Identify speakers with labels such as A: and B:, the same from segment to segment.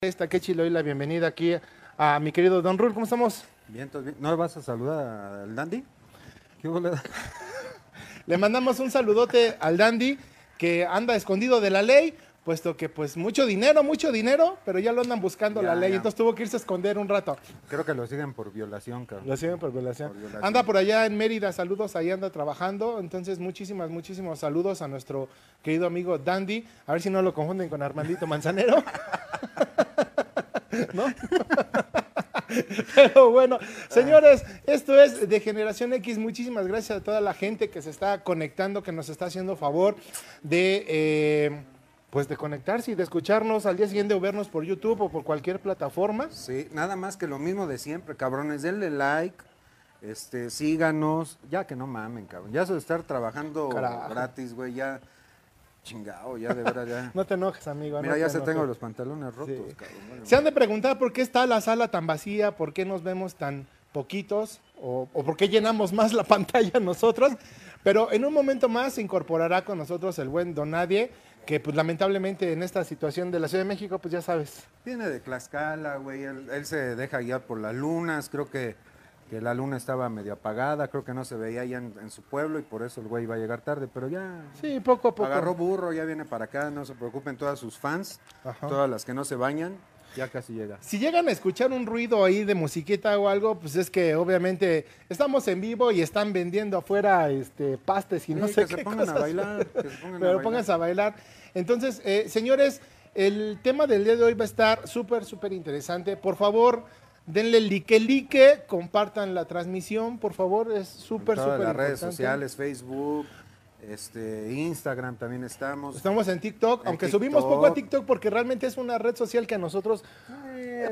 A: esta Kechi le doy la bienvenida aquí a mi querido Don Rul. ¿Cómo estamos?
B: Bien, todo bien. ¿No vas a saludar al Dandy? ¿Qué hubo, le-
A: Le mandamos un saludote al Dandy que anda escondido de la ley, puesto que pues mucho dinero, mucho dinero, pero ya lo andan buscando
B: Ya,
A: la ley,
B: ya.
A: entonces tuvo que irse a esconder un rato.
B: Creo que lo siguen por violación, cabrón.
A: Lo siguen por violación.
B: Por violación.
A: Anda por allá en Mérida, saludos, ahí anda trabajando. Entonces, muchísimas, muchísimos saludos a nuestro querido amigo Dandy. A ver si no lo confunden con Armandito Manzanero. ¿No? Pero bueno, señores, esto es de Generación X. Muchísimas gracias a toda la gente que se está conectando, que nos está haciendo favor de. eh, pues de conectarse y de escucharnos al día siguiente o vernos por YouTube o por cualquier plataforma.
B: Sí, nada más que lo mismo de siempre, cabrones. Denle like, este, síganos. Ya que no mamen, cabrón. Ya eso de estar trabajando
A: Carajo.
B: gratis, güey, ya chingado, ya de verdad, ya.
A: No te enojes, amigo. no
B: Mira,
A: te
B: ya se
A: enojes.
B: tengo los pantalones rotos,
A: Sí.
B: cabrón. Vale,
A: Se han de preguntar por qué está la sala tan vacía, por qué nos vemos tan poquitos o, o por qué llenamos más la pantalla nosotros. Pero en un momento más se incorporará con nosotros el buen Donadie, que pues lamentablemente en esta situación de la Ciudad de México, pues ya sabes.
B: Viene de Tlaxcala, güey. Él, él se deja guiar por las lunas. Creo que, que la luna estaba medio apagada. Creo que no se veía allá en, en su pueblo y por eso el güey iba a llegar tarde. Pero ya
A: Sí, poco a poco.
B: agarró burro, ya viene para acá. No se preocupen todas sus fans,
A: Ajá.
B: todas las que no se bañan. Ya casi llega.
A: Si llegan a escuchar un ruido ahí de musiquita o algo, pues es que obviamente estamos en vivo y están vendiendo afuera este pastes y no
B: Sí,
A: sé
B: que
A: qué
B: se pongan a
A: cosas.
B: bailar. Que se pongan
A: Pero
B: a bailar.
A: pónganse a bailar. Entonces, eh, señores, el tema del día de hoy va a estar súper, súper interesante. Por favor, denle like, like, compartan la transmisión, por favor, es súper,
B: En todas
A: súper
B: las redes
A: importante.
B: sociales, Facebook, este, Instagram también estamos.
A: Estamos en TikTok,
B: En
A: aunque subimos poco a
B: TikTok.
A: TikTok porque realmente es una red social que a nosotros,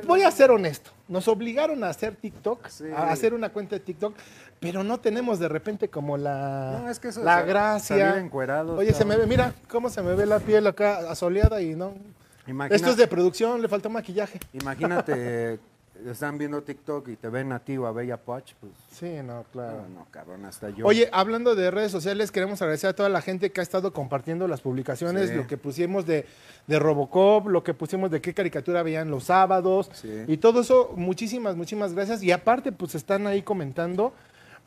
A: voy a ser honesto, nos obligaron a hacer TikTok,
B: Sí.
A: a hacer una cuenta de TikTok, pero no tenemos de repente como la,
B: No, es que eso de
A: la
B: sa-
A: gracia.
B: salir encuerados,
A: Oye, se me
B: cabrón.
A: ve, mira cómo se me ve la piel acá asoleada y no.
B: Imagina-
A: Esto es de producción, le faltó maquillaje.
B: Imagínate, están viendo TikTok y te ven a ti o a Bella Poch, pues.
A: Sí, no, claro.
B: No, no, cabrón, hasta yo.
A: Ah, Oye, hablando de redes sociales, queremos agradecer a toda la gente que ha estado compartiendo las publicaciones,
B: Sí.
A: lo que pusimos de, de Robocop, lo que pusimos de qué caricatura veían los sábados
B: Sí.
A: y todo eso. Muchísimas, muchísimas gracias. Y aparte, pues están ahí comentando.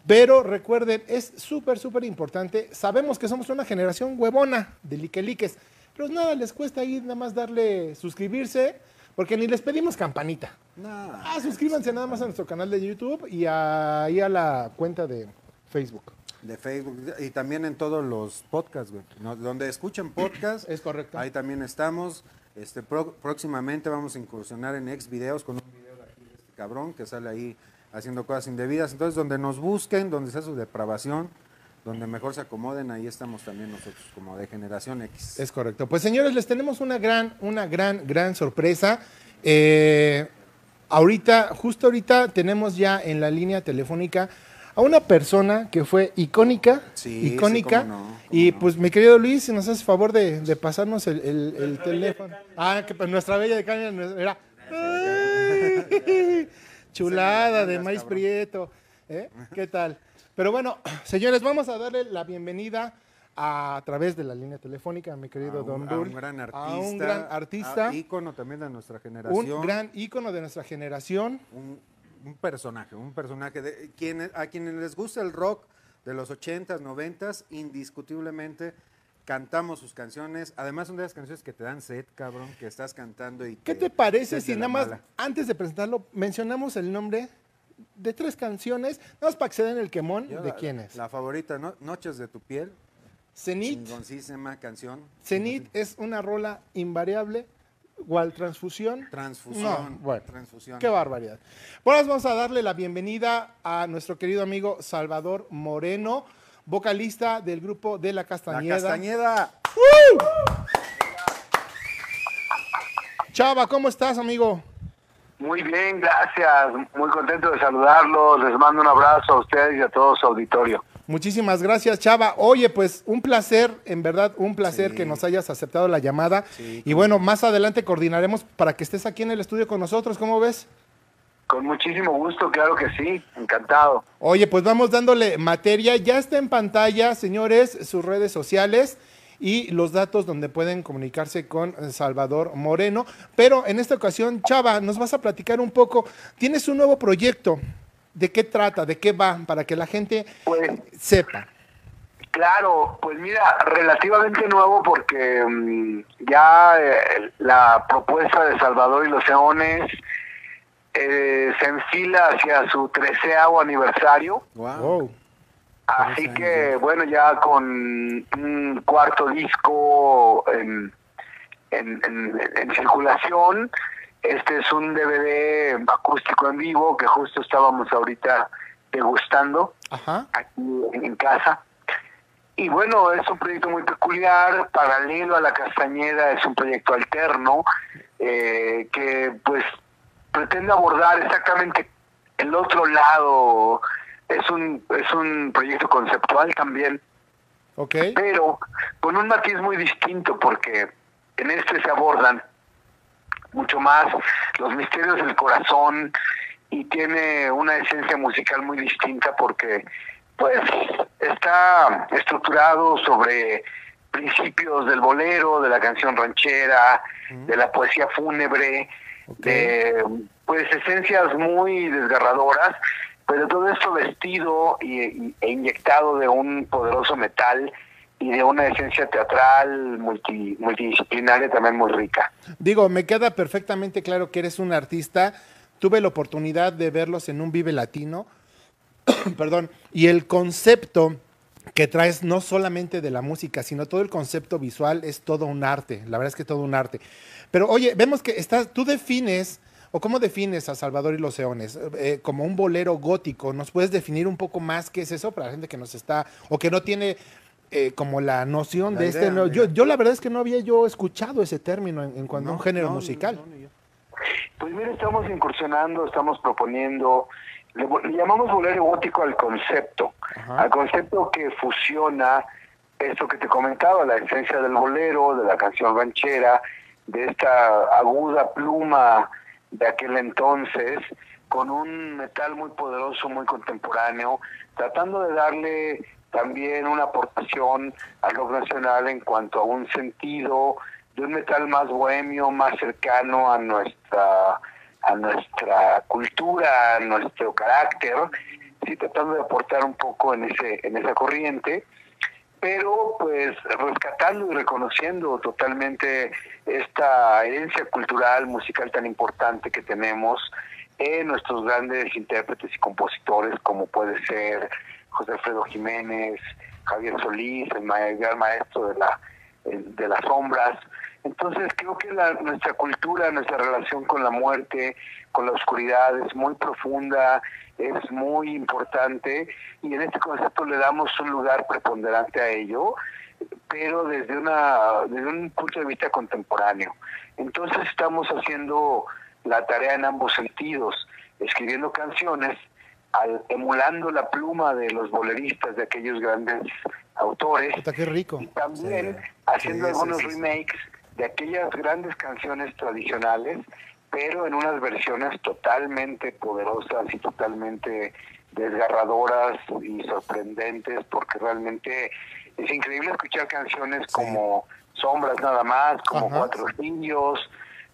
A: Pero recuerden, es súper, súper importante. Sabemos que somos una generación huevona de liqueliques, pero nada, les cuesta ahí nada más darle suscribirse, porque ni les pedimos campanita.
B: No,
A: Ah, suscríbanse nada más a nuestro canal de YouTube y a- ahí a la cuenta de Facebook.
B: de Facebook y también en todos los podcasts, güey. No, donde escuchen podcasts.
A: Es correcto.
B: Ahí también estamos. Este, pro- próximamente vamos a incursionar en ex videos con un video de aquí de este cabrón que sale ahí haciendo cosas indebidas. Entonces, donde nos busquen, donde sea su depravación, donde mejor se acomoden, ahí estamos también nosotros como de generación X.
A: Es correcto. Pues señores, les tenemos una gran, una gran, gran sorpresa. Eh, ahorita, justo ahorita, tenemos ya en la línea telefónica a una persona que fue icónica,
B: Sí, sí,
A: icónica.
B: cómo no, cómo
A: y
B: no.
A: pues mi querido Luis, si nos haces favor de, de pasarnos el, el- el teléfono. Ah, que pues, nuestra bella de Cania era chulada de maíz
B: cabrón.
A: prieto. ¿eh? ¿Qué tal? Pero bueno, señores, vamos a darle la bienvenida a, través de la línea telefónica a mi querido
B: a un,
A: Don
B: a
A: Rul,
B: un gran artista.
A: a un gran artista,
B: ícono también de nuestra generación.
A: un gran ícono de nuestra generación.
B: un, un personaje, un personaje de quien, a quienes les gusta el rock de los 80s, 90s, indiscutiblemente cantamos sus canciones. Además son de las canciones que te dan sed, cabrón, que estás cantando y
A: ¿Qué
B: que
A: te parece
B: sed
A: si
B: de
A: nada
B: la
A: más,
B: mala.
A: antes de presentarlo, mencionamos el nombre de tres canciones, nada más para que se den el quemón
B: Yo
A: de
B: la-
A: quién es?
B: La favorita, ¿no? Noches de tu piel,
A: Zenit.
B: chingoncísima canción.
A: Zenit es una rola invariable, igual transfusión.
B: Transfusión,
A: No, bueno,
B: transfusión.
A: Qué barbaridad. Bueno, pues vamos a darle la bienvenida a nuestro querido amigo Salvador Moreno, vocalista del grupo de La
B: La
A: Castañeda.
B: Castañeda.
A: Chava, ¿cómo estás, amigo?
C: Muy bien, gracias. Muy contento de saludarlos. Les mando un abrazo a ustedes y a todo su auditorio.
A: Muchísimas gracias, Chava. Oye, pues un placer, en verdad, un placer
B: Sí.
A: que nos hayas aceptado la llamada.
B: Sí,
A: y bueno, más adelante coordinaremos para que estés aquí en el estudio con nosotros, ¿cómo ves?
C: Con muchísimo gusto, claro que sí. Encantado.
A: Oye, pues vamos dándole materia. Ya está en pantalla, señores, sus redes sociales. y los datos donde pueden comunicarse con Salvador Moreno. Pero en esta ocasión, Chava, nos vas a platicar un poco. Tienes un nuevo proyecto. ¿De qué trata? ¿De qué va? Para que la gente
C: Pues
A: sepa.
C: Claro, pues mira, relativamente nuevo porque mm, ya eh, la propuesta de Salvador y los Leones eh, se enfila hacia su treceavo aniversario.
B: Ah.
A: Wow.
C: Así
D: Tres
C: que,
D: años.
C: bueno, ya con un cuarto disco en, en- en- en circulación, este es un DVD acústico en vivo que justo estábamos ahorita degustando
A: Ajá.
C: aquí en, en casa. Y bueno, es un proyecto muy peculiar, paralelo a La Castañeda, es un proyecto alterno eh, que pues pretende abordar exactamente el otro lado. Es un, es un proyecto conceptual también,
A: Ok.
C: pero con un matiz muy distinto porque en este se abordan mucho más los misterios del corazón y tiene una esencia musical muy distinta porque pues está estructurado sobre principios del bolero, de la canción ranchera, de la poesía fúnebre, de pues esencias muy desgarradoras, pero todo esto vestido y, y- e inyectado de un poderoso metal y de una esencia teatral multi- multidisciplinaria también muy rica.
A: Digo, me queda perfectamente claro que eres un artista. Tuve la oportunidad de verlos en un Vive Latino. Perdón. Y el concepto que traes no solamente de la música, sino todo el concepto visual es todo un arte. La verdad es que todo un arte. Pero oye, vemos que estás, tú defines, o cómo defines a Salvador y los Leones, Eh, como un bolero gótico. ¿Nos puedes definir un poco más qué es eso para la gente que nos está, o que no tiene eh, como la noción
D: La
A: de este...
D: idea,
A: nuevo-
D: la
A: yo,
D: idea.
A: yo la verdad es que no había yo escuchado ese término en, en cuanto a
D: No,
A: un género
D: no,
A: musical.
D: no, no, yo.
C: Pues mira, estamos incursionando, estamos proponiendo, le, vo- le llamamos bolero gótico al concepto,
A: Ajá.
C: al concepto que fusiona esto que te comentaba, la esencia del bolero, de la canción ranchera, de esta aguda pluma de aquel entonces, con un metal muy poderoso, muy contemporáneo, tratando de darle también una aportación al rock nacional en cuanto a un sentido de un metal más bohemio, más cercano a nuestra a nuestra cultura, a nuestro carácter, sí tratando de aportar un poco en ese en esa corriente, pero pues rescatando y reconociendo totalmente esta herencia cultural musical tan importante que tenemos en nuestros grandes intérpretes y compositores como puede ser José Alfredo Jiménez, Javier Solís, el ma- el gran maestro de la el- eh, de las sombras. Entonces creo que la- nuestra cultura, nuestra relación con la muerte, con la oscuridad es muy profunda, es muy importante y en este concepto le damos un lugar preponderante a ello, pero desde, una, desde un punto de vista contemporáneo. Entonces estamos haciendo la tarea en ambos sentidos, escribiendo canciones al- emulando la pluma de los boleristas, de aquellos grandes autores,
A: Puta, qué rico.
C: y también
D: Sí,
C: haciendo
D: sí, sí,
C: algunos
D: sí, sí.
C: remakes de aquellas grandes canciones tradicionales, pero en unas versiones totalmente poderosas y totalmente desgarradoras y sorprendentes, porque realmente es increíble escuchar canciones como Sombras nada más, como
A: Ajá.
C: Cuatro Niños,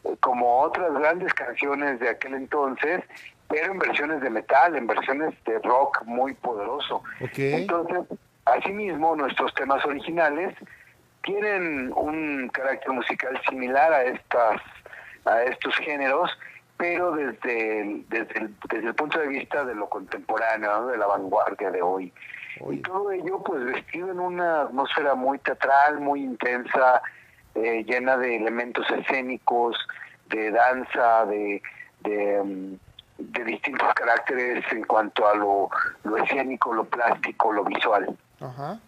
C: eh, como otras grandes canciones de aquel entonces, pero en versiones de metal, en versiones de rock muy poderoso.
A: Ok.
C: Entonces, asimismo, nuestros temas originales tienen un carácter musical similar a estas a estos géneros, pero desde el, desde el, desde el punto de vista de lo contemporáneo, ¿no? de la vanguardia de hoy. Y
A: Oye,
C: todo ello, pues vestido en una atmósfera muy teatral, muy intensa, eh, llena de elementos escénicos, de danza, de, de, mm, de distintos caracteres en cuanto a lo, lo escénico, lo plástico, lo visual.
A: ajá.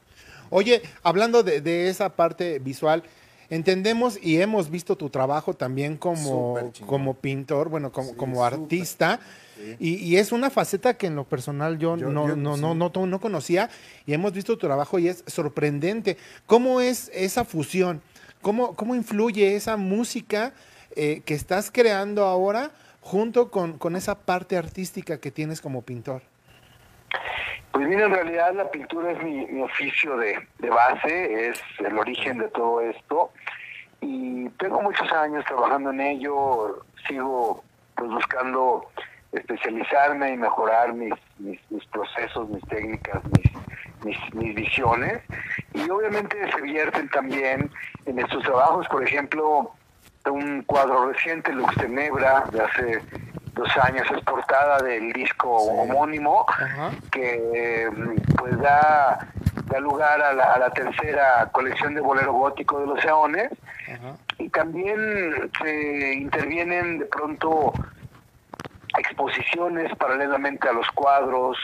A: Oye, hablando de, de esa parte visual, entendemos y hemos visto tu trabajo también como,
D: Súper chingón.
A: como pintor, bueno, como,
D: Sí,
A: como
D: súper.
A: artista.
D: Sí.
A: Y, y es una faceta que en lo personal yo,
D: Yo-
A: no,
D: yo-
A: no,
D: sí.
A: no, no, no conocía y hemos visto tu trabajo y es sorprendente. ¿Cómo es esa fusión? ¿Cómo, cómo influye esa música eh, que estás creando ahora junto con, con esa parte artística que tienes como pintor?
C: Pues mira, en realidad la pintura es mi, mi oficio de, de base, es el origen de todo esto y tengo muchos años trabajando en ello, sigo pues buscando especializarme y mejorar mis, mis, mis procesos, mis técnicas, mis, mis, mis visiones y obviamente se vierten también en estos trabajos, por ejemplo, un cuadro reciente, Lux Tenebra, de hace dos años, es portada del disco
B: Sí.
C: homónimo,
A: Ajá.
C: que eh, pues da, da lugar a la, a la tercera colección de bolero gótico de los Eones,
A: Ajá.
C: y también se intervienen de pronto exposiciones paralelamente a los cuadros,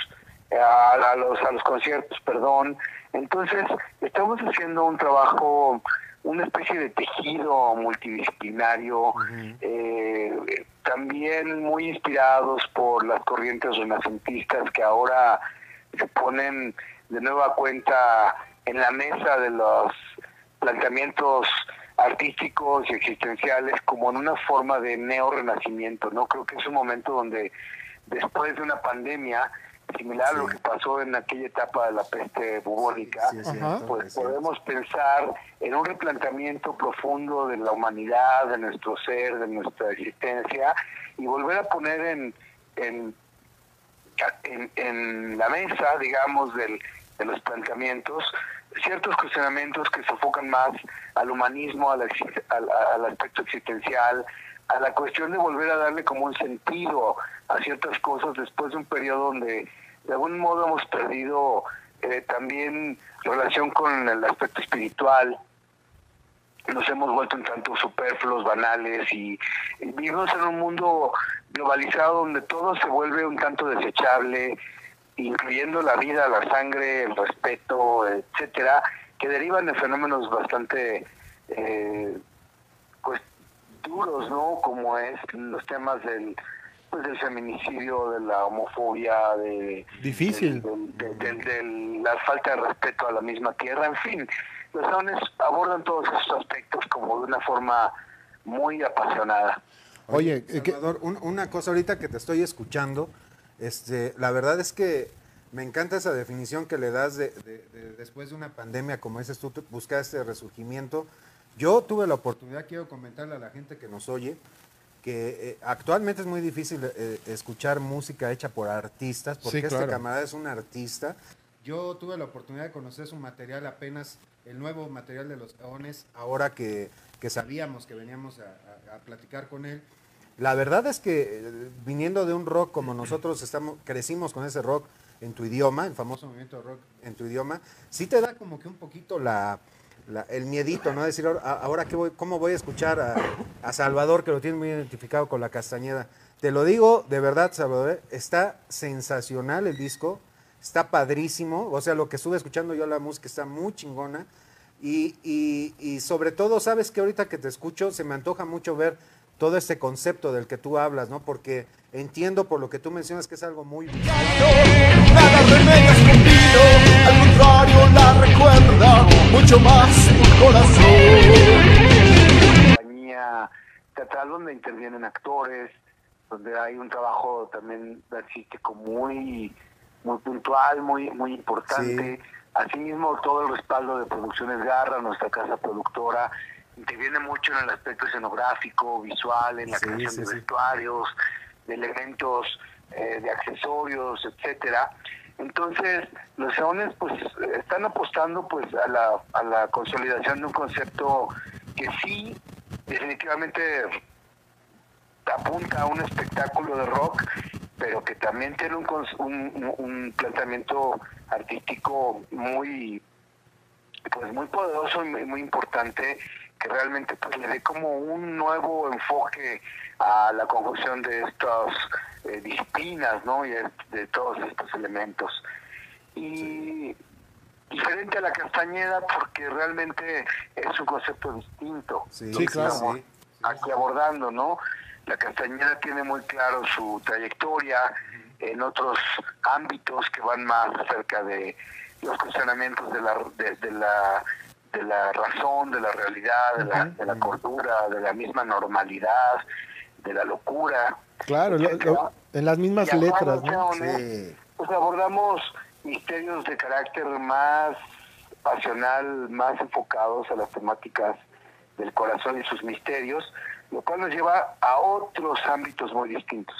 C: a, a los, a los conciertos, perdón. Entonces, estamos haciendo un trabajo, una especie de tejido multidisciplinario, eh, también muy inspirados por las corrientes renacentistas que ahora se ponen de nueva cuenta en la mesa de los planteamientos artísticos y existenciales como en una forma de neorrenacimiento, ¿no? Creo que es un momento donde después de una pandemia similar a lo que pasó en aquella etapa de la peste bubónica,
B: Sí, es
A: Ajá.
B: cierto,
C: pues
B: es cierto.
C: podemos pensar en un replanteamiento profundo de la humanidad, de nuestro ser, de nuestra existencia, y volver a poner en, en, en, en la mesa, digamos, del, de los planteamientos, ciertos cuestionamientos que se enfocan más al humanismo, al, exist- al, al aspecto existencial, a la cuestión de volver a darle como un sentido a ciertas cosas después de un periodo donde de algún modo hemos perdido eh, también relación con el aspecto espiritual, nos hemos vuelto un tanto superfluos, banales y y vivimos en un mundo globalizado donde todo se vuelve un tanto desechable, incluyendo la vida, la sangre, el respeto, etcétera, que derivan en fenómenos bastante eh, pues, duros, ¿no? Como es los temas del pues, del feminicidio, de la homofobia, de
A: Difícil.
C: del- del- del- del- la falta de respeto a la misma tierra, en fin, los dones abordan todos estos aspectos como de una forma muy apasionada.
A: Oye, eh, que-
B: Salvador, un- una cosa ahorita que te estoy escuchando, este, la verdad es que me encanta esa definición que le das de, de- de- después de una pandemia, como dices tú, buscar este resurgimiento. Yo tuve la oportunidad, quiero comentarle a la gente que nos oye, que eh, actualmente es muy difícil eh, escuchar música hecha por artistas, porque
A: Sí,
B: este
A: claro.
B: camarada es un artista. Yo tuve la oportunidad de conocer su material apenas, el nuevo material de los Eones, ahora que, que sabíamos que veníamos a, a- a platicar con él. La verdad es que eh, viniendo de un rock como nosotros estamos, crecimos con ese rock en tu idioma, el famoso movimiento rock en tu idioma, sí te da como que un poquito la, la- el miedito, ¿no? Decir, ahora, a- ahora qué voy, cómo voy a escuchar a, a Salvador, que lo tiene muy identificado con la castañeda. Te lo digo de verdad, Salvador, ¿eh? está sensacional el disco, está padrísimo, o sea, lo que estuve escuchando yo la música está muy chingona. Y, y- y sobre todo, sabes que ahorita que te escucho, se me antoja mucho ver todo este concepto del que tú hablas, ¿no? Porque entiendo por lo que tú mencionas que es algo muy
E: Nada remedio escondido, al contrario la recuerda mucho más tu corazón.
C: compañía teatral donde intervienen actores, donde hay un trabajo también artístico muy, muy puntual, muy, muy importante.
B: Sí.
C: Asimismo, todo el respaldo de Producciones Garra, nuestra casa productora, interviene mucho en el aspecto escenográfico, visual, en la
B: Sí,
C: creación
B: sí,
C: de
B: sí.
C: vestuarios, de elementos, eh, de accesorios, etcétera. Entonces, los Leones pues están apostando pues a la, a la consolidación de un concepto que sí definitivamente apunta a un espectáculo de rock, pero que también tiene un, cons- un, un- un planteamiento artístico muy pues muy poderoso y muy, muy importante que realmente pues, le dé como un nuevo enfoque a la conjunción de estas eh, disciplinas ¿no? y de, de todos estos elementos. Y diferente a la castañeda porque realmente es un concepto distinto
A: Sí, claro.
C: estamos aquí abordando, ¿no? La Castañeda tiene muy claro su trayectoria en otros ámbitos que van más cerca de los cuestionamientos de la, de, de la, de la razón, de la realidad, de la, de la cordura, de la misma normalidad, de la locura.
A: claro, lo- lo- en las mismas
C: Y acá
A: letras,
C: los
A: ¿no?
C: Leones, pues abordamos misterios de carácter más pasional, más enfocados a las temáticas del corazón y sus misterios, lo cual nos lleva a otros ámbitos muy distintos.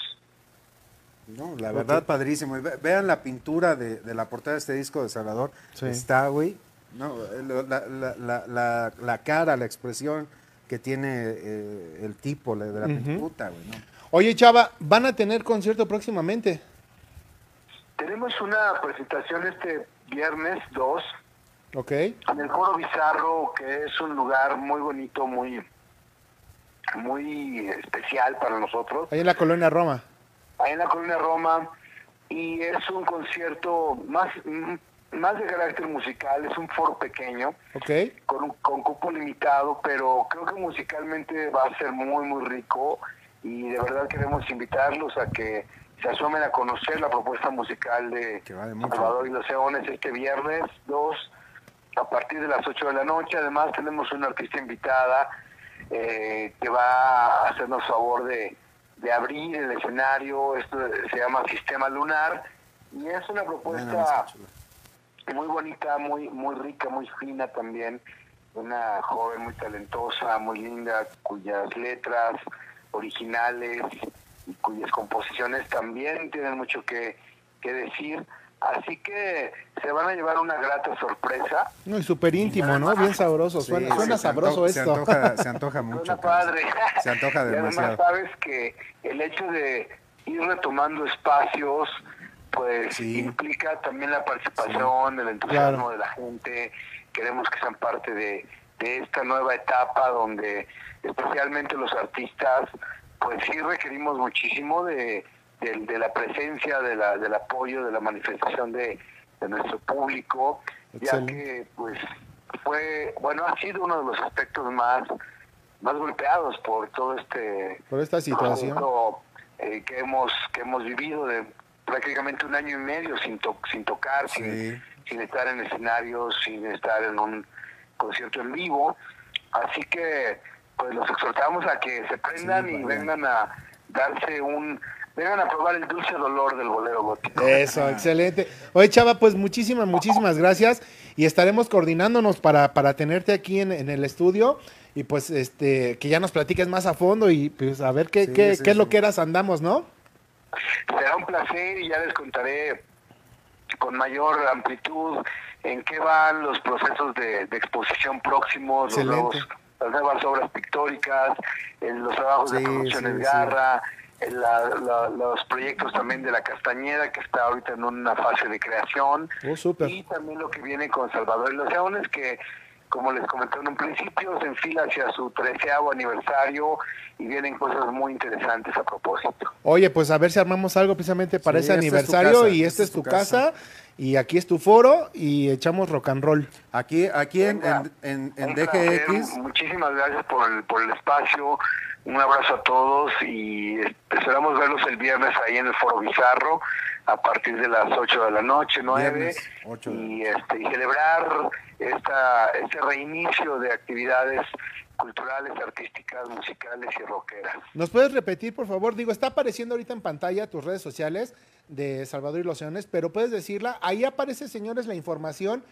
D: No, la verdad, padrísimo. Y ve- vean la pintura de, de la portada de este disco de Salvador.
A: Sí.
D: Está, güey. No, eh, lo- la, la- la- la- la cara, la expresión que tiene eh, el tipo la- de la pintura, güey. ¿no?
A: Oye, Chava, ¿van a tener concierto próximamente?
C: Tenemos una presentación este viernes 2
A: ¿Ok?
C: en el Coro Bizarro, que es un lugar muy bonito, muy muy especial para nosotros,
A: Ahí en la colonia Roma.
C: ahí en la Colonia Roma, y es un concierto más, mm, más de carácter musical, es un foro pequeño,
A: ¿Ok?
C: con, un- con cupo limitado, pero creo que musicalmente va a ser muy, muy rico y de verdad queremos invitarlos a que se asomen a conocer la propuesta musical de
D: Que vale mucho.
C: Salvador y los Leones este viernes 2 a partir de las 8 de la noche. Además tenemos una artista invitada eh, que va a hacernos favor de, de abrir el escenario. Esto se llama Sistema Lunar y es una propuesta
D: Vean la mezcla.
C: muy bonita, muy muy rica, muy fina también, una joven muy talentosa, muy linda, cuyas letras originales y cuyas composiciones también tienen mucho que, que decir. Así que se van a llevar una grata sorpresa.
A: No, y súper íntimo, ¿no? Bien sabroso.
D: Sí,
A: Pues suena
D: se-
A: suena
D: se
A: sabroso
D: antoja-
A: esto.
D: Se antoja, se antoja mucho.
C: Suena
D: cabrón.
C: padre.
D: Se antoja
C: Y además
D: demasiado.
C: sabes que el hecho de ir retomando espacios, pues
D: Sí.
C: implica también la participación, el entusiasmo de la gente. Queremos que sean parte de, de esta nueva etapa donde especialmente los artistas, pues sí requerimos muchísimo de, del- de la presencia, de la, del apoyo, de la manifestación de, de nuestro público,
A: Excelente.
C: ya que eh, pues fue, bueno, ha sido uno de los aspectos más, más golpeados por todo este
A: Por esta situación.
C: conjunto, eh, que hemos que hemos vivido de prácticamente un año y medio sin to- sin tocar,
D: Sí.
C: sin, sin estar en escenarios, sin estar en un concierto en vivo. Así que pues los exhortamos a que se prendan y
D: vayan.
C: vengan a darse un vengan a probar el dulce dolor del bolero gótico.
A: Eso, excelente. Oye, Chava, pues muchísimas, muchísimas gracias. Y estaremos coordinándonos para, para tenerte aquí en, en el estudio. Y pues, este, que ya nos platiques más a fondo y pues a ver qué,
D: Sí,
A: qué,
D: sí,
A: qué
D: sí.
A: lo que eras andamos, ¿no?
C: será un placer y ya les contaré con mayor amplitud en qué van los procesos de, de exposición próximos, los
A: Excelente.
C: nuevos- las nuevas obras pictóricas, en los trabajos
D: Sí,
C: de Producciones
D: sí, sí.
C: Garra, en la- la- los proyectos también de La Castañeda, que está ahorita en una fase de creación,
A: Oh, súper.
C: y también lo que viene con Salvador y los Leones, que como les comenté en un principio, se enfila hacia su treceavo aniversario y vienen cosas muy interesantes a propósito.
A: Oye, pues a ver si armamos algo precisamente para
D: Sí, esta
A: ese
D: es tu
A: aniversario.
D: casa,
A: y
D: esta
A: esta
D: es
A: es
D: tu
A: tu
D: casa.
A: casa. Y aquí es tu foro. Y echamos rock and roll.
D: Aquí, aquí en,
C: Venga.
D: en, en, en
C: Un
D: DGX.
C: placer, Muchísimas gracias por el, por el espacio. Un abrazo a todos y esperamos verlos el viernes ahí en el Foro Bizarro a partir de las 8 de la noche, 9.
D: Viernes, 8 de la
C: y, este, y celebrar esta, este reinicio de actividades culturales, artísticas, musicales y rockeras.
A: ¿Nos puedes repetir, por favor? Digo, está apareciendo ahorita en pantalla tus redes sociales de Salvador y los Leones, pero puedes decirla. Ahí aparece, señores, la información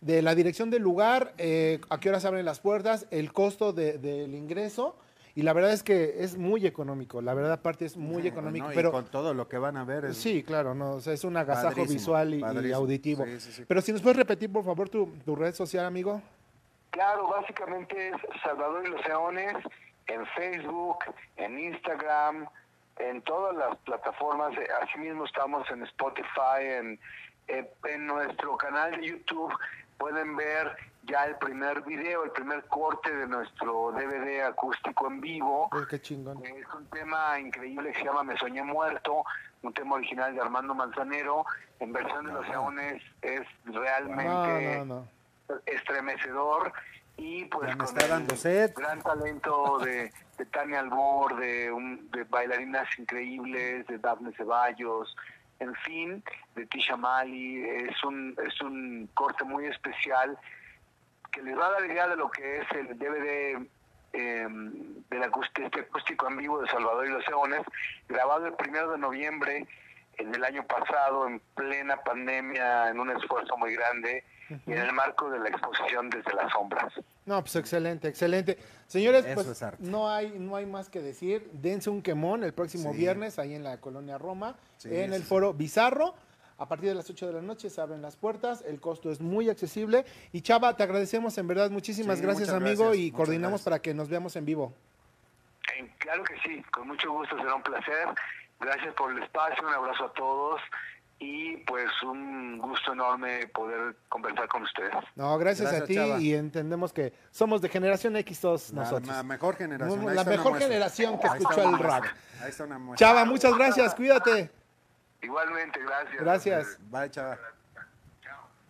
A: de la dirección del lugar, eh, a qué horas abren las puertas, el costo de- del ingreso. Y la verdad es que es muy económico. La verdad, aparte, es muy económico.
D: No, y
A: pero
D: con todo lo que van a ver. es-
A: Sí, claro, no, o sea, es un agasajo
D: Padrísimo,
A: visual y- y,
D: padrísimo.
A: auditivo.
D: Sí, sí, sí.
A: Pero si nos puedes repetir, por favor, tu, tu red social, amigo.
C: Claro, básicamente es Salvador y los Leones en Facebook, en Instagram, en todas las plataformas. Eh, Asimismo estamos en Spotify, en, eh, en nuestro canal de YouTube. Pueden ver ya el primer video, el primer corte de nuestro DVD acústico en vivo.
A: Uy, qué chingón.
C: Es un tema increíble que se llama Me Soñé Muerto, un tema original de Armando Manzanero. En versión de los Leones es
A: No,
C: realmente
A: no, no.
C: estremecedor y pues
D: Ya me
C: con
D: está
C: el
D: dando sed.
C: gran talento de, de Tania Albor, de, un- de bailarinas increíbles, de Daphne Ceballos, en fin, de Tisha Mali, es un, es un corte muy especial que les va a dar idea de lo que es el DVD eh, del acústico, este acústico en vivo de Salvador y los Leones, grabado el primero de noviembre en el año pasado, en plena pandemia, en un esfuerzo muy grande, y en el marco de la exposición desde las sombras.
A: No, pues excelente, excelente. Señores,
B: Eso
A: pues
B: es arte.
A: no hay no hay más que decir. Dense un quemón el próximo
B: Sí.
A: viernes ahí en la colonia Roma,
B: Sí,
A: en
B: sí,
A: el
B: sí.
A: foro Bizarro. A partir de las 8 de la noche se abren las puertas, el costo es muy accesible. Y Chava, te agradecemos en verdad, muchísimas
B: Sí,
A: gracias
B: muchas
A: amigo
B: gracias,
A: y
B: muchas
A: coordinamos
B: gracias.
A: para que nos veamos en vivo.
C: Eh, claro que sí, con mucho gusto, será un placer. Gracias por el espacio, un abrazo a todos y pues un gusto enorme poder conversar con ustedes.
A: No, gracias,
B: Gracias,
A: a ti
B: Chava.
A: y entendemos que somos de generación X todos
B: La
A: nosotros.
B: ma- mejor generación.
A: Muy-
B: Ahí
A: la
B: está una
A: mejor
B: muestra.
A: generación que
B: Ahí está
A: escuchó
B: una
A: el rock.
B: muestra. Ahí está una muestra.
A: Chava, muchas gracias, cuídate.
C: Igualmente, gracias.
A: Gracias.
B: Bye, chava.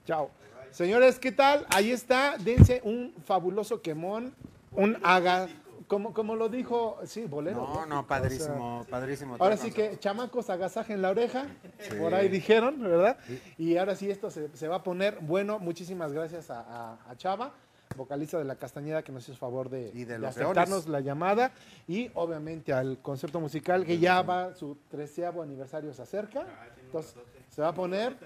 A: Chao. Señores, ¿qué tal? Ahí está. Dense un fabuloso quemón. Un haga. Como, como lo dijo, sí, bolero.
B: No,
A: O
B: no,
A: sea,
B: padrísimo, padrísimo.
A: ahora
B: todo
A: sí
B: el
A: que chamacos agasajen la oreja,
B: Sí.
A: por ahí dijeron, ¿verdad? Y ahora sí esto se, se va a poner bueno. Muchísimas gracias a, a- a Chava, vocalista de La Castañeda, que nos hizo favor de,
B: Y de los
A: aceptarnos
B: Leones.
A: la llamada. Y obviamente al concepto musical, que ya va, su treceavo aniversario se acerca. Entonces, se va a poner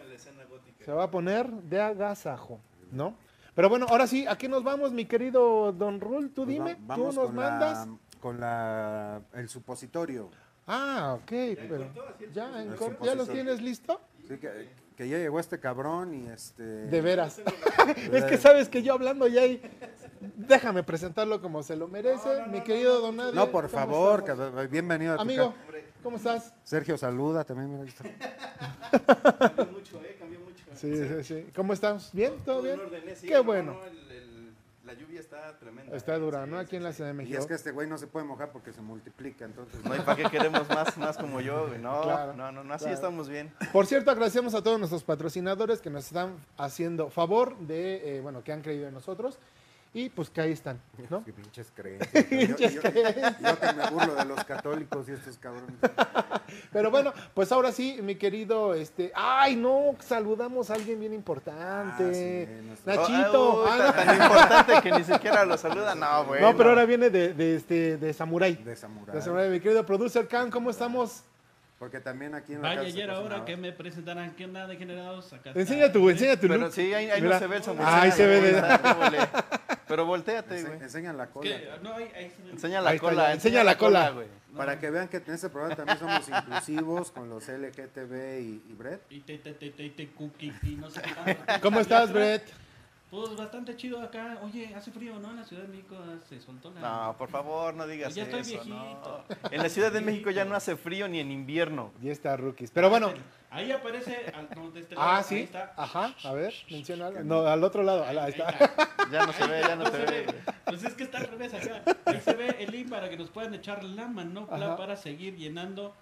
A: se va a poner de agasajo, ¿no? Pero bueno, ahora sí, ¿a qué nos vamos, mi querido Don Rul? Tú
B: Pues va-
A: dime,
B: vamos
A: tú nos
B: con
A: mandas.
B: La, con la, el supositorio.
A: Ah, ok, pero ya, en
B: el
A: corto, ¿ya los
B: compositor.
A: tienes listo?
B: Sí, que, que ya llegó este cabrón y este.
A: De veras. es que sabes que yo hablando ya ahí, déjame presentarlo como se lo merece, mi querido Don Nadie.
B: No, por
A: ¿cómo
B: favor,
A: estamos?
B: que- bienvenido a tu
A: Amigo,
B: ca-
A: ¿cómo estás?
B: Sergio, saluda también. mira, ahí está.
E: Cambió mucho, eh, cambió mucho.
A: Sí, sí, sí. ¿Cómo estás? ¿Bien? ¿Todo bien?
E: en orden, eh, sí,
A: Qué
E: no,
A: bueno.
E: no, el- el- la lluvia está tremenda.
A: Está
E: eh,
A: dura,
E: sí,
A: ¿no?
E: sí,
A: Aquí en la Ciudad de
B: Y
A: México.
B: es que este güey no se puede mojar porque se multiplica, entonces.
E: No, ¿y para qué queremos más, más como yo, güey? No,
A: Claro,
E: no, no, no, así
A: claro.
E: estamos bien.
A: Por cierto, agradecemos a todos nuestros patrocinadores que nos están haciendo favor de, eh, bueno, que han creído en nosotros y pues que ahí están, ¿no?
B: Qué pinches creencias. Yo, yo- yo que me burlo de los católicos y estos cabrones.
A: Pero bueno, pues ahora sí, mi querido, este, ay no, saludamos a alguien bien importante,
B: Ah, sí, nuestro-
A: Nachito.
E: Oh, ay, uy,
A: Ah,
E: tan, tan importante que ni siquiera lo saluda. No, güey.
A: no, no, pero ahora viene de, de, este, de Samurai.
B: De Samurai.
A: De Samurai, mi querido producer Khan, ¿cómo estamos?
B: Porque también aquí en la
F: Vaya
B: casa pues, se
F: ayer
B: cocinaba.
F: ahora que me presentaran qué onda degenerados acá. está.
A: Enseña tu, enseña tu
E: Pero
A: look.
E: sí, ahí, ahí
A: Mira.
E: no se ve el Samuel.
A: Ahí se ve de...
E: Pero volteate,
B: Ense-
E: güey.
B: Enseñan la
F: Es
B: cola.
F: que, no, ahí- ahí se ve.
E: Enseña la
A: Ahí está, ya.
E: cola.
A: Enseña la cola.
E: güey.
B: Para que vean que en este programa también somos inclusivos con los LGTB y, y Brett.
F: Y te, te, te, te, te, cookie, y no sé qué tanto.
A: ¿Cómo estás, Brett?
F: Pues bastante chido acá. Oye, hace frío, ¿no? En la Ciudad de México ah, se soltó la...
E: No, por favor, no digas
F: Ya estoy
E: eso.
F: viejito.
E: No. En la Ciudad de México ya no hace frío ni en invierno.
A: Ya está, rookies. Pero bueno,
F: Ahí aparece... al- no, de este lado,
A: ah,
F: ahí
A: sí,
F: está.
A: ajá, a ver, menciona algo. No, al otro lado, ala, ahí
F: Ahí
A: está.
F: está.
E: Ya no se ve, ya no
F: No
E: se
F: se
E: ve.
F: ve.
E: güey.
F: Pues es que está al revés acá. Ahí se ve el link para que nos puedan echar la manopla
A: Ajá.
F: para seguir llenando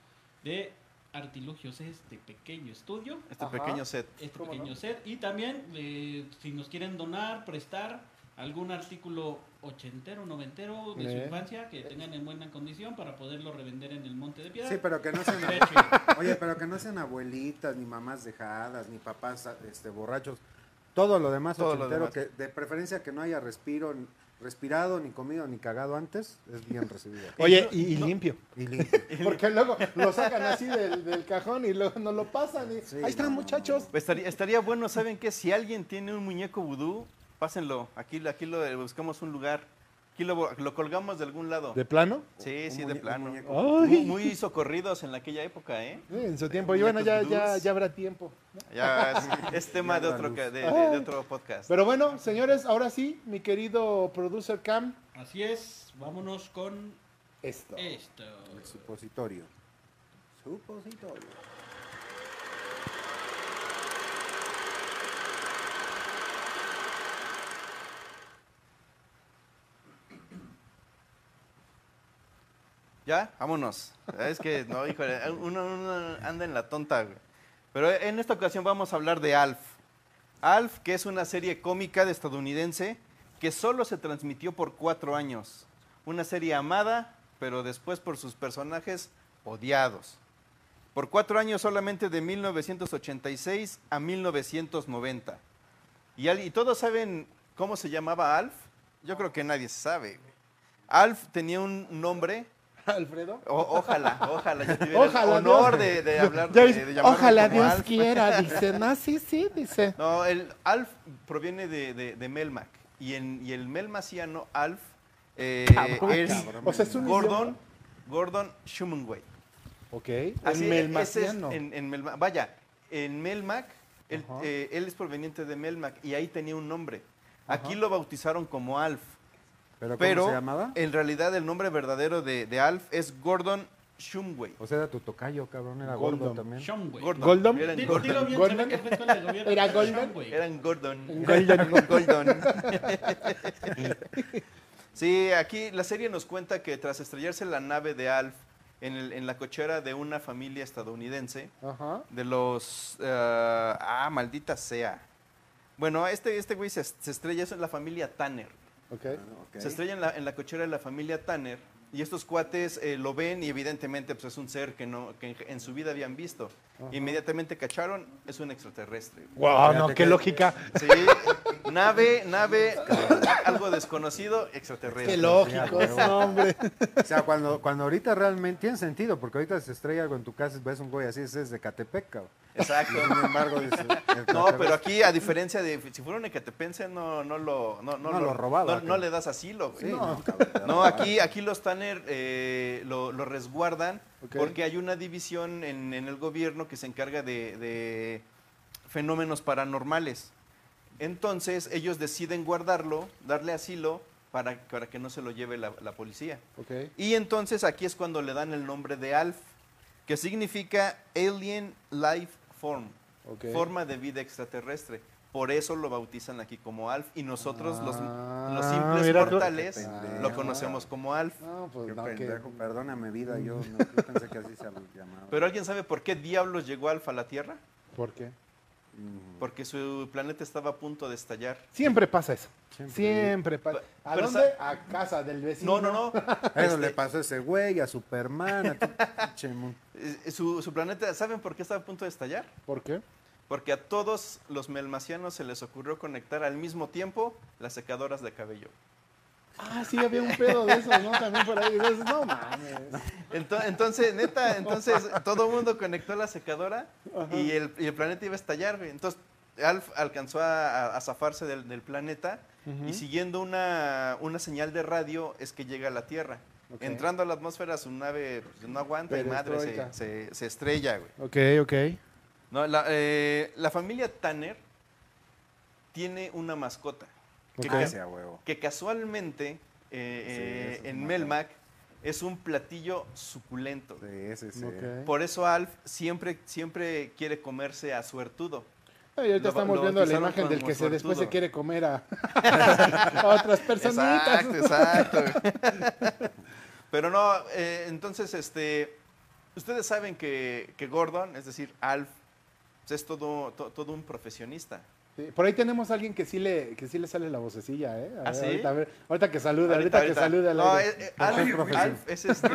F: de artilugios este pequeño estudio.
E: Este
A: Ajá.
E: pequeño set.
F: este
A: ¿Cómo
F: pequeño
A: no?
F: set. Y también, eh, si nos quieren donar, prestar algún artículo ochentero, noventero de su
A: Eh.
F: infancia que tengan en buena condición para poderlo revender en el Monte de Piedad.
B: Sí, pero que no sean
F: Estaría chido.
B: Oye, pero que no sean abuelitas, ni mamás dejadas, ni papás este, borrachos. Todo lo demás,
E: Todo lo
B: ochentero,
E: demás.
B: que de preferencia que no haya respiro, ni- respirado, ni comido, ni cagado antes, es bien recibido.
A: Oye, y, y limpio.
B: Y limpio.
A: Porque luego lo sacan así del, del cajón y luego no lo pasan. Y,
B: Sí,
A: ahí están,
B: no, no,
A: muchachos.
E: Pues Estaría, estaría bueno, ¿saben qué? Si alguien tiene un muñeco vudú, pásenlo. Aquí, lo- aquí lo eh, buscamos un lugar. Aquí lo, lo colgamos de algún lado.
A: ¿De plano?
E: sí,
B: Un
E: sí,
B: muñe-
E: de
B: un
E: plano.
B: muñeco.
E: Muy,
A: Ay.
E: muy socorridos en aquella época, ¿eh?
A: En su tiempo. Y bueno, ya, ya,
E: Muñecos
A: ya habrá tiempo.
E: Ya es, es tema de
B: Ya
E: otro,
B: la
E: ca-
B: luz.
E: de, de- de otro podcast.
A: Pero bueno, señores, ahora sí, mi querido producer Cam,
F: Así es, vámonos con
A: esto.
F: esto.
B: El supositorio. Supositorio.
E: Ya, vámonos. Es que, no, híjole, uno, uno anda en la tonta, güey. Pero en esta ocasión vamos a hablar de Alf. Alf, que es una serie cómica de estadounidense que solo se transmitió por cuatro años. Una serie amada, pero después por sus personajes odiados. Por cuatro años solamente de 1986 a 1990. ¿Y, al- y todos saben cómo se llamaba Alf? Yo creo que nadie sabe. güey. Alf tenía un nombre
A: Alfredo.
E: O- ojalá, ojalá. Yo tuviera
A: Ojalá,
E: el honor
A: Dios.
E: de, de hablar
A: Ya
E: de,
A: dice,
E: de llamarlo
A: Ojalá
E: como
A: Dios
E: Alf".
A: quiera, dice. No, sí, sí, dice.
E: No, el Alf proviene de, de- de Melmac. Y, en, y el melmaciano Alf eh,
A: Cabrón,
E: es,
A: cabrón. O sea, es un
E: Gordon, Gordon Shumway.
A: Ok.
E: Así,
A: el
E: e- ese es
A: melmaciano.
E: en, en Melma- Vaya, en Melmac, él,
A: Ajá.
E: eh, él es proveniente de Melmac y ahí tenía un nombre. Aquí lo bautizaron como Alf.
D: ¿Pero,
E: Pero
D: cómo se llamaba?
E: en realidad el nombre verdadero de, de Alf es Gordon Shumway.
D: O sea, era tu tocayo, cabrón, era
A: Goldom.
D: gordo también.
F: Sean, güey.
E: Gordon.
A: Goldon.
E: Eran
F: Dilo,
E: Gordon.
F: dilo bien, se ve que fue con el gobierno.
A: ¿Era
F: Sean,
A: Goldman?
F: güey.
E: Eran Gordon.
A: Golden.
E: Goldon. sí, aquí la serie nos cuenta que tras estrellarse la nave de Alf en, el- en la cochera de una familia estadounidense,
A: Ajá.
E: de los... eh, ah, maldita sea. Bueno, este, este güey se, est- se estrella, eso es la familia Tanner.
A: Ok.
D: Ok.
E: Se estrella en la, en la cochera de la familia Tanner y estos cuates eh, lo ven y evidentemente pues, es un ser que, no, que en, en su vida habían visto. Inmediatamente cacharon, es un extraterrestre.
A: Wow,
D: Fíjate
A: no, qué
D: que-
A: lógica.
E: Sí, nave, nave, algo desconocido, extraterrestre.
A: Qué lógico,
D: Sí, a huevo.
A: no, hombre.
D: O sea, cuando, cuando ahorita realmente tiene sentido, porque ahorita se estrella algo en tu casa y ves un güey así, ese es de Catepec, cabrón.
E: Exacto.
D: Sin embargo, dices,
E: No, pero aquí, a diferencia de si fuera un ecatepense, no, no lo, no, no
D: No lo robaba,
E: no- No,
D: cabrón.
E: le das asilo, güey.
D: Sí,
E: no.
D: no, cabrón, te robaron.
E: aquí, aquí los Tanner eh, lo, lo resguardan
A: Ok.
E: porque hay una división en, en el gobierno que se encarga de, de fenómenos paranormales. Entonces, ellos deciden guardarlo, darle asilo para, para que no se lo lleve la- la policía.
A: Ok.
E: Y entonces aquí es cuando le dan el nombre de ALF, que significa Alien Life Form,
A: Ok.
E: forma de vida extraterrestre. Por eso lo bautizan aquí como ALF y nosotros los-
A: Ah,
E: los, simples
A: mira,
E: mortales
D: qué pendejo.
E: lo conocemos como ALF.
A: No, pues
D: Qué
A: no, que.
D: pendejo, perdóname vida, yo, no, yo pensé que así se llamaba.
E: Pero ¿alguien sabe por qué diablos llegó ALF a la Tierra?
A: ¿Por qué?
D: Mm,
E: Porque su planeta estaba a punto de estallar.
A: Siempre pasa eso. Siempre,
D: Siempre.
A: pasa. ¿A
E: Pero
A: dónde?
E: sa-
A: A casa del
E: No,
A: vecino.
E: no, no.
D: Eso le
E: Este,
D: pasó a ese güey, a Superman, a tu pinche mon-
E: eh, su, su planeta, ¿saben por qué estaba a punto de estallar?
A: ¿Por qué?
E: Porque a todos los melmacianos se les ocurrió conectar al mismo tiempo las secadoras de cabello.
A: Ah, sí, había un pedo de eso, ¿no? También por ahí. Dices, no mames.
E: Ento- Entonces, neta, entonces todo el mundo conectó la secadora y el, y el planeta iba a estallar, güey. Entonces, Alf alcanzó a, a- a zafarse del, del planeta y siguiendo una, una señal de radio es que llega a la Tierra.
A: Ok.
E: Entrando a la atmósfera, su nave pues, no aguanta y madre
A: Perestroika.
E: se, se- se estrella, güey.
A: Ok, ok.
E: No, la, eh, la familia Tanner tiene una mascota. que
A: Ok.
E: ca-
D: Ah, sí, a huevo.
E: que casualmente eh,
D: Sí,
E: eh,
D: eso es
E: en
D: una-
E: Melmac es un platillo suculento.
D: Sí, ese sí.
A: Ok.
E: Por eso Alf siempre, siempre quiere comerse a suertudo.
A: No, y ahorita
E: Lo-
A: estamos
E: lo
A: viendo la
E: bautizaron
A: imagen del
E: como
A: que se después se
E: suertudo.
A: quiere comer a, a otras personitas.
E: Exacto, exacto. Pero no, eh, entonces, este, ustedes saben que, que Gordon, es decir, Alf, pues, es todo, to- todo un profesionista.
A: Sí, por ahí tenemos a alguien que sí le, que sí le sale la vocecilla, ¿eh? A ver,
E: ¿Ah, sí?
A: ahorita, a ver, ahorita que saluda, ahorita, que saluda. al
E: No,
A: aire.
E: eh, eh, Alf, Alf es este.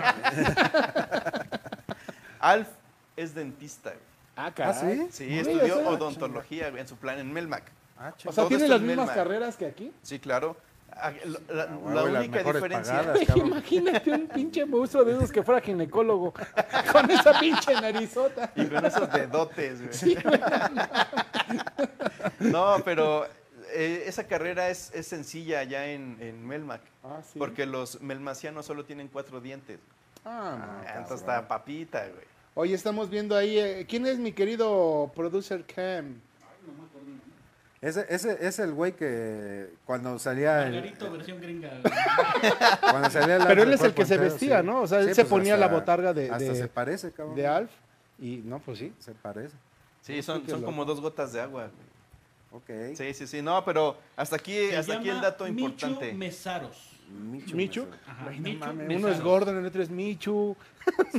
E: Alf es dentista. güey.
A: ah, caray.
D: ¿sí?
E: Sí,
A: Mira,
E: estudió
A: eso era
E: odontología güey, en su plan en Melmac.
D: Ah, ch-
A: O sea,
E: Todo
A: tiene
E: esto
A: las
E: en
A: mismas
E: Melmac.
A: carreras que aquí.
E: Sí, claro. Ah, La, la-
D: a huevo,
E: la
D: y las
E: única
D: mejores
E: diferencia.
D: pagadas, cabrón.
A: Imagínate un pinche monstruo de esos que fuera ginecólogo con esa pinche narizota.
E: Y con esos dedotes, güey. no, pero eh, esa carrera es, es sencilla allá en, en Melmac.
A: Ah, sí.
E: Porque los melmacianos solo tienen cuatro dientes.
A: Ah,
E: Ah, Entonces está papita, güey.
A: Hoy estamos viendo ahí. eh, ¿Quién es mi querido producer Cam?
D: Ese, ese es el güey que cuando salía el,
F: Margarito, versión gringa. güey.
D: cuando salía el
A: Pero él
D: Alf
A: es el que se
D: Cuerpo
A: vestía,
D: Entero, pues,
A: ¿no? O sea, él se ponía la botarga de-
D: hasta
A: de-
D: se parece, cabrón.
A: De Alf. Y no, pues sí.
D: Se parece.
E: Sí, son,
A: qué
E: son
A: loco.
E: como dos gotas de agua. güey.
D: Ok.
E: Sí, sí, sí. No, pero hasta aquí,
F: Se
E: hasta aquí el
F: llama
E: dato
F: Micho
E: importante.
F: Mesaros.
D: Micho.
A: Micho.
D: Mesa.
F: Ajá,
A: Ay, no
F: Micho
A: mames, uno
F: Mesaros.
A: es Gordon, el otro es Michu.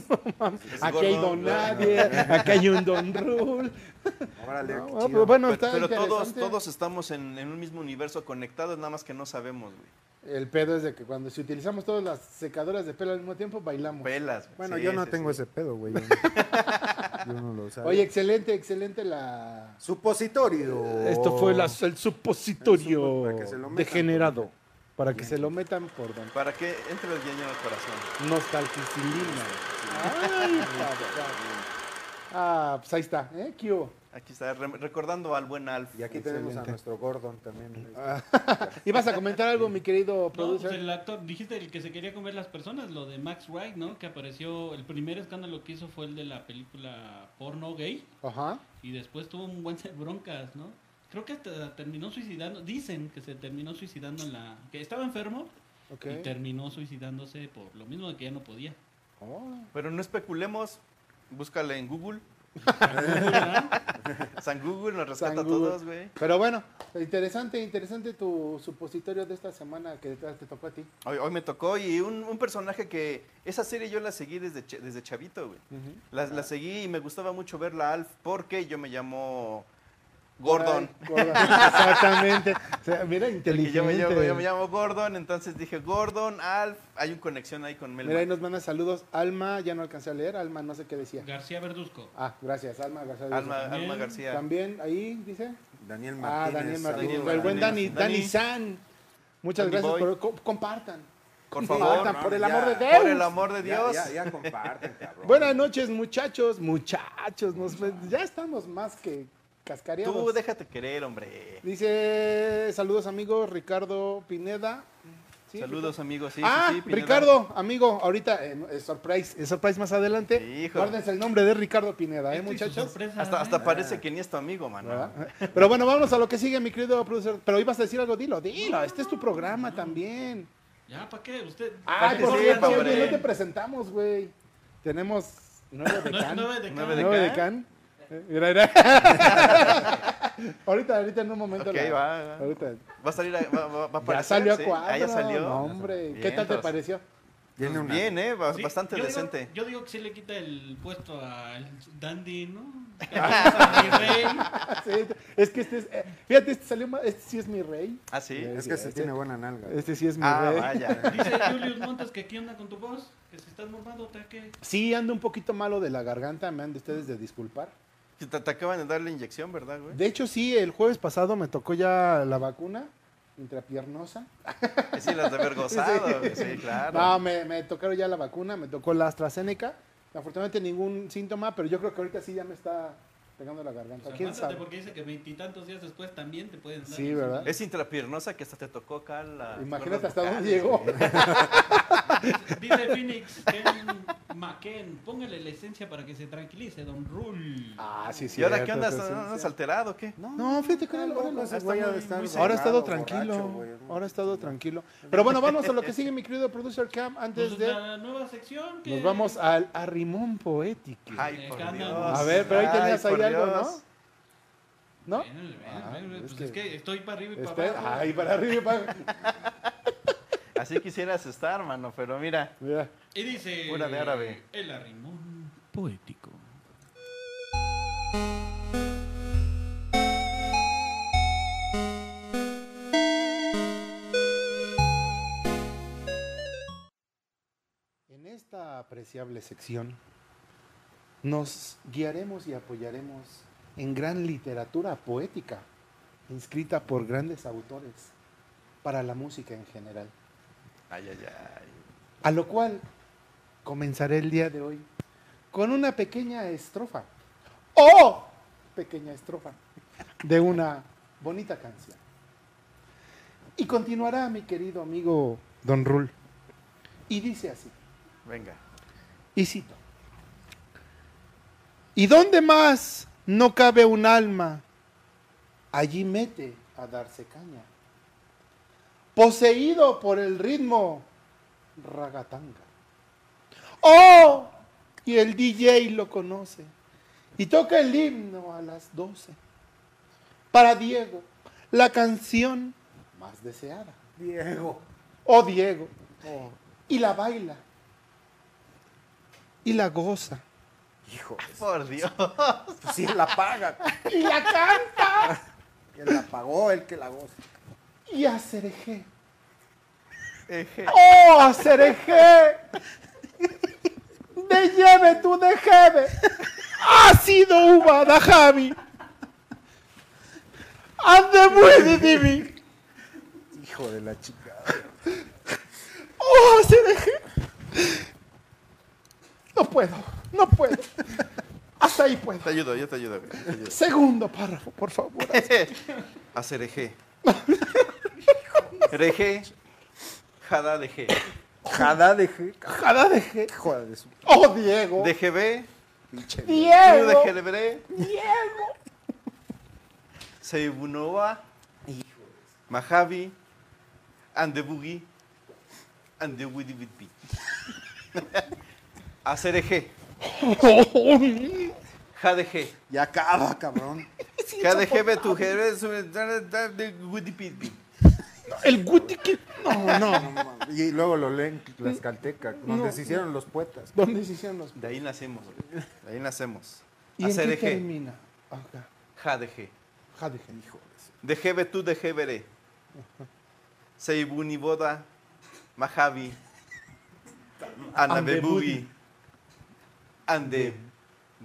A: No mames,
E: Es
A: aquí hay
E: Gordon,
A: Don
E: claro.
A: Nadie, aquí hay un Don Rule.
D: Órale,
A: No,
D: qué
A: ah,
D: chido.
A: pero bueno,
E: Pero,
A: está
E: pero todos,
A: interesante.
E: todos estamos en, en un mismo universo conectados, nada más que no sabemos, güey.
A: El pedo es de que cuando si utilizamos todas las secadoras de pelo al mismo tiempo, bailamos.
E: Pelas. güey.
D: Bueno,
E: Sí,
D: yo no
E: sí,
D: tengo
E: sí.
D: ese pedo, güey. Yo no, yo no lo sabía.
A: Oye, excelente, excelente la...
D: supositorio.
A: Esto fue la- el
D: El
A: supositorio
D: Oh. supo- para que se lo metan.
A: degenerado. Para que, para que se lo metan por donde.
E: Para que entre el guiño al corazón.
A: Nostalgicilina. Ay, cabrón. Ah, pues ahí está, ¿eh? ¿Qué hubo?
E: Aquí está, re- recordando al buen Alf.
D: Y aquí tenemos a
A: Excelente. Ah.
D: nuestro Gordon también.
A: ¿Ibas a comentar algo, mi querido
F: No, pues
A: producer?
F: el actor, dijiste el que se quería comer las personas, lo de Max Wright, ¿no? Que apareció, el primer escándalo que hizo fue el de la película porno gay
A: Ajá.
F: y después tuvo un buen de broncas, ¿no? Creo que hasta terminó suicidando, dicen que se terminó suicidando en la... que estaba enfermo
A: Ok.
F: y terminó suicidándose por lo mismo de que ya no podía.
A: Oh.
E: Pero no especulemos, búscale en Google.
F: ¿Verdad?
E: San Google nos rescata
A: San
E: a
A: Google.
E: todos, güey.
A: Pero bueno, interesante, interesante tu supositorio de esta semana que te, te tocó a ti.
E: Hoy, hoy me tocó y un, un personaje que esa serie yo la seguí desde, ch- desde chavito, güey. la,
A: Ah.
E: la seguí y me gustaba mucho verla Alf porque yo me llamo Gordon.
A: Ay, Gordon. Exactamente. O sea, mira,
E: Porque
A: inteligente.
E: Yo me, llamo, yo me llamo Gordon, entonces dije Gordon, Alf, hay una conexión ahí con
A: Mira, ahí
E: Melman.
A: nos mandan saludos. Alma, ya no alcancé a leer. Alma, no sé qué decía.
F: García Verduzco.
A: Ah, gracias. Alma, gracias.
E: Alma,
F: También-
E: Alma García.
A: También ahí dice.
D: Daniel
A: ah,
D: Martínez.
A: Daniel Martínez.
E: saludos,
A: el buen Dani,
E: Daniel.
A: Dani
E: Dani.
A: San. Muchas
E: Dani
A: gracias.
E: Boy.
A: Por, co- compartan.
E: Por
A: Compartan,
E: favor,
A: por el
D: ya.
A: amor de Dios.
E: por el amor de Dios.
D: Ya, ya, ya comparten, cabrón.
A: Buenas noches, muchachos. Muchachos, nos- ya estamos más que cascareados.
E: Tú déjate querer, hombre.
A: Dice, saludos amigos, Ricardo Pineda. Sí,
E: Saludos, amigos. Sí,
A: ah,
E: sí, sí, Pineda.
A: Ricardo, amigo, ahorita, eh, eh, surprise, eh, surprise más adelante.
E: Hijo.
A: Guárdense el nombre de Ricardo Pineda, ¿eh,
F: Esto y su
A: muchachos?
F: sorpresa,
E: Hasta,
F: ¿eh?
E: hasta parece
A: Ah.
E: que ni es tu amigo, mano.
A: ¿Verdad? Pero bueno, vámonos a lo que sigue, mi querido producer. Pero ibas a decir algo, dilo, dilo, este es tu programa también.
F: Ya, ¿para qué? Usted...
A: Ay,
E: que
A: por
E: Ah, sí,
A: cierto,
E: hombre.
A: oye, no te presentamos, güey. Tenemos nueve de
F: No es
A: Cannes.
F: nueve de
E: Nueve de
F: Cannes.
A: Nueve de Can. Eh, Mira, mira. ahorita, ahorita en un momento.
E: Ok,
A: la-
E: va, va.
A: Ahorita.
E: Va a salir, a- va, va- va a
A: Ya
E: aparecer,
A: salió a
E: sí.
A: cuadro.
E: Ah, ya salió.
A: No, hombre, ¿qué
E: Bien,
A: tal te
E: entonces.
A: pareció?
D: Tiene una-
E: Bien, ¿eh? Ba-
F: Sí,
E: Bastante
F: yo digo-
E: decente.
F: yo digo que sí le quita el puesto al Dandy, ¿no? A mi rey.
A: Sí, es que este es, eh, fíjate, este salió más, este sí es mi rey.
E: ¿Ah, sí?
A: Eh,
D: Es que
A: Este-
D: se tiene buena nalga.
A: Este sí es mi
E: Ah,
A: rey.
E: vaya.
F: Dice Julius Montes que qué onda con tu voz, que si estás mormado, te que...
A: Sí, ando un poquito malo de la garganta, me han de ustedes de disculpar.
E: Te, te acaban de dar la inyección, ¿verdad, güey?
A: De hecho, sí, el jueves pasado me tocó ya la vacuna intrapiernosa.
E: Eh, Sí, las de haber
A: Sí.
E: gozado, güey. Sí, claro.
A: No, me, me tocaron ya la vacuna, me tocó la AstraZeneca. Afortunadamente ningún síntoma, pero yo creo que ahorita sí ya me está pegando la garganta.
F: O sea,
A: ¿Quién
F: mátate
A: sabe?
F: porque dice que veintitantos días después también te pueden dar.
A: Sí, ¿verdad?
E: Es intrapiernosa que hasta te tocó acá la...
A: Imagínate hasta dónde llegó.
F: Dice Phoenix, Ken McKen, póngale la esencia para que se tranquilice, Don Rule.
A: Ah, sí, sí.
E: ¿Y ahora qué onda? ¿Andas alterado o qué?
A: No, fíjate que ahora- ahora no.
D: Ese
E: está
D: güey ha de
E: muy-
D: estar
E: muy
D: drogado,
A: Ahora ha estado
D: borracho,
A: tranquilo.
D: güey, ¿no?
A: ahora ha estado tranquilo. Pero bueno, vamos a lo que sigue mi querido producer Cam. Antes
F: Pues
A: de.
F: la nueva sección que...
A: Nos vamos al arrimón poético.
E: Ay, por
F: Escándalo.
E: Dios.
A: A ver, pero ahí tenías
E: Ay,
A: ahí
E: por
A: algo,
E: Dios.
A: ¿No?
F: Ven, ven,
A: Ah,
F: ven,
A: es
F: pues
A: que-
F: es que estoy para arriba y para
A: Este-
F: abajo.
A: Ay, para arriba y para abajo.
E: Así quisieras estar, mano, pero mira.
A: Mira.
F: Y dice
E: Pura de árabe.
F: el arrimón poético.
A: En esta apreciable sección nos guiaremos y apoyaremos en gran literatura poética, inscrita por grandes autores, para la música en general.
E: Ay, ay, ay.
A: A lo cual comenzaré el día de hoy con una pequeña estrofa. ¡Oh! Pequeña estrofa de una bonita canción. Y continuará mi querido amigo Don Rul. Y dice así.
E: Venga.
A: Y cito. ¿Y dónde más no cabe un alma? Allí mete a darse caña. Poseído por el ritmo ragatanga. ¡Oh! Y el DJ lo conoce. Y toca el himno a las 12. Para Diego, la canción más deseada.
D: Diego.
A: Oh Diego. Y la baila. Y la goza.
D: Hijo.
E: Por Dios.
D: Pues sí, él la paga.
A: y la canta
D: Él la pagó, él que la goza.
A: y a Cereje.
E: Eje.
A: ¡Oh, a Cereje! ¡De lleve tú de jeve! ¡Ha sido uva da Javi! ¡Ande muy de divi!
D: Hijo de la chica.
A: ¡Oh, se dejé! No puedo, no puedo. Hasta ahí puedo.
E: Te ayudo, yo te ayudo, güey. yo te ayudo.
A: Segundo párrafo, por favor.
E: Hacer E eje. Reje. E Jada de G.
B: Jada de G.
A: Jada dejé.
B: Joder, de su
A: ¡Oh, Diego!
E: De GB.
B: pinche.
A: ¡Diego!
E: de Gelebre.
A: ¡Diego!
E: Seibunova. Majavi. And the Boogie. And the Woody Woody. Hacer E eje. Jade G.
B: Y acaba, cabrón.
E: Jade G. ve tu G.
A: El Guti que...
E: Ah,
A: No, no.
B: No mames. y luego lo leen Tlaxcalteca, donde se hicieron los poetas.
A: ¿Dónde se hicieron los...
E: De ahí nacemos, güey. De ahí nacemos.
A: ¿Y en
E: Hacer E
A: qué
E: eje.
A: termina? Acá.
E: Jade G.
A: Jade hijo.
E: Dejebe tú, dejebere. Seibuniboda, Majavi, Anabebugi, Ande,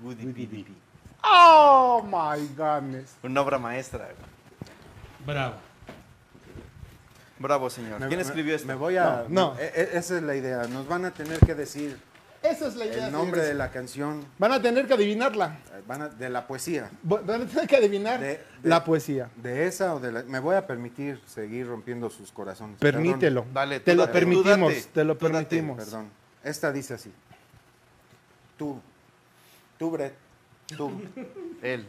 E: Gudipidipi.
A: ¡Oh, my goodness!
E: Una obra maestra.
F: Bravo.
E: Bravo, señor.
B: Me-
E: ¿Quién
B: me-
E: escribió esto?
B: Me voy a.
A: No, no.
B: e- e- esa es la idea. Nos van a tener que decir
A: Esa es la idea.
B: el nombre de
A: señores.
B: la canción,
A: Van a tener que adivinarla.
B: eh, van a- de la poesía.
A: Va- Van a tener que adivinar
B: De- de-
A: la poesía.
B: De esa o de la. Me voy a permitir seguir rompiendo sus corazones. Perdón,
A: Permítelo.
E: Dale, tú
A: te lo
E: date, tú
A: permitimos.
E: date,
A: te lo
E: tú date,
A: permitimos.
B: Perdón. Esta dice así. Tú. Tú, Brett. Tú.
E: Él.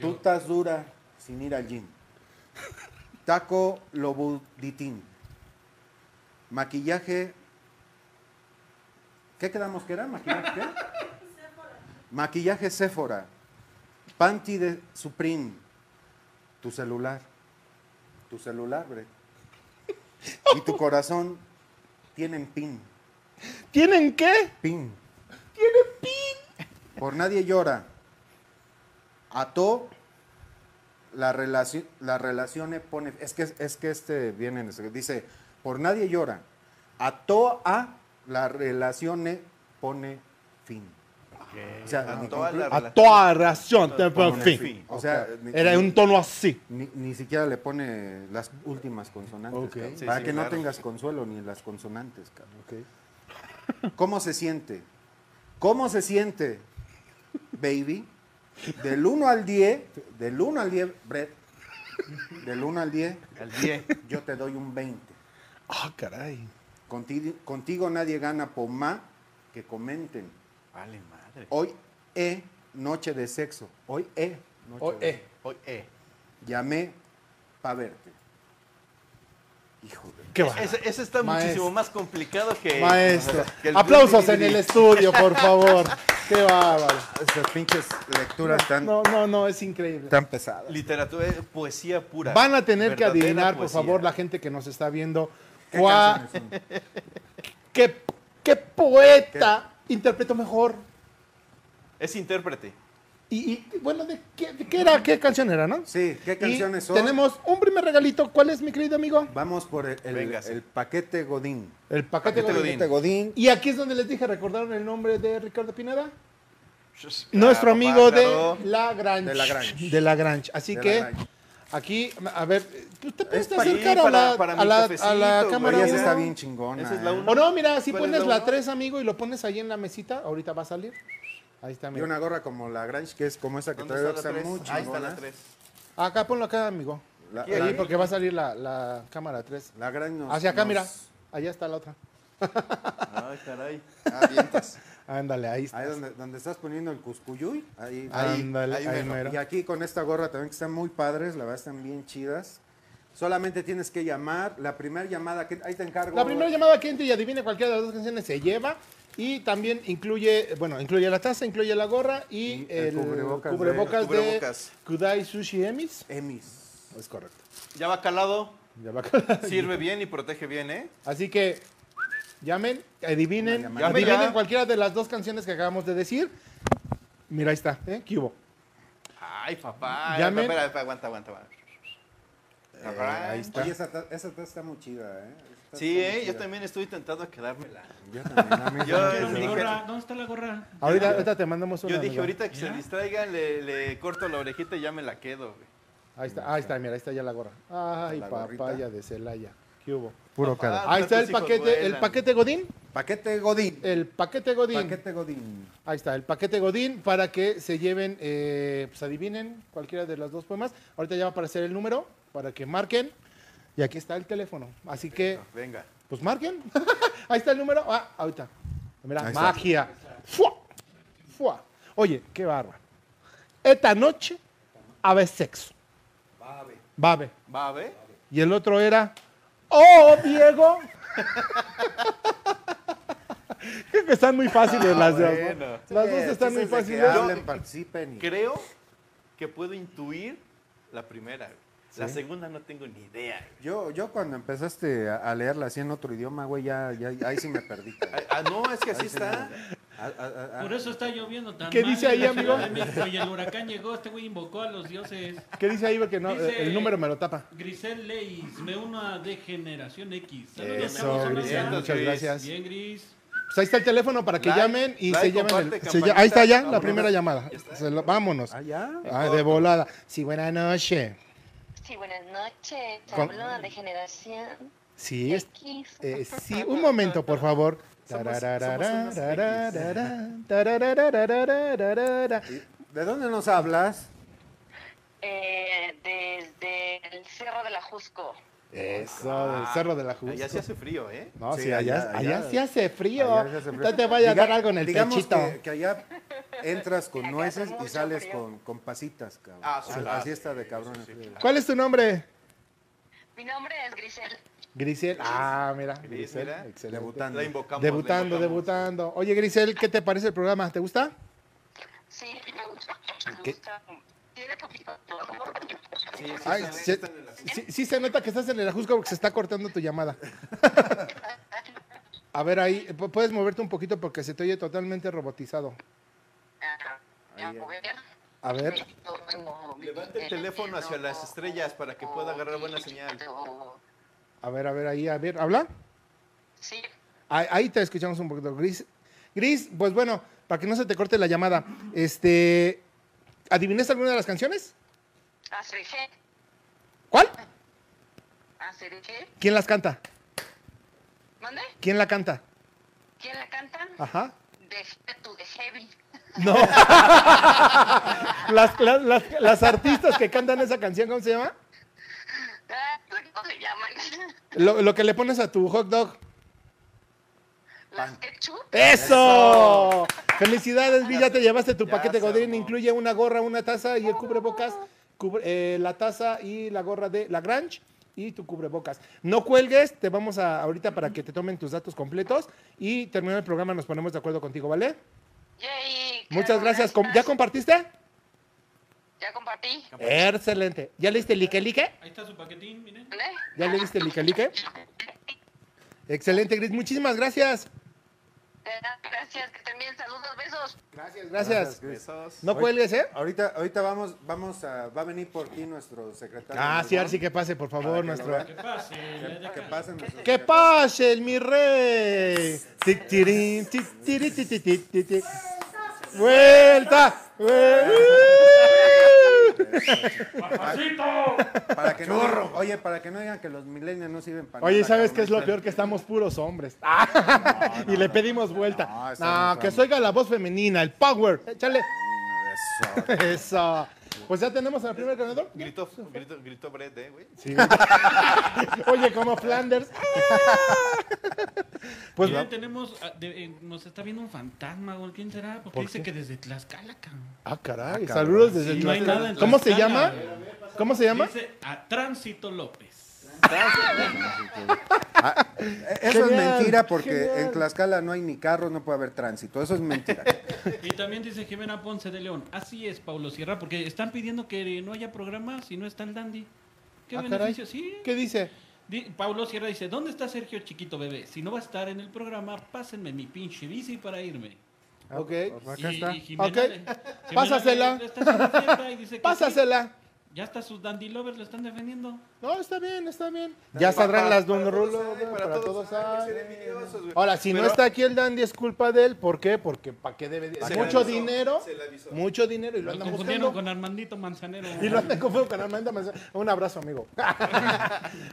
B: Tú estás dura sin ir al gym. Taco lobuditín. Maquillaje. ¿Qué quedamos que era? ¿Maquillaje qué? Maquillaje Sephora. Panty de Supreme. Tu celular. Tu celular, Brett. Y tu corazón tienen pin.
A: ¿Tienen qué?
B: Pin. Tiene pin. Por nadie llora. Ató la relación, la relación pone. Es que es que este viene en ese- dice por nadie llora. Ató a la relación pone fin. O sea, ni
E: Ató a
B: conclu-
E: la
A: A Ah, toda ración. te-
E: Pone
A: fin.
E: fin.
B: o sea, ni-
A: Era un tono así.
B: ni, ni siquiera le pone las últimas consonantes.
A: Ok.
B: cabrón.
E: Sí,
B: Para
E: sí,
B: que no
E: claro.
B: tengas consuelo ni en las consonantes, cabrón. ¿Cómo se siente? ¿Cómo se siente, baby? Del 1 al 10, del 1 al 10, Brett, del 1 al 10,
E: Al 10.
B: yo te doy un 20.
A: Ah, caray.
B: Contigo, contigo nadie gana por más que comenten.
E: Vale, madre.
B: Hoy es noche de sexo. Hoy es noche
A: Hoy
B: de
A: es.
E: Hoy, eh.
B: Llamé para verte. Hijo de...
A: Qué va.
E: Ese, ese está
A: Maestro.
E: muchísimo más complicado que.
A: Maestro.
E: que el-
A: Aplausos en el estudio, por favor. Qué bárbaro.
B: Esas pinches lecturas tan,
A: No, no, no, es increíble.
B: tan pesadas.
E: Literatura, eh, poesía pura.
A: Van a tener que
E: Verdadera
A: adivinar, por
E: poesía.
A: favor, la gente que nos está viendo,
B: ¿Qué
A: cuá-
B: canciones son?
A: qué, qué poeta interpretó mejor.
E: Es intérprete.
A: Y, y, bueno, ¿de qué, de qué era? ¿Qué canción era, no?
B: Sí, ¿qué
A: Y
B: canciones son?
A: Tenemos un primer regalito. ¿Cuál es, mi querido amigo?
B: Vamos por el, el-
E: Véngase.
B: el paquete Godín.
A: El paquete,
E: Paquete
A: Godín.
B: Paquete Godín.
A: Y aquí es donde les dije, ¿recordaron el nombre de Ricardo Pineda?
E: Ah,
A: Nuestro
E: papá,
A: amigo
E: claro.
A: de La Grange.
B: De Lagrange.
A: De Lagrange. Así
B: De
A: que
B: Lagrange.
A: aquí, a ver, ¿usted puedes
E: para-
A: acercar a
E: para-
A: la,
E: para mi
A: a la-
E: cafecito,
A: a la
E: güey.
A: cámara?
B: Oye, esa
A: uno?
B: está bien chingona.
E: Esa es la
B: ¿eh?
E: uno.
A: O no, mira, si
E: ¿Cuál es
A: pones
E: la
A: la
E: uno?
A: 3, amigo, y lo pones ahí en la mesita, ahorita va a salir. Ahí está,
B: Y
A: mira.
B: una gorra como la Grange, que es como esa que
E: ¿Dónde
B: traigo, que
E: está
B: está
E: la
B: muy
E: 3? Ahí está
B: chingona.
E: la 3.
A: Acá, ponlo acá, amigo.
B: La,
E: ¿Quién?
B: la-
A: Ahí, porque va a salir la, la cámara 3.
B: la Grange nos-
A: Hacia acá,
B: nos-
A: mira. Allá está la otra.
E: Ay, caray.
B: Ah, vientos.
A: Ándale, ahí está.
B: Ahí donde, donde estás poniendo el cuscuyuy. Ahí,
A: Ándale,
E: ahí
A: ahí,
E: mero.
A: mero.
B: Y aquí con esta gorra también que están muy padres, la verdad están bien chidas. Solamente tienes que llamar. La primera llamada que ahí te encargo.
A: La primera llamada que entre y adivine cualquiera de las dos canciones se lleva. Y también incluye, bueno, incluye la taza, incluye la gorra y,
B: Y el
A: el
B: cubrebocas
A: cubrebocas,
B: de-
E: el
A: de,
E: cubrebocas.
A: Kudai Sushi Emis.
B: Emis.
A: Es correcto.
E: Ya va calado,
A: Ya va a quedar.
E: sirve bien y protege bien, ¿eh?
A: Así que llamen, adivinen,
B: Llamen
E: ya.
A: adivinen cualquiera de las dos canciones que acabamos de decir. Mira, ahí está, ¿eh? ¿Qué hubo?
E: Ay, papá.
A: Llamen.
E: Espera, espera, aguanta, aguanta, aguanta. Eh, Alright.
A: Eh, ahí está.
B: Oye, esa, ta- esa taza está muy chida, ¿eh? Esta
E: Sí,
B: está muy
E: ¿eh? Yo
B: chida.
E: también estoy tentado a quedármela.
B: Yo también, a mí
E: Yo-
B: también.
F: Quiero mi
E: dije-
F: gorra. ¿Dónde está la gorra?
A: Ahorita, ahorita te mandamos una.
E: Yo dije,
A: amigo.
E: ahorita que se
F: Mira.
E: distraigan, le, le corto la orejita y ya me la quedo, güey.
A: Ahí está, ahí está, mira, ahí está ya la gorra. Ay,
B: La gorrita.
A: papaya de Celaya. ¿Qué hubo? Ah,
D: Puro
E: Papá.
D: cara.
A: Ahí está el
E: Ah, tus hijos
A: paquete, el
E: vuelan.
A: paquete Godín,
D: Paquete Godín.
A: el paquete Eh, Godín.
D: Paquete Godín.
A: Ahí está, el paquete Godín para que se lleven, eh, pues adivinen cualquiera de las dos poemas. Ahorita ya va a aparecer el número para que marquen. Y aquí está el teléfono. Así que,
E: Venga.
A: pues marquen. Ahí está el número. Ah, ahorita. Mira,
D: Ahí está.
A: magia. ¡Fua! ¡Fua! Oye, qué bárbaro. Esta noche, ave sexo. Babe. Babe.
E: ¿Va a ver?
A: Y el otro era, oh, Diego. Creo que están muy fáciles las dos. ¿no?
E: bueno.
A: Las dos están muy
D: fáciles.
A: fáciles.
D: hablen, participen. y-
E: Creo que puedo intuir la primera. güey. La segunda no tengo ni idea. güey.
D: Yo, yo cuando empezaste a a leerla así en otro idioma, güey, ya, ya, ahí sí me perdí. cabrón.
E: Ah, ah, no, es que así está.
D: Ah, ah, ah, ah.
F: Por eso está lloviendo tan
A: ¿Qué
F: mal
A: dice
F: en
A: ahí,
F: la Ciudad
A: amigo?
F: de México y el huracán llegó, este güey invocó a los dioses.
A: ¿Qué dice ahí? Porque no,
F: Dice-
A: el número me lo tapa.
F: Grisel Leis, me uno a de Generación X. Saludos,
A: Eso,
F: chavos,
A: Grisel,
F: hola.
A: muchas
E: Gris.
A: gracias.
F: Bien, Gris.
A: Pues ahí está el teléfono para que
E: Like,
A: llamen y
E: like,
A: se llamen.
E: comparte,
A: ahí está ya
E: campanita.
A: la primera
E: Vámonos.
A: llamada. Se lo- vámonos.
D: Ah, ya.
A: Ah, de volada. Sí, buena noche.
G: Sí, buenas noches. Te
A: Con-
G: hablo de generación
A: Sí, es-
G: X.
A: eh, sí, un momento, por favor. Tarararara, tarararara, tarararara.
D: ¿De dónde nos hablas?
G: Eh, desde el Cerro de la Jusco.
A: Eso, del Cerro de la Justa.
E: Allá sí hace frío, ¿eh?
A: No,
D: Sí,
A: sí, allá,
D: allá-
A: allá
D: allá-
A: sí hace frío.
D: Allá se hace frío.
A: No te vaya a
D: Diga-
A: dar algo en el
D: digamos
A: pechito.
D: Que, que allá entras con
G: Acá hace
D: nueces y
G: mucho
D: sales
G: frío.
D: con, con pasitas, cabrón.
E: Ah, sí,
D: Ah,
E: claro.
D: Así está de cabrón. el frío.
A: ¿Cuál es tu nombre?
G: Mi nombre es Grisel.
A: Grisel. Ah, mira.
E: Gris,
A: Grisel.
E: mira.
A: Excelente.
E: La invocamos. la
A: Debutando,
E: invocamos.
A: debutando. Oye, Grisel, ¿qué te parece el programa? ¿Te gusta?
G: Sí, me gusta. me
A: ¿Qué?
G: gusta. Tiene poquito
E: Sí, sí,
A: Ay,
E: sí,
A: se-
E: está en el-
A: sí, sí se nota que estás en el ajusco porque se está cortando tu llamada. A ver, ahí, pu- puedes moverte un poquito porque se te oye totalmente robotizado. A ver,
E: Levanta el teléfono hacia las estrellas para que pueda agarrar buena señal.
A: a ver, a ver, ahí, a ver, habla.
G: Sí,
A: Ahí, ahí te escuchamos un poquito, Gris. Gris, pues bueno, para que no se te corte la llamada, este, ¿adivinaste alguna de las canciones?
G: Acerejé.
A: ¿Cuál?
G: Acerejé.
A: ¿Quién las canta?
G: ¿Mande?
A: ¿Quién la canta?
G: ¿Quién la canta?
A: Ajá.
G: Dejé tu de Heavy.
A: No. las, las, las- las artistas que cantan esa canción, ¿cómo se llama?
G: Ah, ¿Cómo se llaman?
A: Lo, lo que le pones a tu hot dog.
G: Las ketchup.
A: ¡Eso! Felicidades, Vi, ya te llevaste tu
E: Ya
A: paquete
E: se
A: Godín.
E: armó.
A: Incluye una gorra, una taza y el cubrebocas. cubre- eh, la taza y la gorra de la Grange y tu cubrebocas. No cuelgues, te vamos a ahorita para que te tomen tus datos completos y terminando el programa nos ponemos de acuerdo contigo, ¿vale?
G: Yay,
A: Muchas
G: claro,
A: gracias. Com- ¿Ya compartiste?
G: Ya compartí.
A: Excelente. ¿Ya le diste like like?
F: Ahí está su paquetín, miren.
G: ¿Mande?
A: ¿Ya le diste like like? Excelente, Gris. Muchísimas gracias.
G: Gracias, que también saludos, besos.
D: Gracias,
A: Gracias, gracias.
D: Chris.
E: Besos.
A: No cuelgues, ¿eh?
D: Ahorita, ahorita vamos, vamos a, va a venir por ti nuestro secretario.
A: Ah, sí, ahora
D: así
A: sí que pase, por
D: Para
A: favor,
D: que
A: nuestro...
D: lo vea.
F: Que pase. la de
D: Que
F: acá.
D: pasen nuestro
A: ¡Que
D: secretario.
A: pase el mi rey! Tic, tirín, tic, tirí, ti, ti, ti, ti, ti. ¡Vuelta! ¡Vuelta!
D: Para que no, oye, para que no digan que los millennials no sirven para
A: Oye,
D: nada,
A: ¿sabes
D: cabrón?
A: qué es lo peor? Que estamos puros hombres. Ah, y le pedimos
D: No,
A: vuelta.
D: está
A: No,
D: muy
A: que
D: raro.
A: se oiga la voz femenina, el power. Échale.
D: Eso.
A: Mm, Eso. Pues ya tenemos al primer ganador.
E: Gritó, gritó, gritó Brett, ¿eh, güey?
A: Sí. Oye, como Flanders. Pues
F: Miren, tenemos, ah, de- eh, nos está viendo un fantasma, güey. ¿Quién será? Porque dice que desde Tlaxcala, cabrón.
A: Ah, caray. Saludos desde
F: Sí, no hay
A: Tlaxcala.
F: nada en
A: ¿Cómo se
F: Tlaxcala,
A: llama? ¿Cómo se llama?
F: Dice a Tránsito López.
D: Ah, e-, Eso
A: Genial,
D: es mentira porque
A: genial.
D: en Tlaxcala no hay ni carros, no puede haber tránsito. Eso es mentira.
F: Y también dice Jimena Ponce de León. Así es, Paulo Sierra, porque están pidiendo que no haya programa si no está el Dandy. ¿Qué
A: Ah, caray.
F: beneficio? Sí.
A: ¿Qué dice?
F: Di- Paulo Sierra dice, ¿dónde está Sergio Chiquito Bebé? Si no va a estar en el programa, pásenme mi pinche bici para irme.
A: Ok.
D: Pues Acá
E: Ah,
F: Y-
D: está.
E: pues,
F: y Jimena
A: Ok.
F: le- Jimena
A: Pásasela.
F: le- le está haciendo fiesta y dice que sí.
A: Pásasela.
F: Ya hasta sus dandy lovers lo están defendiendo.
A: No, está bien, está bien. Ya saldrán las Don Rulo,
E: Rulos,
A: güey, para todos. hay. Ahora, si no está aquí el Dandy, es culpa de él. ¿Por qué? Porque ¿para qué debe?
E: Se le
A: mucho
E: avisó,
A: dinero,
E: se le avisó.
A: mucho dinero y lo
F: Lo
A: andan
F: confundieron
A: buscando.
F: con Armandito Manzanero.
A: Y lo andan confundiendo con Armando Manzanero. Un abrazo, amigo.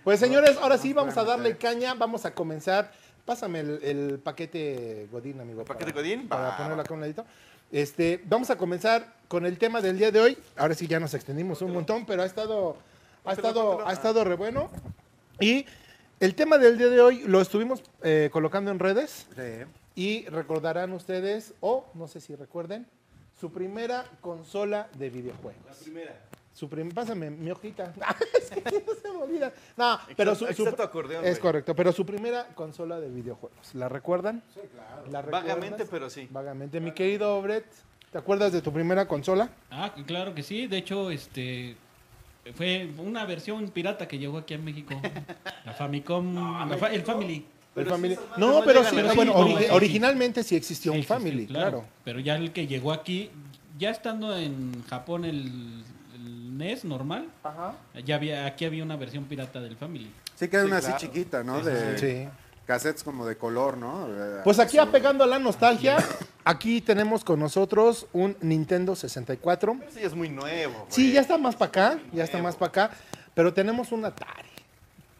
A: pues, señores, ahora sí vamos a darle caña. Vamos a comenzar. Pásame el, el paquete Godín, amigo.
E: paquete
A: para-
E: Godín?
A: Para
E: Va,
A: ponerlo
E: va.
A: acá a un ladito. Este, vamos a comenzar con el tema del día de hoy. Ahora sí ya nos extendimos un montón, pero ha estado, ha estado,
E: Ah.
A: ha estado re bueno. Y el tema del día de hoy lo estuvimos eh, colocando en redes.
B: Sí.
A: Y recordarán ustedes, o no sé si recuerden, su primera consola de videojuegos. La primera. Su prim- Pásame mi hojita. es que no se me olvida. No, pero su,
E: Aquí
A: su-
E: está tu acordeón,
A: es
E: güey.
A: correcto, pero su primera consola de videojuegos. ¿La recuerdan? Sí, claro.
E: Vagamente, pero sí.
A: Vagamente. Mi querido Obret, ¿te acuerdas de tu primera consola?
F: Ah, claro que sí. De hecho, este fue una versión pirata que llegó aquí a México. La Famicom, la fa- el Family.
A: El
E: Pero
A: family-
E: sí, esas madres
A: no,
E: no
A: pero
E: llegan
A: sí,
F: a
A: no, bueno,
F: México. Sí,
A: ori-
F: sí, sí.
A: originalmente sí existió un
F: Sí, sí, sí,
A: family, claro.
F: Pero ya el que llegó aquí, ya estando en Japón el, el NES normal,
A: Ajá.
F: ya había aquí había una versión pirata del Family.
B: Sí, que era
E: Sí,
B: una
E: claro.
B: así chiquita, ¿no?
F: Sí, sí,
B: de
A: Sí.
B: cassettes como de color, ¿no? Eh,
A: Pues aquí
B: Sí.
A: apegando a la nostalgia, aquí tenemos con nosotros un Nintendo 64.
E: Sí, es muy nuevo. güey.
A: Sí, ya está más para acá, ya está más para acá, pero tenemos un Atari.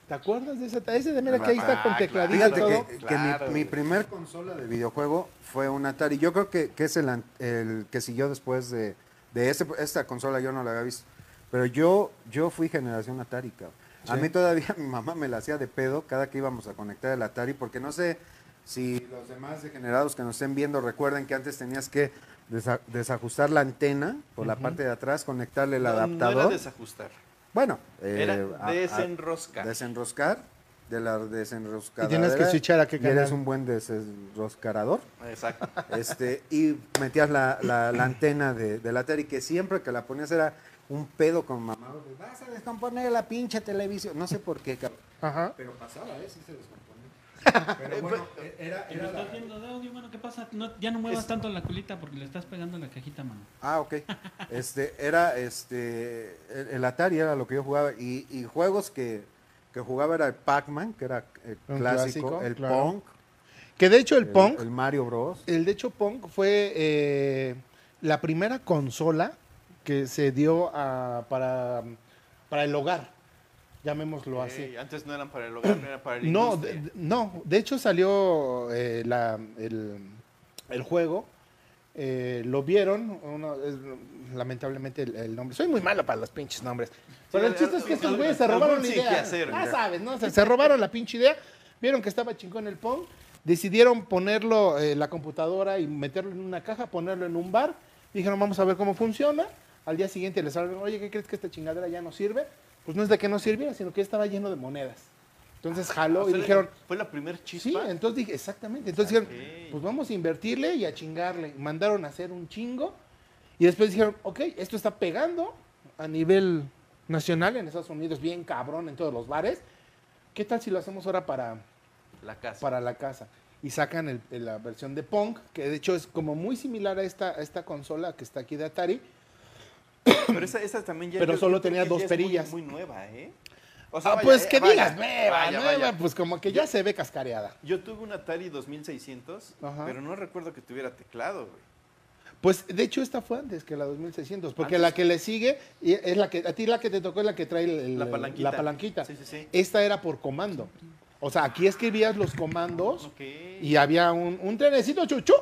A: ¿Te acuerdas de ese Atari? Ese de mira que ahí está con
E: Ah,
A: tecladito y
B: Fíjate
E: claro.
A: todo.
B: que, eh, que
E: Claro,
B: mi, mi
E: güey.
B: primer consola de videojuego fue un Atari. Yo creo que, que es el, an- el que siguió después de, de este- esta consola, yo no la había visto. Pero yo, yo fui generación Atari, cabrón. A mí todavía mi mamá me la hacía de pedo cada que íbamos a conectar el Atari, porque no sé si los demás degenerados que nos estén viendo recuerden que antes tenías que desa- desajustar la antena por la parte de atrás, conectarle el
E: No,
B: adaptador.
E: No era desajustar.
B: Bueno, eh,
E: Era
B: a- a-
E: desenroscar.
B: desenroscar, de la desenroscadora.
A: Y tienes que switchar a qué
B: y Eres
A: canal.
B: un buen desenroscarador.
E: Exacto.
B: este, y metías la, la- la antena de, del Atari, que siempre que la ponías era un pedo con mamá. de, Vas a descomponer la pinche televisión. No sé por qué, cabrón.
A: Ajá.
B: Pero pasaba, ¿eh? Sí se descomponía. Pero bueno, e-, era,
F: ¿Lo
B: era la-
F: estás viendo de audio, mano? ¿Qué pasa? No- ya no muevas tanto la culita porque le estás pegando la cajita, mano.
B: Ah, ok. Este, era este. El, el Atari era lo que yo jugaba. Y, y juegos que, que jugaba era el Pac-Man, que era el
A: Un
B: clásico,
A: clásico,
B: el
A: claro.
B: Pong,
A: Que de hecho el Pong,
B: el Mario Bros.
A: el de hecho Pong fue eh, la primera consola que se dio a- para, para el hogar, llamémoslo así.
E: Ey, antes no eran para el hogar, no era para el
A: No, de, de- no, de hecho salió eh, la- el, el juego, eh, lo vieron, uno- es- lamentablemente el, el nombre, soy muy malo para los pinches nombres, pero el chiste es que estos güeyes se
E: algún
A: robaron la
E: sí eh, que
A: idea,
E: hacer,
A: ah,
E: ya.
A: sabes, ¿no? Se, se robaron la pinche idea, vieron que estaba chingón el Pong, decidieron ponerlo, eh, la computadora y meterlo en una caja, ponerlo en un bar, dijeron vamos a ver cómo funciona, al día siguiente les hablaron, oye, ¿qué crees que esta chingadera ya no sirve? Pues no es de que no sirviera, sino que estaba lleno de monedas. Entonces jaló
E: O
A: y
E: sea,
A: dijeron,
E: Fue la primer chispa.
A: Sí, entonces dije, exactamente. Entonces dijeron,
E: Ok.
A: pues vamos a invertirle y a chingarle. Mandaron a hacer un chingo. Y después dijeron, ok, esto está pegando a nivel nacional en Estados Unidos, bien cabrón en todos los bares. ¿Qué tal si lo hacemos ahora para,
E: la casa.
A: para la casa? Y sacan el- el- la versión de Pong, que de hecho es como muy similar a esta, a esta consola que está aquí de Atari.
E: Pero esa, esa también ya.
A: Pero solo
E: creo
A: tenía
E: que
A: dos
E: ya es
A: perillas.
E: Muy, muy nueva, ¿eh? O
A: ah,
E: vaya,
A: pues
E: eh,
A: que
E: vaya,
A: digas, nueva,
E: vaya,
A: nueva,
E: vaya.
A: pues como que ya se ve cascareada.
E: Yo tuve un Atari 2600,
A: Ajá.
E: pero no recuerdo que tuviera teclado, güey.
A: Pues de hecho esta fue antes que la 2600, porque
E: Antes.
A: la que le sigue y es la que a ti la que te tocó es la que trae el- el-
E: La palanquita.
A: palanquita. Eh,
E: Sí, sí, sí.
A: Esta era por comando. O sea, aquí escribías los comandos
E: Ok.
A: y había un, un trenecito chuchu.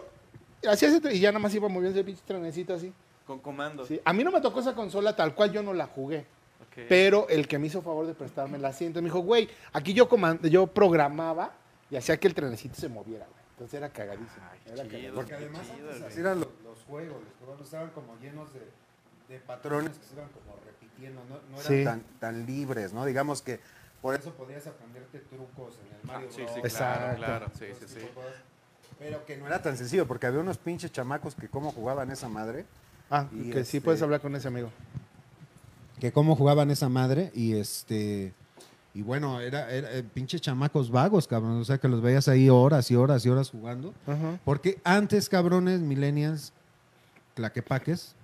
A: y hacías el tre- y ya nada más iba moviendo ese pinche trenecito así.
E: Con comando.
A: Sí, A mí no me tocó esa consola tal cual yo no la jugué.
E: Ok.
A: Pero el que me hizo favor de prestarme la asiento me dijo, güey, aquí yo, coman- yo programaba y hacía que el trenecito se moviera, güey. Entonces era cagadísimo.
E: Ay, qué
A: era
E: chido,
A: cagadísimo.
E: qué
B: además
E: chido,
B: antes
E: güey.
B: así eran los, los juegos, los juegos estaban como llenos de, de patrones que se iban como repitiendo, no, no eran
A: Sí.
B: tan, tan libres, ¿no? Digamos que por eso podías aprenderte trucos en el Mario
E: sí,
B: Bros.
E: sí,
A: Exacto.
E: claro, claro. Sí,
B: todo
E: sí,
B: ese
E: sí.
B: tipo de cosas, Pero que no era tan sencillo, porque había unos pinches chamacos que cómo jugaban esa madre,
A: Ah,
B: Y
A: que sí
B: este-
A: puedes hablar con ese amigo.
B: que cómo jugaban esa madre y este y bueno, era, era eh, pinches chamacos vagos, cabrón, o sea que los veías ahí horas y horas y horas jugando.
A: Ajá.
B: Porque antes, cabrones, millennials, claquepaques,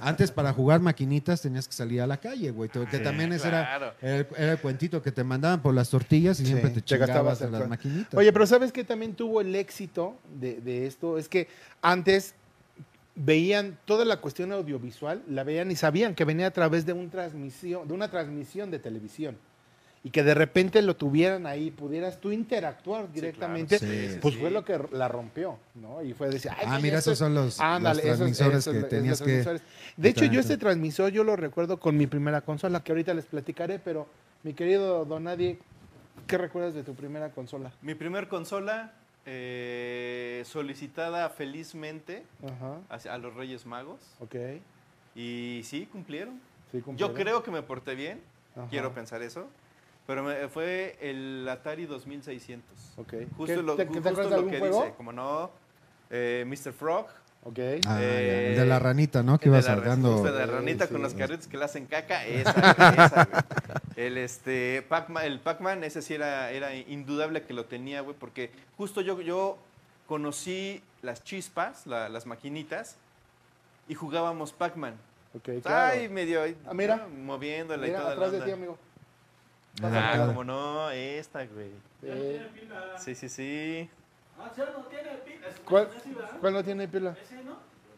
B: Antes para jugar maquinitas tenías que salir a la calle, güey. te- Que también ese era-
E: claro.
B: era, el- era el cuentito que te mandaban por las tortillas y siempre
A: Sí,
B: te
A: te gastabas
B: chingabas a
A: el
B: las
A: cuento.
B: maquinitas.
A: Oye, pero ¿sabes qué también tuvo el éxito de, de esto? Es que antes veían toda la cuestión audiovisual, la veían y sabían que venía a través de, un transmisión, de una transmisión de televisión. Y que de repente lo tuvieran ahí, pudieras tú interactuar directamente,
B: claro. Sí, sí,
A: pues
E: sí.
A: fue lo que la rompió, ¿no? Y fue decir, ay,
B: Ah,
A: güey,
B: mira,
A: esto
B: esos
A: es-
B: son los,
A: Ándale,
B: los
A: esos-
B: transmisores
A: esos-
B: que
A: esos
B: tenías que...
A: transmisores. De hecho,
B: Exacto.
A: yo este transmisor yo lo recuerdo con mi primera consola, que ahorita les platicaré, pero mi querido Donadie, ¿qué recuerdas de tu primera consola?
E: Mi primer consola eh, solicitada felizmente
A: Ajá,
E: hacia- a los Reyes Magos.
A: ok.
E: Y sí, cumplieron.
A: Sí,
E: Yo
A: cumplieron.
E: creo que me porté bien.
A: Ajá.
E: Quiero pensar eso. Pero me- fue el Atari 2600.
A: Ok. ¿Qué-
E: Justo lo,
A: te-
E: ju-
A: te
E: justo
A: acuerdas de
E: lo
A: algún
E: que
A: juego?
E: dice. Como no, eh, Mr. Frog.
A: Ok.
B: Ah, ya, el
E: Eh,
B: de la ranita, ¿no? Que
E: el de
B: ibas
E: la ran-
B: dando...
E: justo de la ranita
A: Sí,
E: con los
A: sí.
E: carritos que le hacen caca. Esa, güey, esa, güey. El, este, Pac-Man, el Pac-Man, ese sí era, era indudable que lo tenía, güey. Porque justo yo, yo conocí las chispas, la- las maquinitas, y jugábamos Pac-man.
A: Ok, claro.
E: Ay, medio ahí,
A: Ah, mira.
E: ¿no? moviéndola y
A: Mira,
E: toda la
A: atrás de
E: onda.
A: ti, amigo.
E: Ah,
B: Ah.
E: como no, esta, güey.
A: Eh,
E: Sí, sí, sí.
A: ¿cuál, cuál no tiene pila?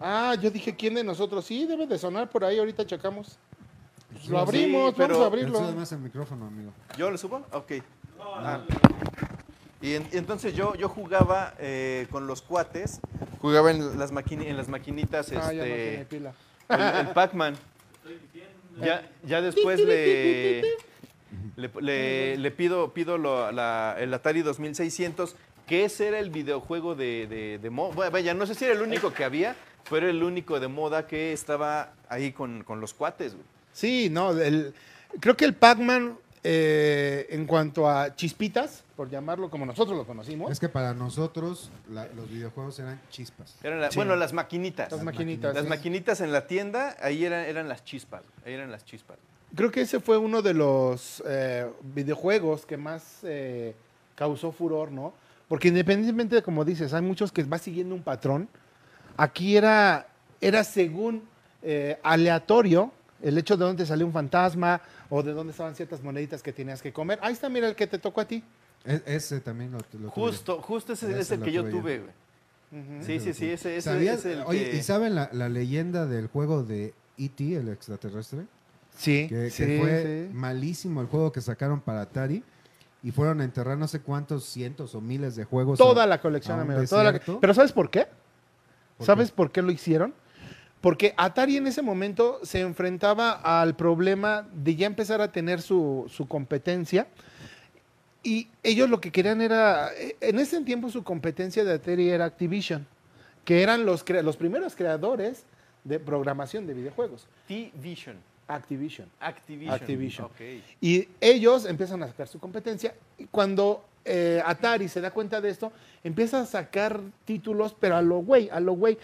A: Ah, yo dije, ¿quién de nosotros? Sí, debe de sonar por ahí, ahorita checamos. Pues lo
E: Sí,
A: abrimos,
E: pero-
A: vamos a
B: Pero sube
A: abrirlo.
B: más el micrófono, amigo.
E: ¿Yo lo subo? Ok. Ah. Y en- entonces yo, yo jugaba eh, con los cuates, jugaba en las, maquini- en las maquinitas
A: Ah, ya no tiene
E: este,
A: pila.
E: el, el Pac-Man. Ya, ya después le, le, le- le pido, pido lo- la- el Atari 2600, que ese era el videojuego de, de, moda. Vaya, no sé si era el único que había, pero era el único de moda que estaba ahí con, con los cuates. güey.
A: Sí, no, el- creo que el Pac-Man, eh, en cuanto a chispitas, por llamarlo como nosotros lo conocimos,
B: Es que para nosotros la- los videojuegos eran chispas.
E: Eran la- Bueno, las maquinitas.
A: las maquinitas.
E: Las
A: sí.
E: maquinitas en la tienda, ahí eran, eran las chispas. Ahí eran las chispas.
A: Creo que ese fue uno de los eh, videojuegos que más eh, causó furor, ¿no? Porque independientemente de como dices, hay muchos que va siguiendo un patrón. Aquí era, era según eh, aleatorio el hecho de dónde salió un fantasma o de dónde estaban ciertas moneditas que tenías que comer. Ahí está, mira el que te tocó a ti.
B: E- ese también lo, lo tuve.
E: Justo, justo ese
B: Ese
E: es el
B: lo
E: que yo
B: tuve yo.
E: tuve, güey.
A: Ujú.
E: Sí, sí, sí, ese, ese
B: ¿Sabías?
E: es el
B: Oye,
E: que-
B: ¿y saben la, la leyenda del juego de E.T., el extraterrestre?
A: Sí,
B: Que, que
A: sí,
B: fue
A: sí.
B: malísimo el juego que sacaron para Atari y fueron a enterrar no sé cuántos cientos o miles de juegos.
A: Toda
B: a-
A: la colección,
B: a un
A: amigo, toda la-
B: desierto.
A: Pero ¿sabes por qué?
B: ¿Por
A: ¿Sabes por qué lo hicieron? Porque Atari en ese momento se enfrentaba al problema de ya empezar a tener su, su competencia. Y ellos lo que querían era, eh, en ese tiempo su competencia de Atari era Activision, que eran los, crea- los primeros creadores de programación de videojuegos.
E: T-Vision.
A: Activision.
E: Activision.
A: Activision.
E: Ok.
A: Y ellos empiezan a sacar su competencia. Y cuando eh, Atari se da cuenta de esto, empieza a sacar títulos, pero a lo güey, a lo güey.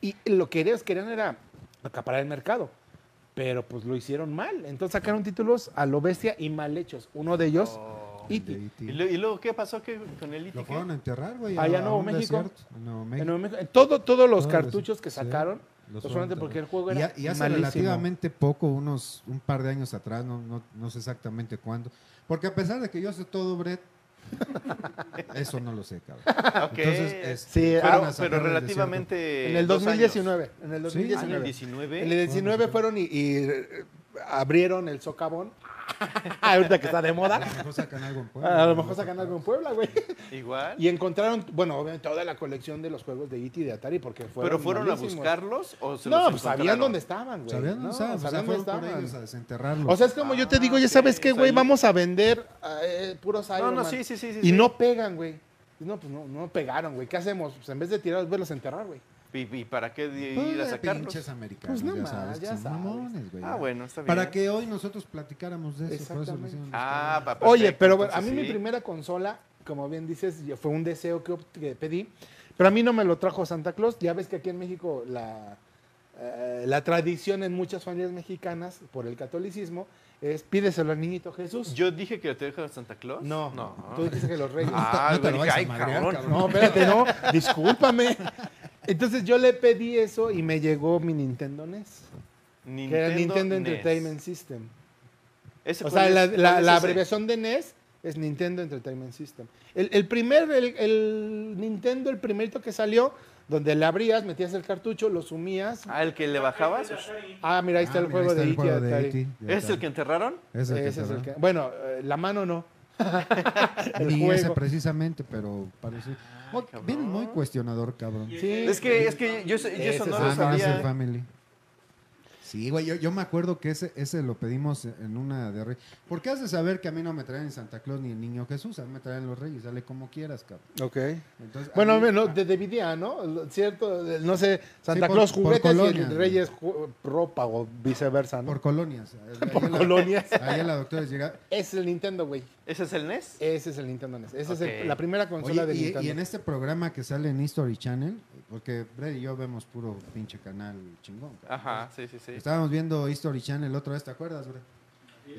A: Y lo que ellos querían era acaparar el mercado. Pero pues lo hicieron mal. Entonces sacaron títulos a lo bestia y mal hechos. Uno de ellos, E
E: Oh.
B: de
A: E.T.
B: E.T..
E: ¿Y, lo- y luego qué pasó ¿Qué- con el
B: Lo
E: ITK?
B: fueron a enterrar, güey.
A: Allá
B: a-
A: en
B: a
A: Nuevo
B: un
A: México.
B: desierto, en Nuevo
A: En
B: México.
A: Nuevo México- todo- todos los
B: Todos
A: cartuchos que
B: Ah, sí,
A: sacaron,
B: los
A: los
B: fueron a
A: solamente porque el
B: enterrar.
A: juego
B: Y
A: era
B: ha- y hace
A: malísimo.
B: relativamente poco, unos un par de años atrás, no, no, no sé exactamente cuándo. Porque a pesar de que yo sé todo, Brett, eso no lo sé, cabrón.
E: Ok. Ah,
B: Entonces, este,
A: Sí, ah,
B: fueron
E: pero,
B: a sacar
E: pero
B: del
E: relativamente.
A: En el
E: Eh, dos años.
A: 2019. En el
B: Sí.
E: Ah, en
A: 2019.
E: el 19.
A: En el 19 fueron y, y, eh, abrieron el socavón.
E: Ah,
A: Ahorita que está de
B: desierto.
A: moda.
B: A lo mejor sacan algo en Puebla.
A: Ah, A lo mejor sacan algo en Puebla, güey.
E: Igual.
A: Y encontraron, bueno, obviamente toda la colección de los juegos de E.T. y de Atari porque fueron
E: ¿Pero fueron
A: malísimos.
E: a buscarlos o se
A: No,
E: los
A: pues
E: encontraron?
A: sabían dónde estaban, güey.
B: ¿Sabían?
A: No, pues,
B: dónde estaban? O sea,
A: sabían
B: fueron
A: dónde
B: por ellos a
A: estaban.
B: desenterrarlo.
A: O sea, es como yo te
E: Ah,
A: digo, ya
E: ok,
A: sabes qué,
E: o sea,
A: güey,
E: ahí-
A: vamos a vender eh, puros Iron
E: No, no,
A: Man.
E: sí, sí, sí. sí,
A: Y
E: sí.
A: no pegan, güey. No, pues no, no pegaron, güey. ¿Qué hacemos? Pues en vez de tirarlos, verlos a enterrar, güey.
E: ¿Y, y para qué de-
B: Pues,
E: ir a sacarlos?
B: pinches americanos,
A: Pues no
B: ya
A: más,
B: sabes, que
A: ya
B: son
A: sabes.
B: mamones, güey.
E: Ah, bueno, está bien.
B: Para que hoy nosotros platicáramos de eso. por eso lo
A: Exactamente.
B: hicieron los
E: Ah,
B: cabrones.
E: pa-
A: Oye,
E: perfecto,
A: pero bueno, a
E: entonces
A: mí mi
E: sí.
A: primera consola, como bien dices, ya fue un deseo que, opt- que pedí, pero a mí no me lo trajo Santa Claus. Ya ves que aquí en México la, eh, la tradición en muchas familias mexicanas por el catolicismo es pídeselo al niñito Jesús.
E: Yo dije que te dejaron Santa Claus.
A: no,
E: No.
A: no, tú dices que los reyes.
E: Ah,
B: No te lo
E: güey,
B: vayas a
E: ay,
B: madrear,
E: cabrón.
B: cabrón.
A: No, espérate, no, discúlpame. Entonces yo le pedí eso y me llegó mi Nintendo NES, que era Nintendo
E: NES.
A: Entertainment System.
E: E ¿Ese
A: O sea,
E: cuál es?
A: la, la-
E: ¿Cuál es
A: la
E: ese?
A: abreviación de NES es Nintendo Entertainment System. El, el primer, el, el Nintendo, el primerito que salió, donde le abrías, metías el cartucho, lo sumías.
E: Ah, el que le bajabas.
A: Ah, mira, ahí está
B: Ah,
A: el
B: mira,
A: juego de
B: está el
A: E.T.
B: juego de
A: Atari.
B: E.T. de
E: ¿Es el
B: Atari.
E: que enterraron?
B: Es el que
A: Ese es
B: te
A: el
B: da.
A: que- bueno, eh, la mano no. el
B: Ni ese
A: juego.
B: precisamente, pero parece. Oh,
E: cabrón.
B: Viene muy cuestionador, cabrón.
A: Sí.
E: Es que, es que yo, eso- yo
A: Ese
E: eso no
A: es el-
E: lo
B: ah, no, es el
E: sabía.
B: Family. Sí, güey, yo, yo me acuerdo que ese, ese lo pedimos en una de Reyes. ¿Por qué has de saber que a mí no me traen en Santa Claus ni el Niño Jesús? A mí me traen los Reyes, sale como quieras, cabrón.
A: Ok.
B: Entonces, a
A: Bueno,
B: mí-
A: no, de DVD, ¿no? Cierto, eh, no sé, Santa
B: por-
A: Claus
B: por
A: juguetes y
B: colonia,
A: el
B: ¿no?
A: Reyes ju- ropa o viceversa, ¿no?
B: por colonias.
A: Por
B: Ahí a la-
A: colonias.
B: Ahí a la doctora llega.
A: Ese es el Nintendo, güey.
E: ¿Ese es el E NES?
A: Ese es el Nintendo NES. Esa es
E: Ok.
A: el- la primera consola
B: Oye,
A: de
B: y-
A: Nintendo.
B: y, en este programa que sale en History Channel, porque Brad y yo vemos puro pinche canal chingón. cabrón.
E: Ajá, sí, sí, sí.
B: Estábamos viendo History Channel otra vez, ¿te acuerdas, Brad?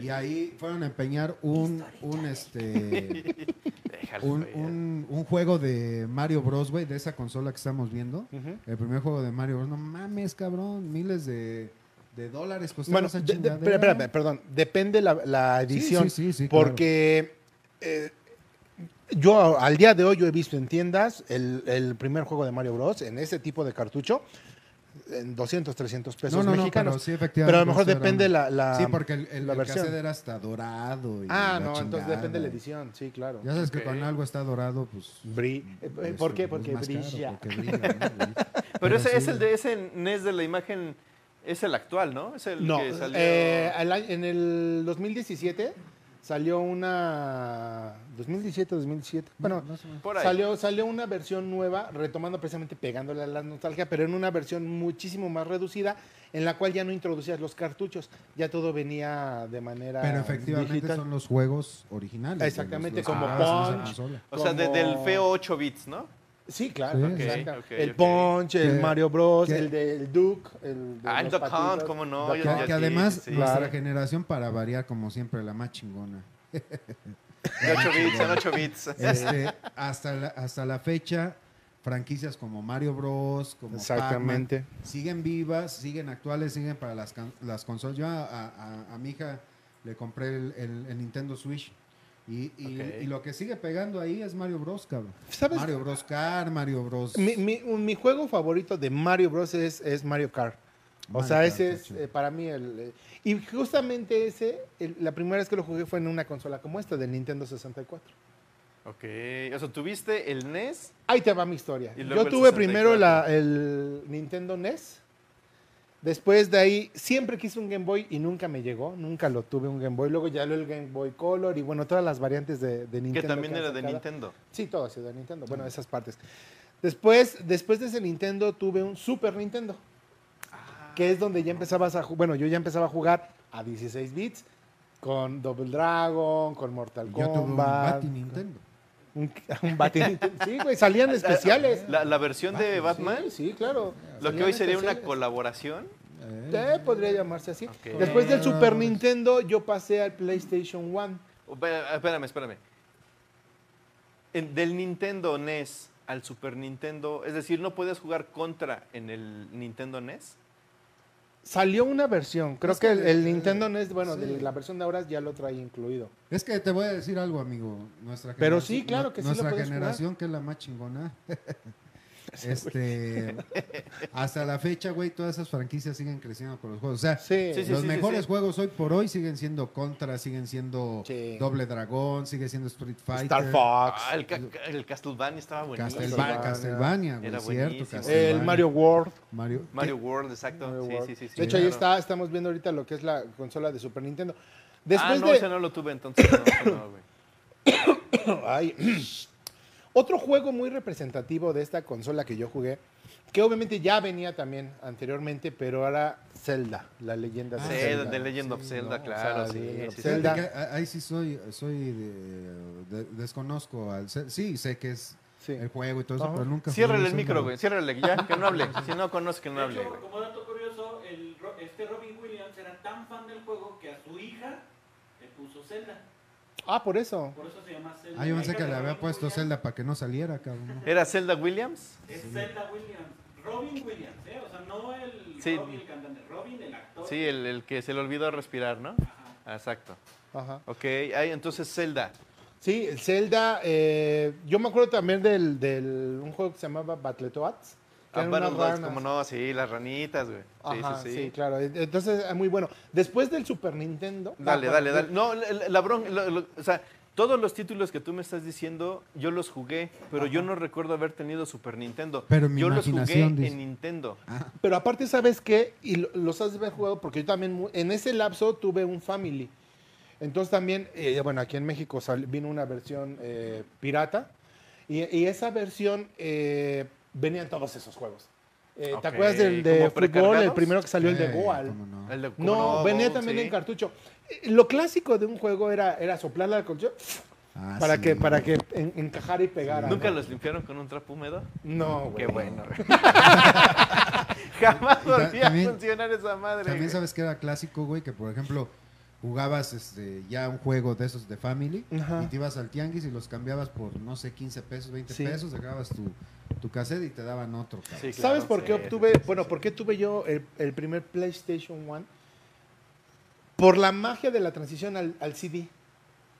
B: Y ahí fueron a empeñar un, un este
E: Déjalo,
B: un,
E: güey.
A: E
B: un- un juego de Mario Bros, güey, de esa consola que estamos viendo.
A: Ujú.
B: El primer juego de Mario Bros. No mames, cabrón, miles de, de dólares costaba
A: Bueno,
B: esa
A: de- de-
B: chingadera.
A: espera, espérame, perdón. Depende la, la
B: Sí,
A: edición.
B: sí, sí, sí, claro.
A: porque eh, yo al día de hoy yo he visto en tiendas el, el primer juego de Mario Bros. en ese tipo de cartucho en 200, 300 pesos
B: No, no, no,
A: mexicanos.
B: pero sí,
A: pero,
B: efectivamente.
A: a lo mejor
B: costaba
A: depende la,
B: una-
A: la-
B: Sí, porque el, el,
A: la
B: el
A: versión.
B: cassette era hasta dorado. y
A: Ah,
B: la
A: no, entonces
B: chingada,
A: depende de la
B: y-
A: edición, sí, claro.
B: Ya sabes que
E: Ok.
B: cuando algo está dorado, pues.
A: Bri- eh,
B: es-
A: ¿Por qué?
B: es
A: Porque
B: más caro,
A: brilla.
B: porque brilla, ¿no, güey?
E: Pero ese
B: sí,
E: es el de ese NES de la imagen, es el actual, ¿no? Es el
A: No,
E: que salió.
A: eh, al año- en el 2017 salió una... 2017, 2007. Bueno,
B: más o menos.
E: por ahí.
A: Salió, salió una versión nueva, retomando precisamente pegándole a la nostalgia, pero en una versión muchísimo más reducida, en la cual ya no introducías los cartuchos, ya todo venía de manera.
B: Pero efectivamente
A: Ah, digital.
B: son los juegos originales. güey, los-
A: Exactamente,
B: los
A: como
B: que grababas en esa
A: Punch.
B: consola.
E: o sea, de-
A: como-
E: del feo 8 bits, ¿no?
A: Sí, claro,
B: Sí,
A: exacto.
E: ok, ok,
A: el
E: ok.
A: Punch, el
B: Que-
A: Mario Bros,
B: que-
A: el del Duke, el. de
E: Ah, el
A: los
E: Duck Hunt,
A: patitos.
E: cómo no,
A: Duck
E: yo-
A: Hunt.
B: Que, que
E: ya sí,
B: además,
E: sí, sí.
B: nuestra
A: Claro.
B: generación, para variar, como siempre, la más chingona.
E: De 8 bits, en 8 bits.
B: Este, hasta, la, hasta la fecha, franquicias como Mario Bros, como Exactamente.
A: Exactamente.
B: siguen vivas, siguen actuales, siguen para las, can- las consolas. Yo a, a- a- a mi hija le compré el, el- el Nintendo Switch. Y, y-
E: Ok.
B: y lo que sigue pegando ahí es Mario Bros, cabrón.
A: ¿Sabes?
B: Mario Bros Car, Mario Bros.
A: Mi, mi- un- mi juego favorito de Mario Bros. es, es Mario Kart. O
B: Mario
A: sea,
B: Kart,
A: ese
B: está
A: es
B: chido.
A: eh, para mí el... eh, y justamente ese, el- la primera vez que lo jugué fue en una consola como esta, del Nintendo 64.
E: Ok, o sea, tuviste el E NES.
A: Ahí te va mi historia.
E: Y luego
A: Yo
E: el
A: tuve primero
E: 64.
A: la- el Nintendo NES. Después de ahí, siempre quise un Game Boy y nunca me llegó. Nunca lo tuve un Game Boy. Luego ya lo el Game Boy Color y bueno, todas las variantes de, de Nintendo.
E: Que también
A: han
E: era de
A: sacado.
E: Nintendo.
A: Sí, todo ha sido de Nintendo. Bueno, esas partes. Después, después de ese Nintendo tuve un Super Nintendo. Que es donde ya empezabas a ju- Bueno, yo ya empezaba a jugar a 16 bits. Con Double Dragon, con Mortal
B: Yo tuve un
A: Kombat.
B: Bati Nintendo.
A: Un, un Bati Nintendo. Sí, güey, salían especiales. Ah,
E: La, la versión de Batman,
A: Sí, sí, claro.
E: lo que hoy sería una
A: cola.
E: colaboración.
A: Eh, podría llamarse así.
E: Ok.
A: Después
B: Ah,
A: del Super
B: pues.
A: Nintendo, yo pasé al PlayStation 1.
E: Oh, espera- Espérame, espérame. En- del Nintendo NES al Super Nintendo, es decir, no podías jugar contra en el Nintendo E NES.
A: Salió una versión. Creo
B: Es
A: que
B: que
A: el,
B: de-
A: el Nintendo NES, bueno,
B: sí.
A: de la versión de ahora ya lo trae incluido.
B: Es que te voy a decir algo, amigo. Nuestra
A: Pero
B: generación-
A: sí, claro
B: nu-
A: que sí lo
B: Nuestra
A: puedes
B: generación, que es la más chingona. este, hasta la fecha, güey, todas esas franquicias siguen creciendo con los juegos. O sea,
A: Sí.
E: Sí, sí.
B: los mejores juegos hoy por hoy siguen siendo Contra, siguen siendo
A: Sí.
B: Doble Dragón, sigue siendo Street Fighter.
A: Star Fox.
E: Ah, el, ca- el Castlevania estaba buenísimo.
B: Castleva-
A: Castlevania.
B: Castlevania, güey,
E: Era
B: cierto.
E: buenísimo.
A: el
B: Castlevania.
A: Mario World.
B: Mario.
E: Mario World, exacto.
A: Mario
E: sí,
A: World.
E: sí, sí, sí,
A: de hecho, ahí
E: claro.
A: está, estamos viendo ahorita lo que es la consola de Super Nintendo.
E: ah,
A: Después
E: no,
A: de...
E: ese no lo tuve entonces. no, ese no, güey.
A: Ay. Otro juego muy representativo de esta consola que yo jugué, que obviamente ya venía también anteriormente, pero ahora Zelda, la leyenda de
B: Ah,
E: Zelda,
A: Zelda.
E: The Legend of
B: Sí,
E: Zelda,
B: no, o
E: claro.
A: sea, The
E: sí,
A: Legend
E: sí,
A: of
E: sí.
A: Zelda.
B: Fíjate que a- Ahí sí soy, soy de- de- desconozco al Ze- sí sé que es
A: Sí.
E: eh.
B: el juego y todo eso,
A: Ajá.
B: pero nunca. jugué
E: Ciérrale el
B: Zelda.
E: micro, güey. Ciérrale, ya, que no hable. Si no conoce, que no
F: De
E: hable,
F: hecho,
E: güey.
F: como dato curioso, el Ro- este Robin Williams era tan fan del juego que a su hija le puso Zelda.
A: Ah, por eso.
F: Por eso se llama Zelda.
B: Ah, yo
F: La
B: pensé
F: hija
B: que
F: de
B: le había
F: Robin
B: puesto
F: Williams
B: Zelda para que no saliera, cabrón.
E: ¿Era Zelda Williams?
F: Es Zelda Williams. Robin Williams, ¿eh? O sea, no el
E: Sí.
F: Robin el cantante, Robin el actor.
E: Sí, el, el que se le olvidó respirar, ¿no? Ah, Exacto.
A: Ajá.
E: Ok, ahí, entonces Zelda.
A: Sí, el Zelda. eh, yo me acuerdo también del, del- un juego que se llamaba Battletoads. que
E: Ah,
A: eran
E: Battle
A: unas
E: Royale,
A: ranas.
E: como no, sí, las ranitas, güey. Sí,
A: Ajá,
E: sí,
A: sí,
E: sí.
A: claro. Entonces, ah, muy bueno. Después del Super Nintendo.
E: Dale,
A: Ah,
E: dale,
A: bueno,
E: dale. No, la, la- la bron- lo- lo- o sea, todos los títulos que tú me estás diciendo, yo los jugué, pero yo no recuerdo haber tenido Super Nintendo.
B: Pero mi
E: yo los jugué
B: imaginación dice-
E: en Nintendo.
A: Pero aparte, ¿sabes qué? Y lo- los has de haber jugado porque yo también, mu- en ese lapso, tuve un Family. Entonces también, eh, bueno, aquí en México sal- vino una versión eh, pirata. Y, y esa versión eh, venían todos esos juegos. Eh,
E: Ok,
A: ¿Te acuerdas del de
E: ¿como
A: fútbol?
E: precargados?
A: El primero que salió, el
B: Eh,
A: de Goal.
B: cómo no.
E: El de- como
A: No, venía también
E: sí.
A: en cartucho. Eh, Lo clásico de un juego era, era soplarle al colchón
B: Ah,
A: para,
B: sí.
A: que, para que en- encajara y pegara.
E: ¿Nunca
A: ¿no?
E: los limpiaron con un trapo húmedo?
A: No,
E: Mm, Qué
A: güey.
E: bueno. güey. Jamás
B: Y ta-
E: volví a
B: también-
E: funcionar esa madre.
B: También
E: güey.
B: sabes que era clásico, güey, que por ejemplo jugabas este, ya un juego de esos de Family
A: Ajá.
B: y te ibas al tianguis y los cambiabas por, no sé, 15 pesos, 20
A: Sí.
B: pesos, dejabas tu, tu cassette y te daban otro. cabrón.
E: Sí, claro,
A: ¿Sabes por qué
E: sí,
A: obtuve, bueno, por qué tuve yo el, el primer PlayStation 1? Por la magia de la transición al, al CD.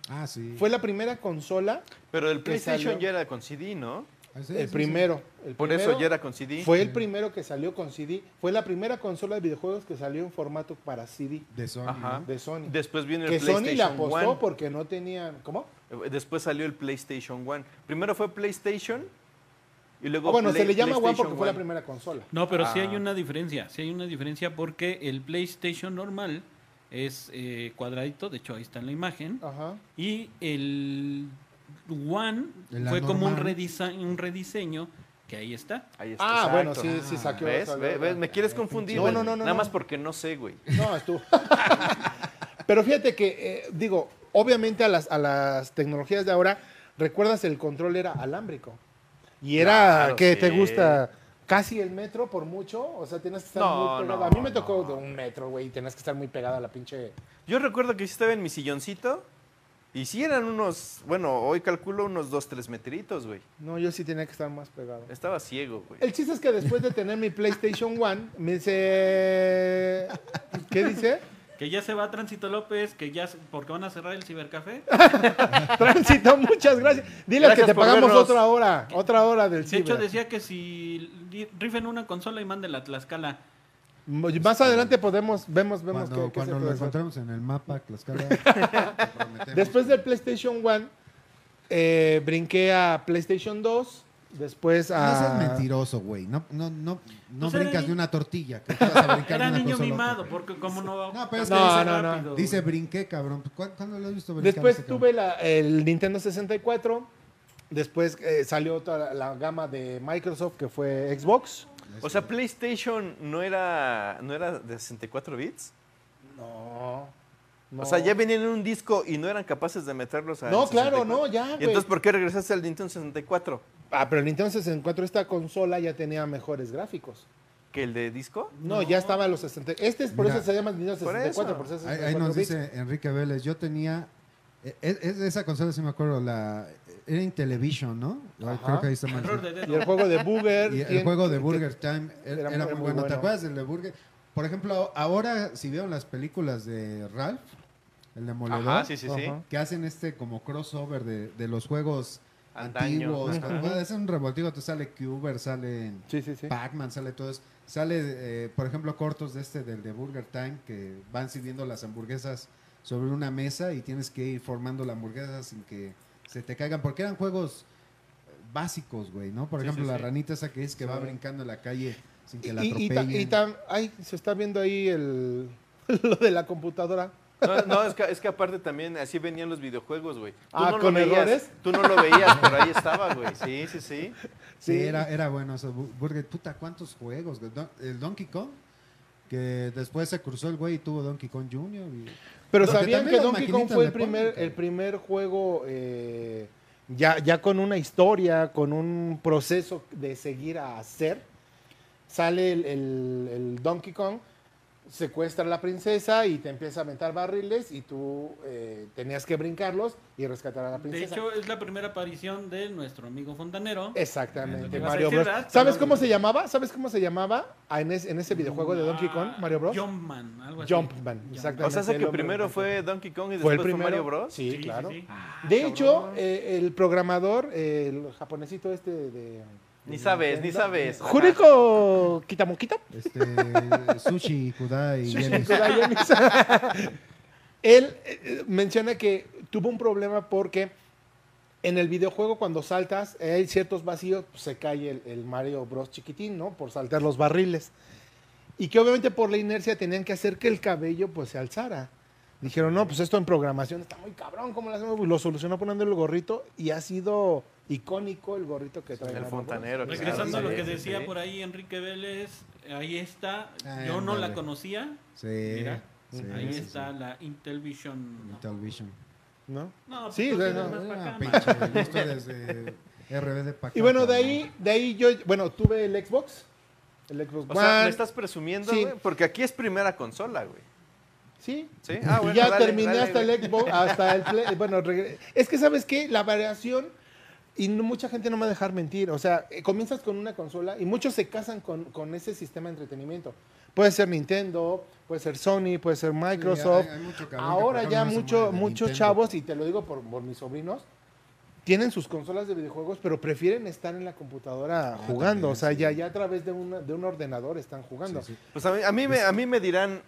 B: Ah, sí.
A: Fue la primera consola,
E: Pero el
A: que
E: PlayStation
A: salió-
E: ya era con CD, ¿no?
B: Ah, sí, sí,
A: el
B: sí.
A: primero. el
E: Por
A: primero
E: eso ya era con CD.
A: Fue el primero que salió con CD. Fue la primera consola de videojuegos que salió en formato para CD
B: De Sony.
E: Ajá.
B: ¿no?
A: de Sony.
E: Después viene el
A: que Sony le
E: PlayStation
A: apostó
E: 1.
A: porque no tenían. ¿Cómo?
E: Eh, Después salió el PlayStation 1. Primero fue PlayStation y luego
A: Ah, bueno, se
E: Play-
A: le llama One porque
E: PlayStation
A: fue la
E: 1.
A: primera consola.
F: No, pero sí
E: Ah.
F: hay una diferencia. Sí hay una diferencia porque el PlayStation normal es eh, cuadradito, de hecho ahí está en la imagen.
A: Ajá.
F: Y el One
B: El
F: fue como un,
B: anormal.
F: redise- un rediseño que ahí está.
E: Ahí está,
A: Ah,
E: exacto. Ah,
A: bueno, sí, sí saqueó.
E: ¿Ves?
A: salió-
E: Ve- ve- Me quieres confundir.
A: No,
E: güey.
A: no, no, no,
E: Nada
A: no.
E: más porque no sé, güey.
A: No, estuvo. Pero fíjate que, eh, digo, obviamente a las, a las tecnologías de ahora, recuerdas el control era alámbrico. Y era
E: Claro,
A: que
E: sí.
A: te gusta casi el metro por mucho. O sea, tienes que estar
E: No,
A: muy pegado.
E: no,
A: a mí me tocó
E: no.
A: de un metro, güey, y tenías que estar muy pegada a la pinche.
E: Yo recuerdo que sí estaba en mi silloncito y sí eran unos, bueno, hoy calculo unos 2, 3 metritos, güey.
A: No, yo sí tenía que estar más pegado.
E: Estaba ciego, güey.
A: El chiste es que después de tener mi PlayStation One, me dice. ¿Qué dice?
F: Que ya se va Tránsito López, que ya, porque van a cerrar el cibercafé.
A: Tránsito, muchas gracias. Dile
E: Gracias
A: que te
E: por
A: pagamos
E: vernos.
A: otra hora. Otra hora del
F: De hecho,
A: ciber.
F: decía que si li- rifen una consola y manden la Tlaxcala.
A: M- Más adelante podemos, vemos, vemos
B: Este,
A: qué-
B: Cuando,
A: qué se
B: cuando lo
A: puede hacer.
B: encontramos en el mapa, Tlaxcala, te prometemos.
A: Después del PlayStation 1, eh, brinqué a PlayStation 2, después
B: No seas
A: a...
B: mentiroso, güey. No, no, no, no
F: Pues era
B: brincas
F: ni-
B: de una tortilla. Que te vas a brincar de
F: Era
B: una
F: niño
B: cosa loca,
F: mimado,
B: güey.
F: porque como no...
B: No, pero es
F: cambiaba
A: que dice-
F: rápido.
B: Dice brinqué, cabrón. ¿Cuándo, cuándo lo has visto brincar?
A: Después
B: ese
A: tuve la- el Nintendo 64, después eh, salió toda la, la gama de Microsoft que fue Xbox.
B: cabrón?
E: O sea, PlayStation no era, no era de 64 bits.
A: No. no.
E: O sea, ya venían en un disco y no eran capaces de meterlos a.
A: No, claro, no, ya,
E: ¿Y
A: güey.
E: entonces por qué regresaste al Nintendo 64?
A: Ah, pero el Nintendo 64, esta consola ya tenía mejores gráficos.
E: ¿Que el de disco?
A: No, ya estaba a los 60. Este es por
B: Mira.
A: eso se llama Nintendo
E: Por
A: 64.
E: eso.
A: por eso es
B: Ahí, ahí
A: 64
B: nos
A: bits.
B: dice Enrique Vélez, yo tenía... e- e- es- esa consola sí me acuerdo, la, era Intellivision, ¿no? Ay,
A: Ajá.
B: Creo que ahí está mal.
F: Error de dedo.
A: Y el juego de Booger.
B: Y el
A: tiene-
B: juego de Burger Time era,
A: era
B: era
A: muy
B: muy bueno. ¿Te
A: bueno.
B: acuerdas del de Burger? Por ejemplo, ahora si vieron las películas de Ralph, el demoledor,
E: Ajá, sí, sí, sí.
A: Ajá.
B: que hacen este como crossover de, de los juegos
E: Antaño.
B: antiguos.
E: Ajá.
B: cuando Es un revoltijo, te sale Cuber, sale
A: Sí, sí, sí.
B: Pac-Man, sale todo eso. Sale, eh, por ejemplo, cortos de este del de Burger Time que van sirviendo las hamburguesas sobre una mesa y tienes que ir formando la hamburguesa sin que se te caigan, porque eran juegos eh, básicos, güey, ¿no? Por
F: Sí,
B: ejemplo,
F: sí,
B: la
F: sí.
B: ranita esa que es que va
A: Sí.
B: brincando en la calle sin que la
A: Y- y ta-
B: atropellen.
A: y tam- ay, se está viendo ahí el, lo de la computadora.
E: No, no, es, que, es que aparte también así venían los videojuegos, güey. Tú
A: Ah,
E: no lo
A: ¿con
E: veías,
A: errores?
E: Tú no lo veías, pero ahí estaba, güey. Sí, sí, sí.
B: Sí,
A: Sí.
B: Era, era bueno eso. Bu- Burger, puta, ¿cuántos juegos? güey? Don- el Donkey Kong, que después se cruzó el güey y tuvo Donkey Kong Jr. y-
A: Pero
B: Porque
A: sabían
B: también
A: que
B: las
A: Donkey Kong
B: maquinitas
A: fue
B: le
A: el primer,
B: ponen,
A: el primer juego eh, ya, ya con una historia, con un proceso de seguir a hacer. Sale el, el- el Donkey Kong. secuestra a la princesa y te empieza a aventar barriles y tú eh, tenías que brincarlos y rescatar a la
F: De
A: princesa.
F: hecho, es la primera aparición de nuestro amigo fontanero. Lo
A: Exactamente,
F: que vas a
A: Mario
F: decir,
A: Bros.
F: ¿verdad?
A: ¿Sabes
F: Pero-
A: cómo se llamaba? ¿Sabes cómo se llamaba Ah, en ese, en ese videojuego de Donkey Kong, Mario Bros?
F: Ah, Jumpman, algo así.
A: Jumpman, exactamente.
E: O sea, sé
A: el
E: que
A: hombre
E: primero
A: blanco.
E: fue Donkey Kong y
A: ¿Fue
E: después
A: el
E: fue
A: primero?
E: Mario Bros.
A: Sí, claro.
F: sí.
E: Ah,
F: Ah,
A: De hecho, eh, el programador, eh, el japonesito este de... de
E: Ni sabes, ni
A: Nintendo,
E: sabes. Ajá.
A: Juriko Kitamoquito.
B: Este, sushi, Kudai, y Yelis.
A: Él eh, eh, menciona que tuvo un problema porque en el videojuego cuando saltas eh, hay ciertos vacíos, pues, se cae el, el Mario Bros chiquitín, ¿no? Por saltar los barriles. Y que obviamente por la inercia tenían que hacer que el cabello pues se alzara. Dijeron, no, pues esto en programación está muy cabrón, ¿cómo lo hacemos? Pues, Lo solucionó poniendo el gorrito y ha sido icónico el gorrito que trae.
E: El
A: Mario Bros.
E: fontanero. claro,
F: Regresando a lo
E: sí,
F: que
E: sí,
F: decía
E: sí.
F: por ahí Enrique Vélez, ahí está.
B: Ah,
F: Yo no la
B: ándale.
F: conocía.
B: Sí,
F: Mira,
B: sí,
F: ahí
B: sí, sí.
F: está la Intellivision.
B: Intel Vision.
A: ¿no?
F: No, pues
A: Sí,
F: tú
A: bueno,
F: tienes más
B: Ah,
F: para acá, man.
B: pinche, yo estoy desde RB de Pacaca,
A: Y bueno, de
B: ¿no?
A: ahí, de ahí yo, bueno, tuve el Xbox. El Xbox
E: O sea,
A: One.
E: ¿me estás presumiendo,
A: Sí.
E: güey? Porque aquí es primera consola, güey.
A: Sí.
E: ¿Sí? Ah,
A: Y
E: bueno,
A: ya
E: dale,
A: terminé
E: dale,
A: hasta
E: güey.
A: el Xbox, hasta el Play- Bueno, regre- es que sabes qué, la variación, y no- mucha gente no me va a dejar mentir, o sea, eh, comienzas con una consola y muchos se casan con, con ese sistema de entretenimiento. Puede ser Nintendo, puede ser Sony, puede ser Microsoft.
B: hay- hay mucho cabrón que
A: Ahora
B: por
A: ya
B: ejemplo no se
A: mucho,
B: mueve de
A: muchos
B: Nintendo.
A: chavos, y te lo digo por, por mis sobrinos, tienen sus consolas de videojuegos, pero prefieren estar en la computadora jugando.
B: Ah, también,
A: o sea,
B: sí.
A: ya, ya a través de, una- de un ordenador están jugando.
B: Sí, sí.
E: Pues a mí, a mí, me, a mí me dirán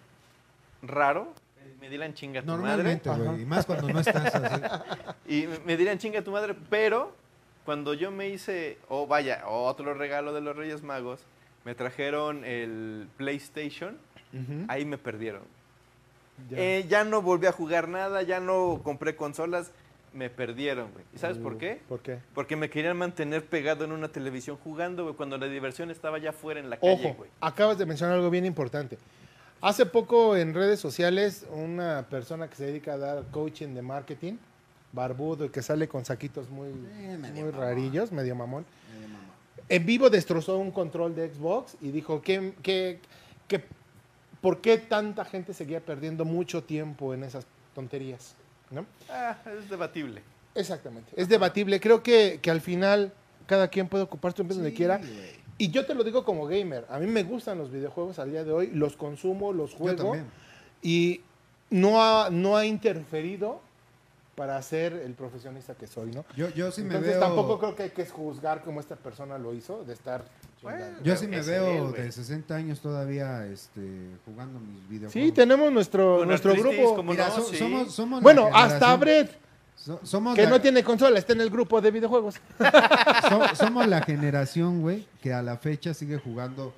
E: raro, me dirán chinga tu madre.
B: Normalmente, güey. Y más cuando no estás así.
E: Y me dirán chinga tu madre, pero cuando yo me hice, oh vaya, otro regalo de los Reyes Magos, me trajeron el PlayStation,
A: Ujú.
E: ahí me perdieron.
A: Ya.
E: Eh, ya no volví a jugar nada, ya no compré consolas, me perdieron, güey. ¿Y sabes
A: Mm.
E: por qué?
A: ¿Por qué?
E: Porque me querían mantener pegado en una televisión jugando, güey, cuando la diversión estaba allá afuera en la calle,
A: Ojo,
E: güey.
A: acabas de mencionar algo bien importante. Hace poco en redes sociales, una persona que se dedica a dar coaching de marketing, barbudo y que sale con saquitos muy, muy rarillos, Eh, medio mamón, en vivo destrozó un control de Xbox y dijo que, que, que por qué tanta gente seguía perdiendo mucho tiempo en esas tonterías. ¿no?
E: Ah, es debatible.
A: Exactamente, es debatible. Creo que, que al final cada quien puede ocupar su tiempo donde quiera. Y yo te lo digo como gamer, a mí me gustan los videojuegos al día de hoy, los consumo, los
B: Yo
A: juego
B: también.
A: y no ha, no ha interferido para ser el profesionista que soy, ¿no?
B: Yo, yo sí me
A: Entonces
B: veo.
A: tampoco creo que hay que juzgar como esta persona lo hizo, de estar... chingando.
B: Yo sí me
E: Ese
B: veo
E: él, güey.
B: de 60 años todavía este, jugando mis videojuegos.
A: Sí, tenemos nuestro,
E: Con
A: nuestro
E: artistas
A: grupo.
E: como-
B: Mira,
E: no,
B: so-
E: sí.
B: somos, somos la
A: Bueno, hasta
B: generación-
A: Brett,
B: so- somos
A: que
B: la-
A: no tiene consola, está en el grupo de videojuegos.
B: so- somos la generación, güey, que a la fecha sigue jugando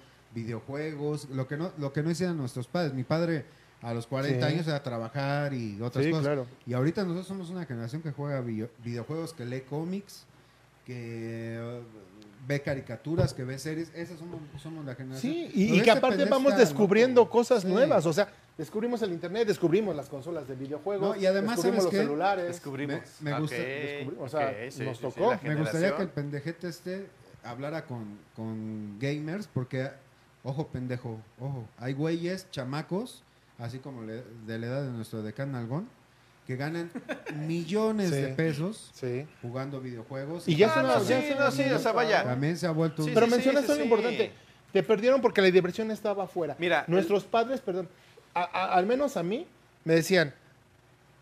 B: videojuegos, lo que no, lo que no hicieron nuestros padres. Mi padre a los 40
A: Sí.
B: años era trabajar y otras
A: Sí,
B: cosas.
A: claro.
B: Y ahorita nosotros somos una generación que juega video- videojuegos, que lee cómics, que eh, ve caricaturas, que ve series. Esas somos, somos la generación.
A: Sí, y,
B: Pero
A: y
B: este
A: que aparte
B: pendejo
A: vamos
B: está loco,
A: descubriendo
B: güey.
A: cosas
B: Sí.
A: nuevas, o sea, descubrimos el internet, descubrimos las consolas de videojuegos,
B: No, y además,
A: descubrimos los
B: ¿sabes qué?
A: celulares.
E: Descubrimos.
B: me
E: Ok,
B: gusta-
A: descubrí- o sea,
E: ok, sí,
A: nos
E: sí, sí,
A: tocó.
E: la
B: Me gustaría
E: generación.
B: que el pendejete este hablara con, con gamers, porque, ojo, pendejo, ojo, hay güeyes, chamacos, así como le- de la edad de nuestro decán Algón, que ganan millones
A: Sí.
B: de pesos
A: Sí.
B: jugando videojuegos.
A: Y ya
E: Ah,
A: es una-
E: no,
A: ya
E: sí,
A: es una
E: no, sí, o sea, vaya.
B: También se ha vuelto un...
E: Sí,
A: Pero
E: sí,
A: mencionas
E: sí,
A: algo
E: sí.
A: importante. Te perdieron porque la diversión estaba afuera.
E: Mira,
A: nuestros padres, perdón, a- a- al menos a mí, me decían,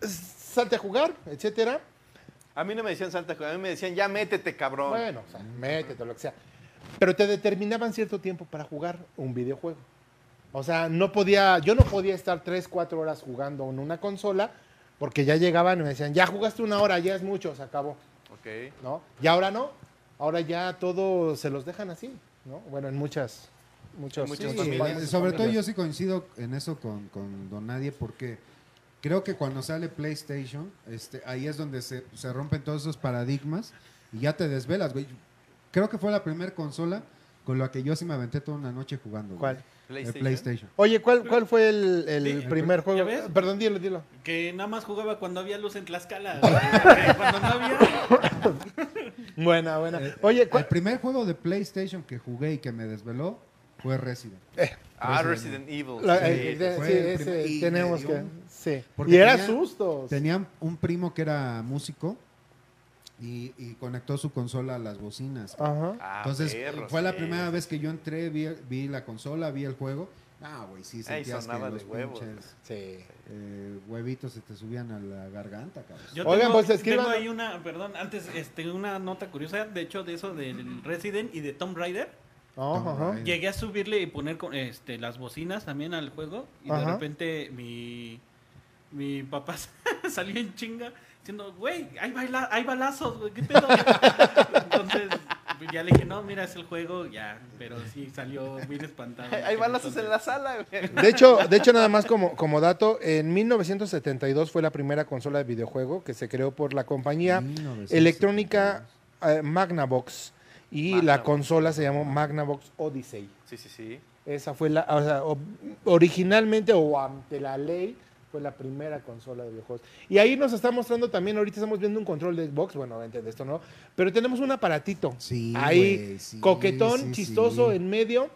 A: salte a jugar, etcétera.
E: A mí no me decían Santa Cruz, a mí me decían ya métete, cabrón.
A: Bueno, o sea, métete, lo que sea. Pero te determinaban cierto tiempo para jugar un videojuego. O sea, no podía, yo no podía estar 3, 4 horas jugando en una consola porque ya llegaban y me decían, ya jugaste una hora, ya es mucho, se acabó,
E: Ok.
A: ¿no? Y ahora no, ahora ya todo se los dejan así, ¿no? Bueno, en muchas, muchos,
E: En muchas
A: muchos
E: familias.
A: países,
B: eh, sobre todo yo
A: familias.
B: sí coincido en eso con, con Don Nadie, porque creo que cuando sale PlayStation, este, ahí es donde se, se rompen todos esos paradigmas y ya te desvelas, güey. Creo que fue la primera consola con la que yo sí me aventé toda una noche jugando. güey.
A: ¿Cuál?
B: El
E: PlayStation.
B: PlayStation.
A: Oye, ¿cuál, cuál fue el, el
F: Sí.
A: primer juego?
F: ¿Ya ves?
A: Perdón, dilo, dilo.
F: Que nada más jugaba cuando había luz en Tlaxcala. güey. cuando no había.
A: Buena, buena. Eh, Oye,
B: El
A: ¿cuál?
B: primer juego de PlayStation que jugué y que me desveló Fue Resident.
E: Ah, Resident Evil.
A: La-
E: sí.
A: eh, de-
B: fue
A: sí,
B: el
A: ese
B: primer- y
A: tenemos
B: me
A: que.
B: dio-
A: Sí.
B: porque
A: Y era
B: tenía-
A: sustos.
B: Tenía un primo que era músico y, y conectó su consola a las bocinas.
A: Ajá.
E: Ah,
B: Entonces,
E: perro,
B: fue la
E: sí.
B: primera vez que yo entré, vi, vi la consola, vi el juego. Ah, güey, sí,
E: Ahí
B: sentías que
E: sonaba de
B: los
E: huevos.
B: pinches,
A: Sí.
B: eh, huevitos se te subían a la garganta, cabrón.
F: Yo
A: Oigan,
F: tengo,
A: pues, escriban-
F: tengo ahí una, perdón, antes este, una nota curiosa, de hecho, de eso del Resident y de Tomb Raider.
A: Ajá, ajá.
B: Raider.
F: Llegué a subirle y poner con- este, las bocinas también al juego y de
A: Ajá.
F: repente mi, mi papá salió en chinga diciendo, güey, hay, baila, hay balazos, güey, ¿qué pedo? Entonces ya le dije, no, mira, es el juego, ya, pero sí salió bien espantado.
E: Hay balazos en la sala, güey.
A: De hecho, de hecho, nada más como, como dato, en 1972 fue la primera consola de videojuego que se creó por la compañía
B: 1972.
A: electrónica eh, Magnavox. Y la
E: Magnavox.
A: consola se llamó Magnavox Odyssey.
E: Sí, sí, sí.
A: Esa fue la, o sea, o- originalmente o ante la ley, fue la primera consola de videojuegos. Y ahí nos está mostrando también, ahorita estamos viendo un control de Xbox, bueno, obviamente de esto no, pero tenemos un aparatito.
B: Sí,
A: ahí,
B: güey, sí,
A: coquetón,
B: sí,
A: chistoso,
B: sí.
A: en medio,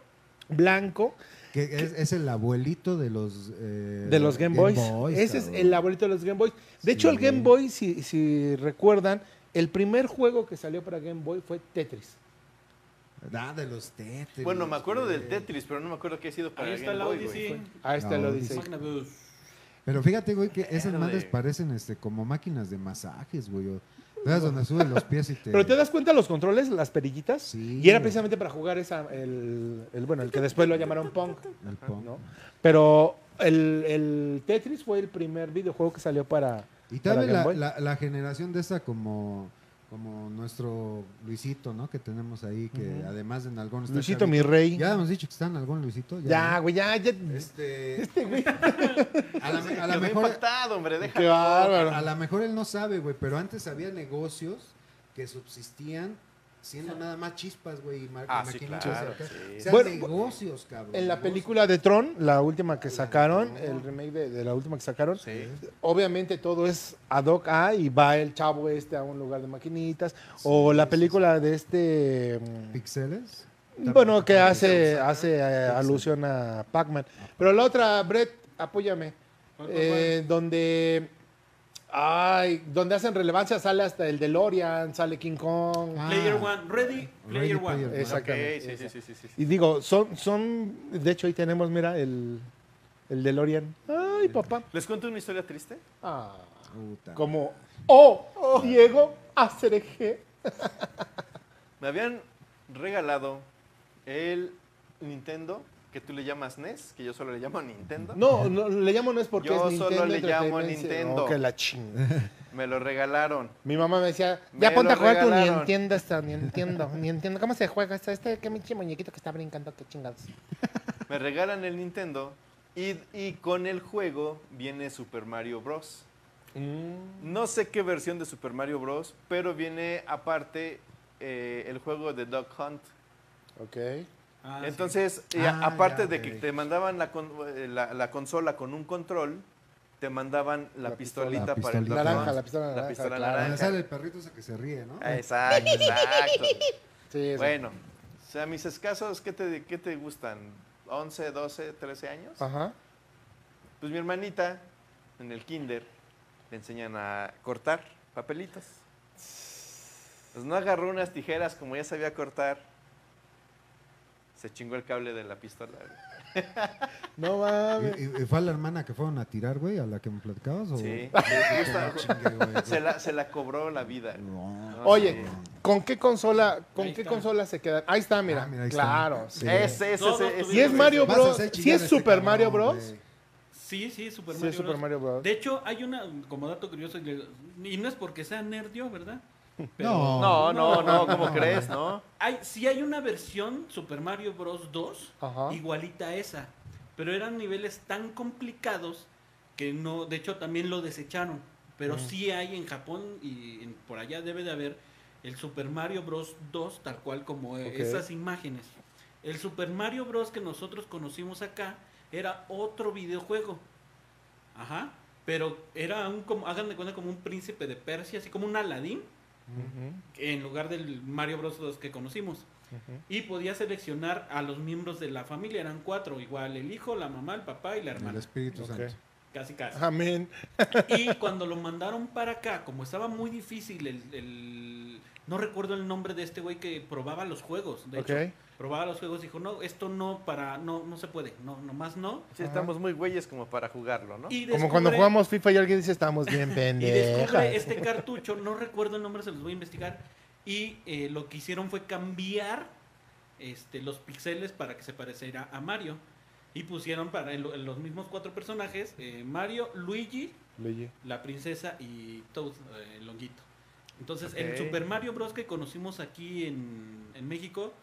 A: blanco,
B: Que es, es el abuelito de los... eh,
A: de los Game Boys. Ese es el
B: cabrón.
A: laborito de los Game Boys. De hecho, el
B: Sí.
A: Game Boy, si, si recuerdan, el primer juego que salió para Game Boy fue Tetris.
B: Ah, de los Tetris.
E: Bueno, me acuerdo
B: güey.
E: del Tetris, pero no me acuerdo qué ha sido para
F: Ahí
E: el
F: está
E: Game
F: la
E: Boy,
F: Odyssey.
E: güey.
A: Ahí está
B: No,
A: este lo
B: dice-
A: dice.
F: Magnavox.
B: Pero fíjate, güey, que esas
E: Verde.
B: madres parecen este, como máquinas de masajes, güey. o- ¿Sabes donde suben los pies y te...
A: Pero te das cuenta los controles, las perillitas.
B: Sí,
A: y era
B: güey.
A: precisamente para jugar esa, el, el- bueno, el que después lo llamaron Pong,
B: el pong.
A: ¿no? Pero el, el Tetris fue el primer videojuego que salió para.
B: Y
A: para
B: tal vez
A: Game
B: la,
A: Boy.
B: la- la generación de esa como, como nuestro Luisito, ¿no? Que tenemos ahí, que
A: Ujú.
B: además de Nalgón está
A: Luisito, mi
B: chavito.
A: rey.
B: Ya hemos dicho que está Nalgón Luisito.
A: Ya,
B: ¿no?
A: güey, ya, ya.
B: Este, A la, a la
E: Quedó
B: mejor,
E: impactado, hombre, deja.
A: Qué bárbaro.
B: a la mejor él no sabe, güey, pero antes había negocios que subsistían siendo nada más chispas, güey, y mar-
E: Ah,
B: y
E: sí,
B: maquinitas
E: claro,
B: acá.
E: sí.
B: O sea,
A: Bueno,
B: negocios, cabrón.
A: En la
B: negocios.
A: película de Tron, la última que sacaron,
B: Tron.
A: el remake de, de la última que sacaron,
E: Sí.
A: obviamente todo es ad hoc a y va el chavo este a un lugar de maquinitas. o la película de este. mm,
B: ¿Pixeles?
A: Bueno, que
B: También.
A: hace, hace eh, alusión a Pac-Man. Pero la otra, Brett, apóyame.
F: ¿Cuál, cuál,
A: Eh, donde. Ay, donde hacen relevancia sale hasta el DeLorean, sale King Kong.
B: Ah,
F: Player One, ready, Player One.
B: Player One.
A: Exactamente.
E: Ok, sí,
A: esa.
E: sí, sí, sí, sí.
A: Y digo, son, son. De hecho, ahí tenemos, mira, el, el DeLorean. Ay, papá.
E: ¿Les cuento una historia triste?
A: Ah,
B: Puta.
A: como. Oh, Diego Acereje.
E: Me habían regalado el Nintendo, que tú le llamas NES, que yo solo le llamo Nintendo.
A: No, no, le llamo no es porque
E: Yo
A: es
E: solo
A: Nintendo.
E: le llamo
A: Entertainment.
E: Nintendo.
A: Oh, que la chingada.
E: Me lo regalaron.
A: Mi mamá me decía,
E: Me
A: ya ponte
E: lo
A: a jugar tú, ni
E: regalaron.
A: entiendo esto, ni entiendo, ni entiendo. ¿Cómo se juega esto? Este, qué pinche muñequito que está brincando, qué chingados.
E: Me regalan el Nintendo y, y con el juego viene Super Mario Bros. No sé qué versión de Super Mario Bros, pero viene aparte eh, el juego de Duck Hunt.
A: Ok.
F: Ah, sí.
E: Entonces, eh,
B: Ah,
E: aparte
B: ya,
E: de
B: ok.
E: que te mandaban la, con- eh, la- la consola con un control, te mandaban la,
A: La
E: pistolita,
B: pistola.
E: para el Duck
A: Naranja,
E: Hunt.
A: la pistola naranja,
E: pistola
A: claro.
B: Donde
E: naranja.
B: sale el perrito ese que se ríe, ¿no?
E: Ah, Exacto, exacto.
A: Sí, eso.
E: Bueno, o sea, mis escasos, ¿qué te, qué te gustan? ¿11, 12, 13 años?
A: Ajá.
E: Pues mi hermanita, en el kinder, le enseñan a cortar papelitos. Pues no agarró unas tijeras como ya sabía cortar. Se chingó el cable de la pistola. güey.
A: No mames.
B: ¿Y, y- y fue a la hermana que fueron a tirar, güey, a la que me platicabas? ¿o?
E: Sí.
B: Ah, chingue, güey.
E: Se la, se la cobró la vida. güey.
B: No.
A: Oye,
E: sí.
A: ¿con qué consola, con
F: Ahí
A: qué
F: está.
A: consola se quedan? Ahí está, mira.
B: Ah, mira, ahí está.
A: claro. sí.
B: Sí.
E: Ese, ese,
F: Todos
E: ese, ese.
A: Y es Mario
B: Vas a
A: Bros.
B: hacer
A: Si
B: chillar a
A: es
B: este
A: Super
B: cabrón,
A: Mario Bros.
B: güey.
F: Sí, sí, Super
A: Sí,
F: Mario
A: es Super
F: Bros.
A: Mario Bros.
F: De hecho, hay una, como dato curioso, y no es porque sea nerdio, ¿verdad?
B: No.
E: No, no, no, ¿cómo crees, no?
F: Hay, sí hay una versión Super Mario Bros. 2
A: Ajá.
F: igualita a esa, pero eran niveles tan complicados que no, de hecho también lo desecharon,
A: Mm.
F: pero sí hay en Japón y en- por allá debe de haber el Super Mario Bros. 2 tal cual como eh,
A: Ok.
F: esas imágenes. El Super Mario Bros. que nosotros conocimos acá era otro videojuego. Ajá. Pero era un como, hagan de cuenta como un príncipe de Persia, así como un Aladín,
A: Ujú.
F: en lugar del Mario Bros. 2 que conocimos. Y podías seleccionar a los miembros de la familia, eran cuatro, igual el hijo, la mamá, el papá y la
B: El
F: hermana.
B: Espíritu
A: Ok.
B: Santo.
F: Casi casi.
A: Amén.
F: Y cuando lo mandaron para acá, como estaba muy difícil el... el- no recuerdo el nombre de este güey que probaba los juegos. De
A: Ok.
F: hecho, probaba los juegos y dijo, no, esto no para... No, no se puede. No, nomás no.
E: Sí, estamos muy güeyes como para jugarlo, ¿no?
F: Y
A: Como cuando
F: descubre-
A: jugamos FIFA y alguien dice, estamos bien
F: Y descubre
A: pendejas.
F: este cartucho, no recuerdo el nombre, se los voy a investigar. Y eh, lo que hicieron fue cambiar este, los pixeles para que se pareciera a Mario. Y pusieron para el- los mismos cuatro personajes, eh, Mario, Luigi,
A: Luigi.
F: la princesa y Toad, eh, el honguito. Entonces,
E: Ok.
F: el Super Mario Bros. que conocimos aquí en, en México,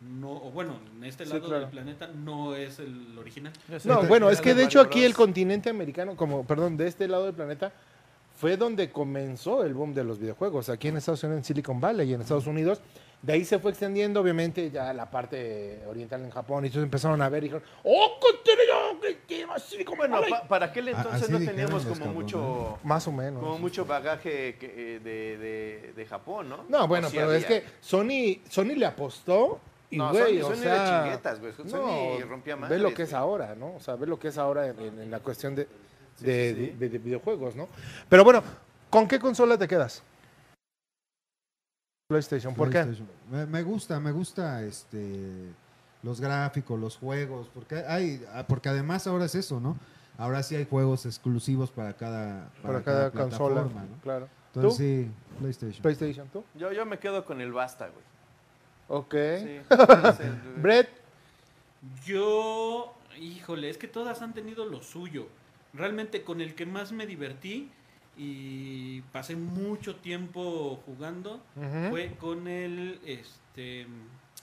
F: no, o bueno, en este
A: Sí,
F: lado
A: claro.
F: del planeta, no es el original.
E: Pues
A: No, bueno, es que de hecho aquí el
E: con
A: continente americano, como, perdón, de este lado del planeta, fue donde comenzó el boom de los videojuegos. Aquí en Estados Unidos, en Silicon Valley y en Estados Unidos. De ahí se fue extendiendo, obviamente, ya la parte oriental en Japón. Y ellos empezaron a ver y dijeron, ¡Oh, contenido! que lleva Silicon
E: Bueno,
A: Valley!
E: pa- para
A: Ah,
E: aquel
B: A-
E: entonces
B: así
E: no
B: dijeron
E: teníamos
B: los
E: como mucho,
A: Más o menos.
E: como mucho bagaje que- eh, de, de- de Japón, ¿no?
A: No, bueno,
E: O sí
A: pero es
E: había.
A: que Sony, Sony le apostó y,
E: No,
A: güey,
E: Sony-
A: o
E: Sony era
A: sea...
E: chinguetas, güey. Sony rompía
A: Ve lo
E: madres,
A: que es
E: güey.
A: ahora, ¿no? O sea, ve lo que es ahora en, en- en la cuestión de, de-
E: sí, sí.
A: de- de videojuegos, ¿no? Pero bueno, ¿con qué consola te quedas? PlayStation, ¿por qué?
B: PlayStation. Me, me gusta, me gusta este los gráficos, los juegos, porque hay ah, porque además ahora es eso, ¿no? Ahora sí hay juegos exclusivos para cada Pues,
A: Para cada, consola.
B: plataforma, ¿no?
A: Claro. ¿Tú?
B: Entonces sí, PlayStation.
A: PlayStation, ¿tú?
E: Yo, yo me quedo con el basta, güey.
A: Ok.
E: Sí, eh, es el-
A: Brett,
F: Yo, híjole, es que todas han tenido lo suyo. Realmente con el que más me divertí y pasé mucho tiempo jugando
A: Ujú.
F: fue con el este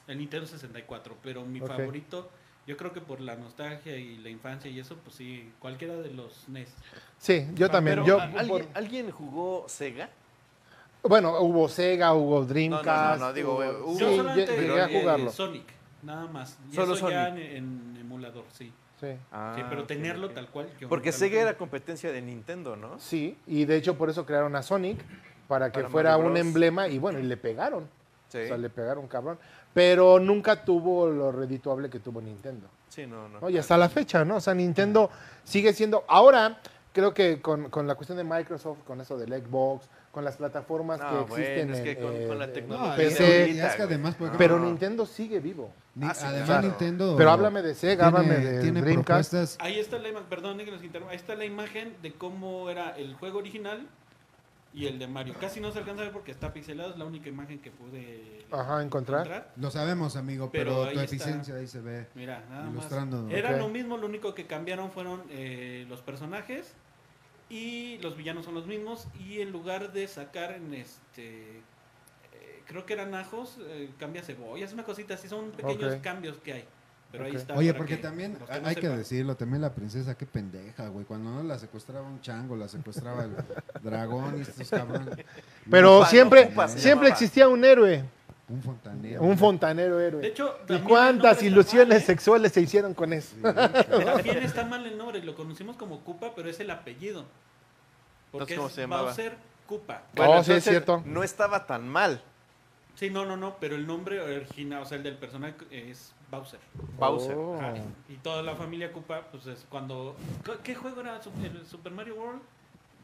F: el Nintendo 64, pero mi
A: Ok.
F: favorito yo creo que por la nostalgia y la infancia y eso, pues sí, cualquiera de los E NES.
A: sí, yo también.
E: Pero,
A: yo,
E: ¿a-
A: por-
E: ¿alguien, alguien jugó Sega?
A: bueno, hubo Sega, hubo Dreamcast.
E: no, digo,
A: hubo-
E: güey, hubo-
A: Uh, sí,
F: Yo
A: lle-
F: solamente
A: llegué a
F: eh,
A: jugarlo.
F: Sonic, nada más. Y
E: Solo
F: eso ya en,
E: Sonic.
F: en emulador, sí.
A: Sí.
F: Sí, pero
E: Ah, ok,
F: tenerlo
E: ok.
F: tal cual. yo
E: Porque
F: nunca lo
E: Sega
F: tuve.
E: era competencia de Nintendo, ¿no?
A: Sí, y de hecho por eso crearon a Sonic, para que
E: Para
A: fuera
E: Mario
A: un
E: Bros.
A: emblema, y bueno, y le pegaron.
E: Sí.
A: O sea, le pegaron cabrón. Pero nunca tuvo lo redituable que tuvo Nintendo.
E: Sí, no, no.
A: ¿no? Y hasta la fecha, ¿no? O sea, Nintendo sigue siendo. Ahora, creo que con, con la cuestión de Microsoft, con eso del Xbox, con las plataformas
E: No,
A: que
E: bueno,
A: existen.
E: es que
A: en-
E: con-
A: en-
E: con la
A: en
E: tecnología Ah.
A: PC,
E: ahorita,
B: y es que
E: güey.
B: además, por ejemplo,
A: pero
E: No.
A: Nintendo sigue vivo.
B: Ni-
E: Ah, sí,
B: además
E: claro.
B: Nintendo
A: Pero háblame de Sega,
B: tiene-
A: háblame de
B: tiene
A: Dreamcast.
B: propuestas
F: Ahí está la imagen, perdón, que los interrumpa. Ahí está la imagen de cómo era el juego original y el de Mario. Casi no se alcanza a ver porque está pixelado, es la única imagen que pude
A: Ajá, encontrar.
B: Lo sabemos, amigo,
F: Pero
B: pero,
F: ahí
B: tu
F: está.
B: eficiencia ahí se ve.
F: Mira, nada más.
B: Ilustrándonos.
F: Era
A: Ok.
F: lo mismo, lo único que cambiaron fueron eh, los personajes y los villanos son los mismos y en lugar de sacar en este eh, creo que eran ajos, eh, cambia cebollas, una cosita así, son pequeños
A: Ok.
F: cambios que hay. Pero ahí
A: Ok.
F: está.
B: Oye,
F: para
B: porque
F: que
B: también
F: los no
B: hay que
F: sepan.
B: decirlo, también la princesa, qué pendeja, güey. Cuando no la secuestraba un chango, la secuestraba el dragón y estos cabrones.
A: Pero
E: Upa, no,
A: siempre,
E: Upa se
A: siempre
E: llamaba.
A: existía un héroe,
B: Un fontanero.
A: un fontanero héroe.
F: De hecho,
A: ¿Y
F: también el
A: cuántas
F: nombre está
A: ilusiones
F: mal, ¿eh?
A: sexuales se hicieron con eso?
B: Sí, cabrón.
F: También está mal el nombre, lo conocimos como Cupa, pero es el apellido. Porque
E: Entonces, ¿cómo
F: es
E: se llamaba?
F: Bowser Cupa.
A: Oh, sí, es
E: entonces,
A: cierto.
E: No estaba tan mal.
F: Sí, no, no, no, pero el nombre original, o sea, el del personaje es Bowser.
E: Bowser.
A: Oh.
F: Ajá. Y toda la familia Cupa, pues es cuando... ¿Qué- ¿Qué juego era Sup- el Super Mario World?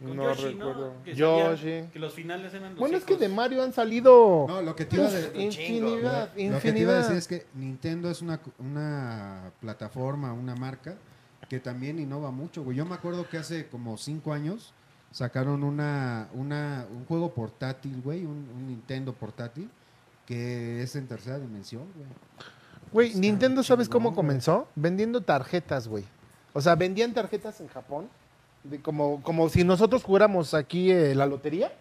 F: Con
A: No
F: Yoshi,
A: recuerdo.
F: ¿no? Que salían-
A: Yoshi.
F: Que los finales eran los
A: Bueno, es que
F: hijos.
A: de Mario han salido
B: No, lo que te iba a
A: uf,
B: de-
A: infinidad,
B: Lo que te iba a
A: infinidad.
B: decir es que Nintendo es una, una plataforma, una marca que también innova mucho, güey. Yo me acuerdo que hace como cinco años sacaron una, una, un juego portátil, güey, un, un Nintendo portátil, que es en tercera dimensión, güey.
A: Güey,
B: Está
A: Nintendo, ¿sabes
B: chingón,
A: cómo
B: güey.
A: comenzó? Vendiendo tarjetas, güey. O sea, vendían tarjetas en Japón, de como, como si nosotros jugáramos aquí eh, la lotería.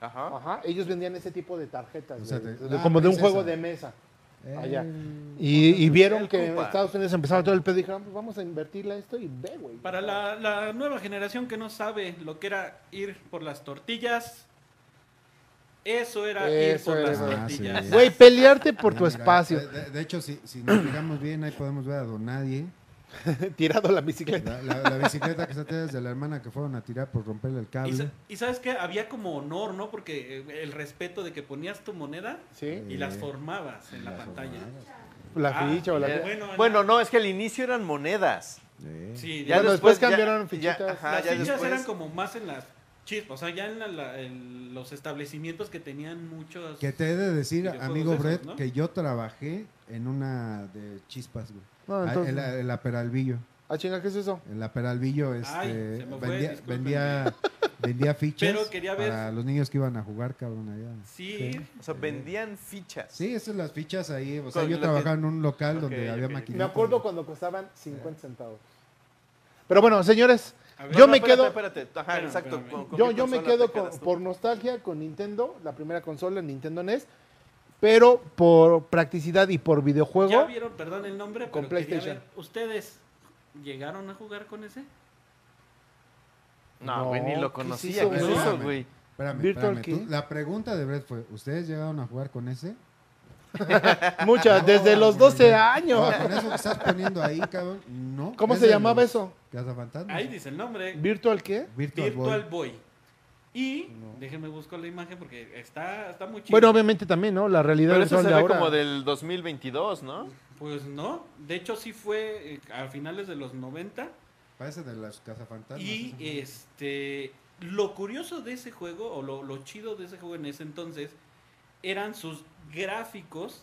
E: Ajá.
A: Ajá, ellos vendían ese tipo de tarjetas,
B: O sea,
A: güey,
B: de-
A: de-
B: ah,
A: como de un
B: es
A: juego
B: esa.
A: de mesa.
B: Eh,
A: Allá. Y, y vieron
E: el
A: que en
E: Koopa.
A: Estados Unidos empezaba todo el pedo y dijeron, "Ah, pues vamos a invertirle a esto y ve, güey.
F: Para la, la nueva generación que no sabe lo que era ir por las tortillas, eso era ir
A: Eso
F: por
A: era.
F: las
A: Ah,
F: tortillas.
B: sí.
A: Güey, pelearte por tu
B: Ah, Mira, eh,
A: espacio.
B: De, de- de hecho, si, si nos fijamos bien, ahí podemos ver a Don Nadie,
A: tirado la bicicleta.
B: La, la- la bicicleta que está tirada es de la hermana que fueron a tirar por romperle el
F: Y,
B: cable.
F: sa- y sabes que había como honor, ¿no? Porque eh, el respeto de que ponías tu moneda
A: Sí,
F: y las formabas en la pantalla.
A: la
F: Ah,
A: ficha o la.
F: ya,
A: Bueno,
F: Bueno,
E: Bueno,
F: la-
E: no, es que al inicio eran monedas.
F: sí,
E: Ya
F: ya
A: después, ah,
E: no- después ya-
A: cambiaron
E: ya-
A: fichitas.
E: ajá.
F: las
E: ya
F: fichas
E: después-
F: eran como más en las chispas, o sea, ya en la- la- el- los establecimientos que tenían muchos...
B: Que te he de decir,
F: Videojuegos
B: amigo
F: esos,
B: Brett,
F: ¿no?
B: que yo trabajé en una de chispas, güey.
A: No,
B: Ah,
A: entonces-
B: en, la, en la Peralvillo.
A: Ah, chinga, ¿qué es eso?
B: En la Peralvillo este,
F: Ay, se me fue,
B: vendía,
F: discúlpenme.
B: vendía, vendía fichas
F: Pero quería ver-
B: para los niños que iban a jugar, cabrón, allá.
F: Sí,
E: O sea, vendían fichas.
B: Sí, esas las fichas ahí. O sea,
E: Con
B: yo
E: la
B: trabajaba en un local
E: Ok,
B: donde había
E: ok.
B: maquinitas.
A: Me acuerdo cuando costaban 50 centavos. Pero bueno, señores,
F: A ver,
A: yo
E: No, no,
A: me
E: espérate,
A: quedo.
E: Espérate, Ajá,
F: Espérame,
E: exacto.
F: espérame.
E: ¿con- con
A: Yo,
E: qué
A: yo me
E: consola te
A: quedo con-
E: quedas tú?
A: por nostalgia con Nintendo, la primera consola, Nintendo NES, pero por practicidad y por
F: ya
A: videojuego,
F: vieron, perdón el nombre, pero
A: Con
F: quería
A: PlayStation.
F: ver, ¿ustedes llegaron a jugar con ese?
E: No, güey, ni
A: No,
E: lo
A: ¿qué
E: conocía.
A: hizo,
E: ¿Qué es
B: güey?
E: eso, güey?
B: Espérame,
A: Virtual
B: espérame, tú-
A: Kid.
B: La pregunta de Brett fue, ¿ustedes llegaron a jugar con ese?
A: muchas, desde los 12 años.
B: Ah, con eso que estás poniendo ahí, cabrón, no.
A: ¿Cómo
B: es
A: se
B: de
A: llamaba
B: los
A: eso?
B: cazafantasmas.
F: Ahí dice el nombre.
A: ¿Virtual qué?
B: Virtual,
F: Virtual
B: Boy.
F: Boy. Y déjenme buscar la imagen porque está, está muy chido.
A: Bueno, obviamente también, ¿no? La realidad
E: Pero
A: del
E: eso
A: sol
E: se
A: de
E: ve
A: ahora.
E: como del 2022, ¿no?
F: pues no, de hecho sí fue eh, a finales de los 90
B: Parece de los cazafantasmas.
F: y este lo curioso de ese juego o lo, lo chido de ese juego en ese entonces eran sus gráficos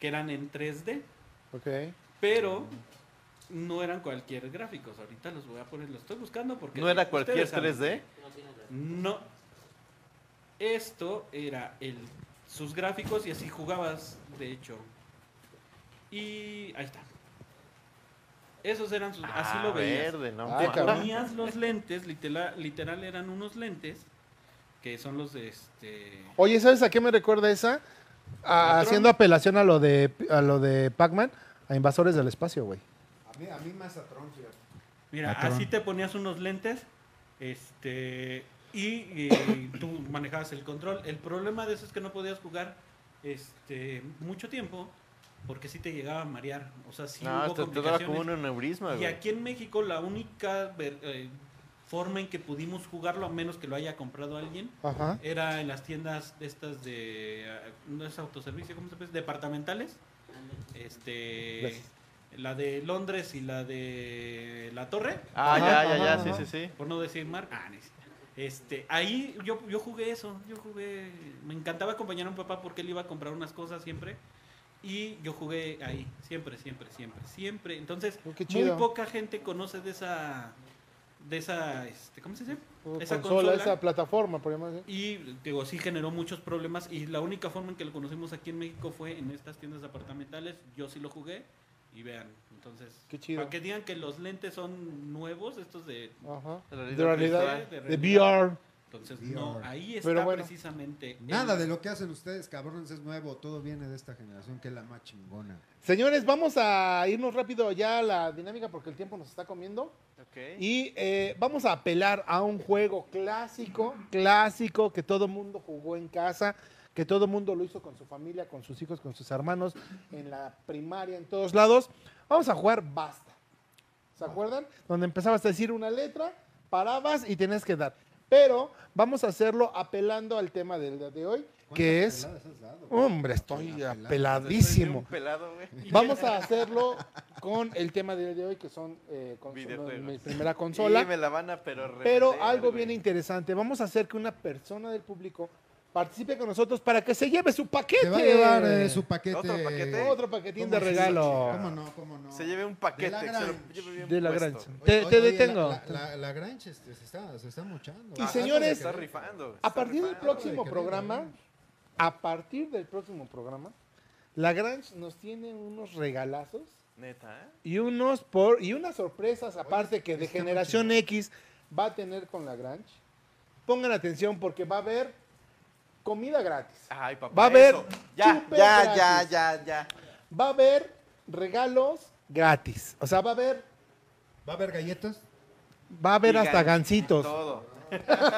F: que eran en 3D,
A: Ok.
F: pero no eran cualquier gráficos. Ahorita los voy a poner, los estoy buscando porque
E: No era
F: ustedes
E: cualquier
F: saben.
E: 3D.
F: No. Esto era el, sus gráficos y así jugabas, de hecho. Y ahí está. Esos eran sus... así
E: Ah,
F: lo veías.
E: verde, no.
A: Ah,
F: Te
E: mames.
A: cabrón.
F: ponías los lentes, literal, literal eran unos lentes, que son los de este...
A: Oye, ¿sabes a qué me recuerda esa? A-
F: ¿Otro?
A: haciendo apelación a lo de, a lo de Pac-Man, a Invasores del Espacio, güey.
B: A mí, a mí más atrón, fíjate.
F: Mira,
B: Ah, cabrón.
F: así te ponías unos lentes, este... Y, eh, tú manejabas el control. El problema de eso es que no podías jugar este, mucho tiempo, porque sí te llegaba a marear. O sea, sí
E: No,
F: hubo
E: te, te daba como
F: complicaciones.
E: un aneurisma,
F: Y
E: güey.
F: aquí en México la única ver- eh, forma en que pudimos jugarlo, a menos que lo haya comprado alguien,
A: Ajá.
F: era en las tiendas de estas de... eh, No es autoservicio, ¿cómo se dice? Departamentales. Este...
A: Gracias.
F: La de Londres y la de La Torre,
E: Ah,
A: Ajá,
E: ya, ya, ya,
A: ajá,
E: sí,
A: ajá.
E: sí, sí.
F: por no decir marca. Ah, no es- Este, ahí yo, yo jugué eso, yo jugué... Me encantaba acompañar a un papá porque él iba a comprar unas cosas siempre. Y yo jugué ahí, siempre, siempre, siempre, siempre. Entonces,
A: Oh, qué
F: muy
A: chido.
F: poca gente conoce de esa, de esa, este, ¿cómo se dice?
A: Oh,
F: esa
A: consola,
F: consola.
A: esa plataforma, por llamarlo así.
F: Y digo, sí generó muchos problemas y la única forma en que lo conocimos aquí en México fue en estas tiendas departamentales. Yo sí lo jugué y vean, entonces,
A: Qué chido.
F: para que digan que los lentes son nuevos, estos de...
A: Ajá.
E: Realidad
A: De realidad,
F: virtual,
A: de
F: de realidad.
A: VR.
F: Entonces,
B: VR.
F: no, ahí
A: Pero
F: está
A: bueno.
F: precisamente... el-
B: Nada de lo que hacen ustedes, cabrones, es nuevo. Todo viene de esta generación que es la más chingona.
A: Señores, vamos a irnos rápido ya a la dinámica porque el tiempo nos está comiendo.
E: Ok.
A: Y eh, vamos a apelar a un juego clásico, clásico, que todo mundo jugó en casa, que todo mundo lo hizo con su familia, con sus hijos, con sus hermanos, en la primaria, en todos lados. Vamos a jugar basta. ¿Se acuerdan? Donde empezabas a decir una letra, parabas y tenías que dar. Pero vamos a hacerlo apelando al tema del día de hoy, que es...
B: ¿Cuántas peladas has dado?
A: Hombre, estoy
B: Apelada.
E: Estoy bien
A: apeladísimo.
E: pelado, güey.
A: Vamos a hacerlo con el tema del día de hoy, que son eh, consolas,
E: Videojuegos.
A: mi primera consola.
E: Y me la van a pero
A: Pero
E: reventar,
A: algo
E: güey.
A: bien interesante. Vamos a hacer que una persona del público participe con nosotros para que se lleve su paquete.
B: Se va a llevar eh, su paquete.
E: ¿Otro paquete?
A: otro paquetín
B: ¿Cómo
A: de
B: sí?
A: regalo.
B: ¿Cómo no? ¿Cómo no?
E: Se lleve un paquete.
B: De la
E: que se lo
B: Grange.
E: lleve bien
A: De la
E: puesto.
A: Grange.
B: Oye,
A: Te, te
B: oye, oye,
A: detengo.
B: La, la- la Grange este, se está, se está mochando.
A: Y
E: Ah,
A: señores,
E: se está rifando. güey, se
A: a
E: está
A: partir del
E: rifando, güey.
A: próximo
B: qué eh.
A: programa,
B: regalo.
A: a partir del próximo programa, la Grange nos tiene unos regalazos
E: Neta, ¿eh?
A: y unos por y unas sorpresas aparte que de
B: está muy
A: generación X va a tener con la Grange. Pongan atención porque va a haber comida gratis.
E: Ay, papá.
A: Va a haber
E: eso. Ya,
A: chupe
E: ya, ya,
A: gratis.
E: ya, ya.
A: va a haber regalos gratis. O sea, va a haber,
B: ¿Va a haber galletas?
A: va a haber
E: Y
A: hasta
E: gancitos,
A: gancitos.
E: Todo.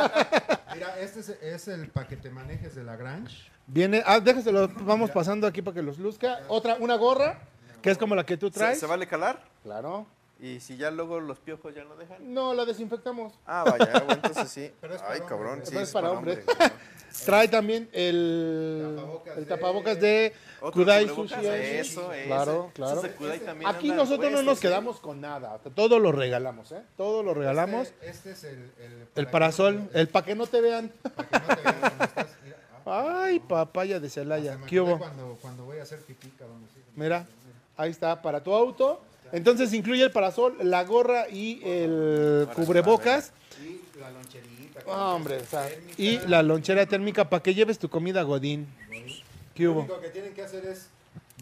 B: Mira, este es, es el paquete manejes de la Grange.
A: Viene, ah, déjaselo, vamos pasando aquí para que los luzca. Otra, una gorra, que es como la que tú
E: ¿Se,
A: traes.
E: ¿Se vale calar?
A: Claro.
E: Y si ya luego los piojos ya no dejan.
A: No, la desinfectamos.
E: Ah, vaya, güey, entonces sí.
B: Pero es
E: Ay,
B: para
E: cabrón,
B: hombres,
E: sí.
A: pero es para hombres.
E: güey, ¿no?
A: Trae también el
B: Tapabocas
A: el
B: de-
A: tapabocas de
E: Otro
A: Kudai
E: cubrebocas,
A: Sushi. Air.
E: Eso, eso.
A: Claro, claro.
E: Esos de Kudai también
A: Aquí
E: andan
B: pues,
A: nosotros no
E: puestos,
A: nos
E: ¿eh?
A: quedamos con nada. Todo lo regalamos, ¿eh? Todo lo regalamos.
B: Este, este es el, el,
A: El parasol, el pa' que no te vean.
B: Para que no te vean cuando estás. mira, ah,
A: Ay, papaya de
B: hasta
A: Celaya.
B: me
A: ¿Qué
B: acordé
A: hubo?
B: Cuando, cuando voy a hacer pipí, cabrón. así.
A: Mira, ahí está, para tu auto. Entonces incluye el parasol, la gorra y el cubrebocas.
B: Y la loncherita.
A: Ah, hombre, o sea,
B: térmica.
A: y la lonchera térmica para que lleves tu comida Godín. ¿Qué
B: Lo
A: hubo?
B: único que tienen que hacer es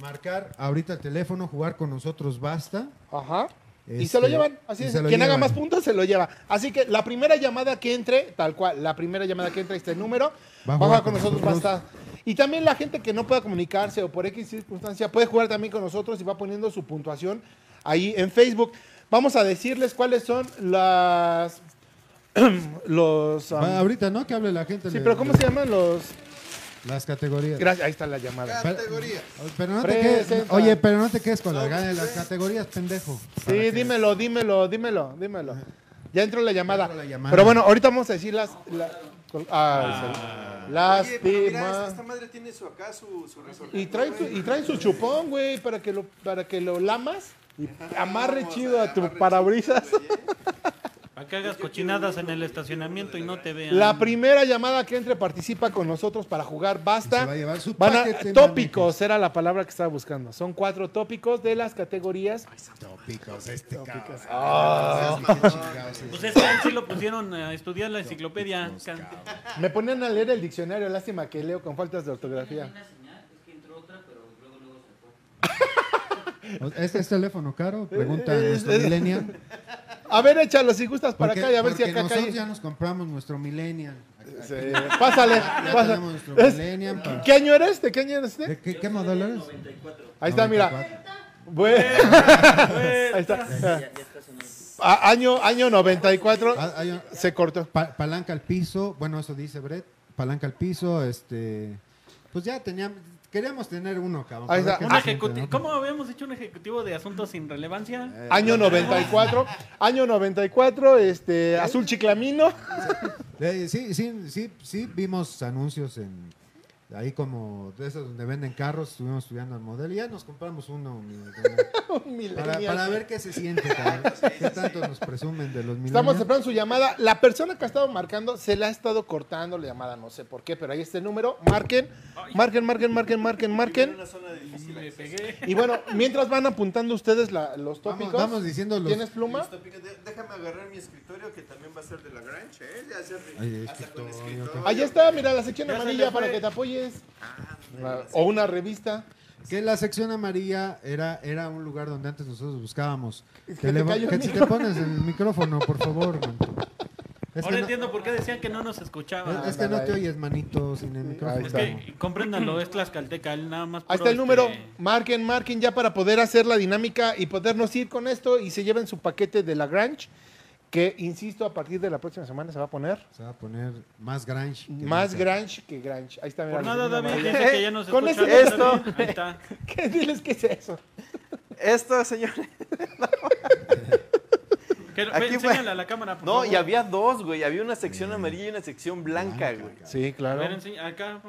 B: marcar ahorita el teléfono, jugar con nosotros, basta.
A: Ajá. y se lo
B: Este,
A: llevan, así
B: y
A: es.
B: se
A: Quien
B: lo
A: haga
B: llevan.
A: más puntos se lo lleva. Así que la primera llamada que entre, tal cual, la primera llamada que entre a este número, va a jugar con nosotros, basta. Y también la gente que no pueda comunicarse o por X circunstancia puede jugar también con nosotros y va poniendo su puntuación ahí en Facebook. Vamos a decirles cuáles son las. los. um,
B: Va, ahorita, ¿no? Que hable la gente.
A: sí,
B: le-
A: pero ¿cómo
B: le-
A: se llaman los.?
B: Las categorías.
A: Gracias, ahí está la llamada.
B: Pero- Pero no te
A: Presenta.
B: quedes, oye, pero no te quedes con las ganas de las categorías, pendejo. Para
A: Sí,
B: que-
A: dímelo, dímelo, dímelo, dímelo. Ya entró la llamada.
B: entró la llamada. Ah.
A: Pero bueno, ahorita vamos a decir las. la- col- ay,
E: Oye, pero mira, esta, esta
A: Lástima.
E: madre tiene su, acá su, su resorte.
A: Y traen su, y traen su chupón, güey, para que lo, para que lo lamas y amarre chido a tu parabrisas.
F: Para que hagas cochinadas en el estacionamiento y no te vean.
A: La primera llamada que entre participa con nosotros para jugar
B: Y
A: basta.
B: se va a llevar su
A: Van a-
B: paquete,
A: tópicos era la palabra que estaba buscando. Son cuatro tópicos de las categorías.
B: Tópicos, este cabrón.
A: Ah.
F: Pues es que a él sí lo pusieron a estudiar la enciclopedia. Can-
A: Me ponían a leer el diccionario, lástima que leo con faltas de ortografía.
B: Este es teléfono caro, pregunta
A: Eh, eh,
B: nuestro
A: eh.
B: millennial.
A: A ver, échalo si gustas para
B: Porque-
A: acá y a ver si
B: porque
A: acá
B: nosotros
A: cae.
B: ya nos compramos nuestro millennial. Acá-
A: Sí, Pásale,
B: Ya
A: pásale.
B: tenemos nuestro pues.
A: Es-
B: millennial. pa-
A: ¿Qué año eres? ¿De qué año eres?
B: ¿De ¿Qué, qué modelo eres?
A: Ahí está, mira.
B: 94.
A: Bueno. Ahí está. A- año, año 94.
B: Ah, hay un-
A: Se cortó.
B: pa- palanca al piso, bueno, eso dice Brett. Palanca al piso, este. Pues ya teníamos. Queríamos tener uno, cabrón.
A: Ahí
B: para
A: está.
B: ver
F: Un
B: qué se siente,
F: ejecutivo.
B: ¿no?
F: ¿Cómo habíamos hecho un ejecutivo de asuntos sin
B: Eh,
F: relevancia?
A: Año 94. Año 94. Este, azul chiclamino.
B: Eh, sí, sí, sí, sí, vimos anuncios en ahí como de esos donde venden carros, estuvimos estudiando el modelo y ya nos compramos uno mi- para,
A: Millennial.
B: para ver qué se siente, cabrón, qué tanto nos presumen de los
A: Estamos
B: millennials.
A: esperando su llamada. La persona que ha estado marcando se la ha estado cortando la llamada. No sé por qué, pero ahí está el número. Marquen, marquen, marquen, marquen, marquen, marquen.
E: Una zona de difícil
F: Me
E: acceso.
F: pegué.
A: Y bueno, mientras van apuntando ustedes la- los
B: Vamos,
A: tópicos.
B: vamos diciendo los
A: ¿Tienes pluma?
E: Listo, pica, de- Déjame agarrar mi escritorio que también va a ser de la Grange, ¿eh? Ya sea de-
B: Ay,
E: hasta con
B: escritorio,
E: escritorio.
A: Ahí está, mira, la sección
F: Ya se
A: amarilla
F: le fue.
A: para que te apoyes. Ah, O una revista.
B: que la sección amarilla era era un lugar donde antes nosotros buscábamos.
A: Es que te
B: que le-
A: cayó el
B: que si te
A: micrófono.
B: pones el micrófono, por favor. man. Es
F: Ahora
B: que, no,
F: entiendo por qué decían que no nos escuchaban.
B: es- es que no te oyes, manito, sin el
A: ahí
B: micrófono.
F: Es
A: está.
F: que, compréndanlo, es Tlaxcalteca, él nada más.
A: Ahí
F: puro,
A: está el número.
F: este,
A: Marquen, marquen ya para poder hacer la dinámica y podernos ir con esto y se lleven su paquete de la Grange, que insisto, a partir de la próxima semana se va a poner
B: Se va a poner más grunge. que
A: más
B: nunca.
A: Grange que Grange. Ahí está, mira.
F: Por
A: la
F: nada,
A: sección
F: David,
A: amarilla.
F: dice que ya nos
A: Con
F: escuchan.
A: eso-
F: Está bien, Ahí está.
A: ¿Qué diles que es eso?
E: Esta, señores.
F: Que- ve,
E: Aquí fue-
F: enséñala a la cámara, por
E: No,
F: favor.
E: y había dos, güey. Había una
F: Mm.
E: sección amarilla y una sección blanca, güey.
A: Sí,
F: A
A: claro.
F: ver, enseña, acá.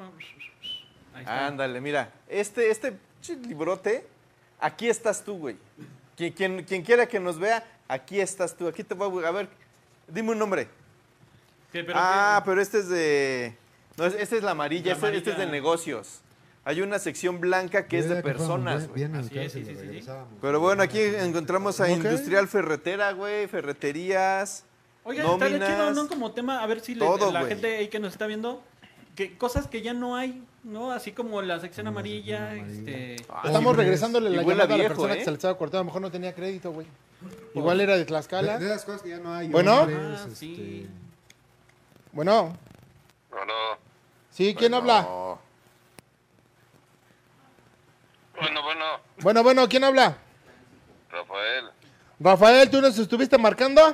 F: Ahí está.
E: Ándale, mira. Este, este chi- librote, aquí estás tú, güey. Quien, quien, quien quiera que nos vea, aquí estás tú. Aquí te voy a... A ver, dime un nombre.
F: Sí, pero
E: ah,
F: que-
E: pero este es de... No, es- esta es la amarilla,
F: La
E: este- este es de
F: amarilla.
E: negocios. Hay una sección blanca que es
B: Mira
E: de
B: que fuéramos
E: personas,
B: bien-
E: güey.
B: bien al
F: Así es,
B: caso y lo
F: sí, sí, sí, sí.
B: regresábamos.
E: Pero bueno, aquí encontramos a
A: Ok.
E: Industrial Ferretera, güey, ferreterías,
F: Oigan, estaría
E: nóminas.
F: chido, ¿no? Como tema, a ver si le-
E: Todo,
F: la
E: güey.
F: gente ahí que nos está viendo, que cosas que ya no hay, ¿no? Así como la sección
B: Como la
F: amarilla,
B: sección amarilla.
F: este...
E: Ah,
A: Estamos
B: Hombres.
A: regresándole la
E: Y huele
A: llamada
E: a
A: a la
E: viejo,
A: persona
E: ¿eh?
A: que se le estaba cortando. A lo mejor no tenía crédito, güey. Igual era de
B: De, de
A: Tlaxcala.
B: las cosas que ya no hay.
A: Bueno.
B: hombres,
F: Ah, sí.
B: este,
A: Bueno,
H: Bueno,
A: sí, ¿quién
E: Bueno,
A: habla?
H: bueno, bueno,
A: Bueno, bueno, ¿quién habla?
H: Rafael,
A: Rafael, ¿tú nos estuviste marcando?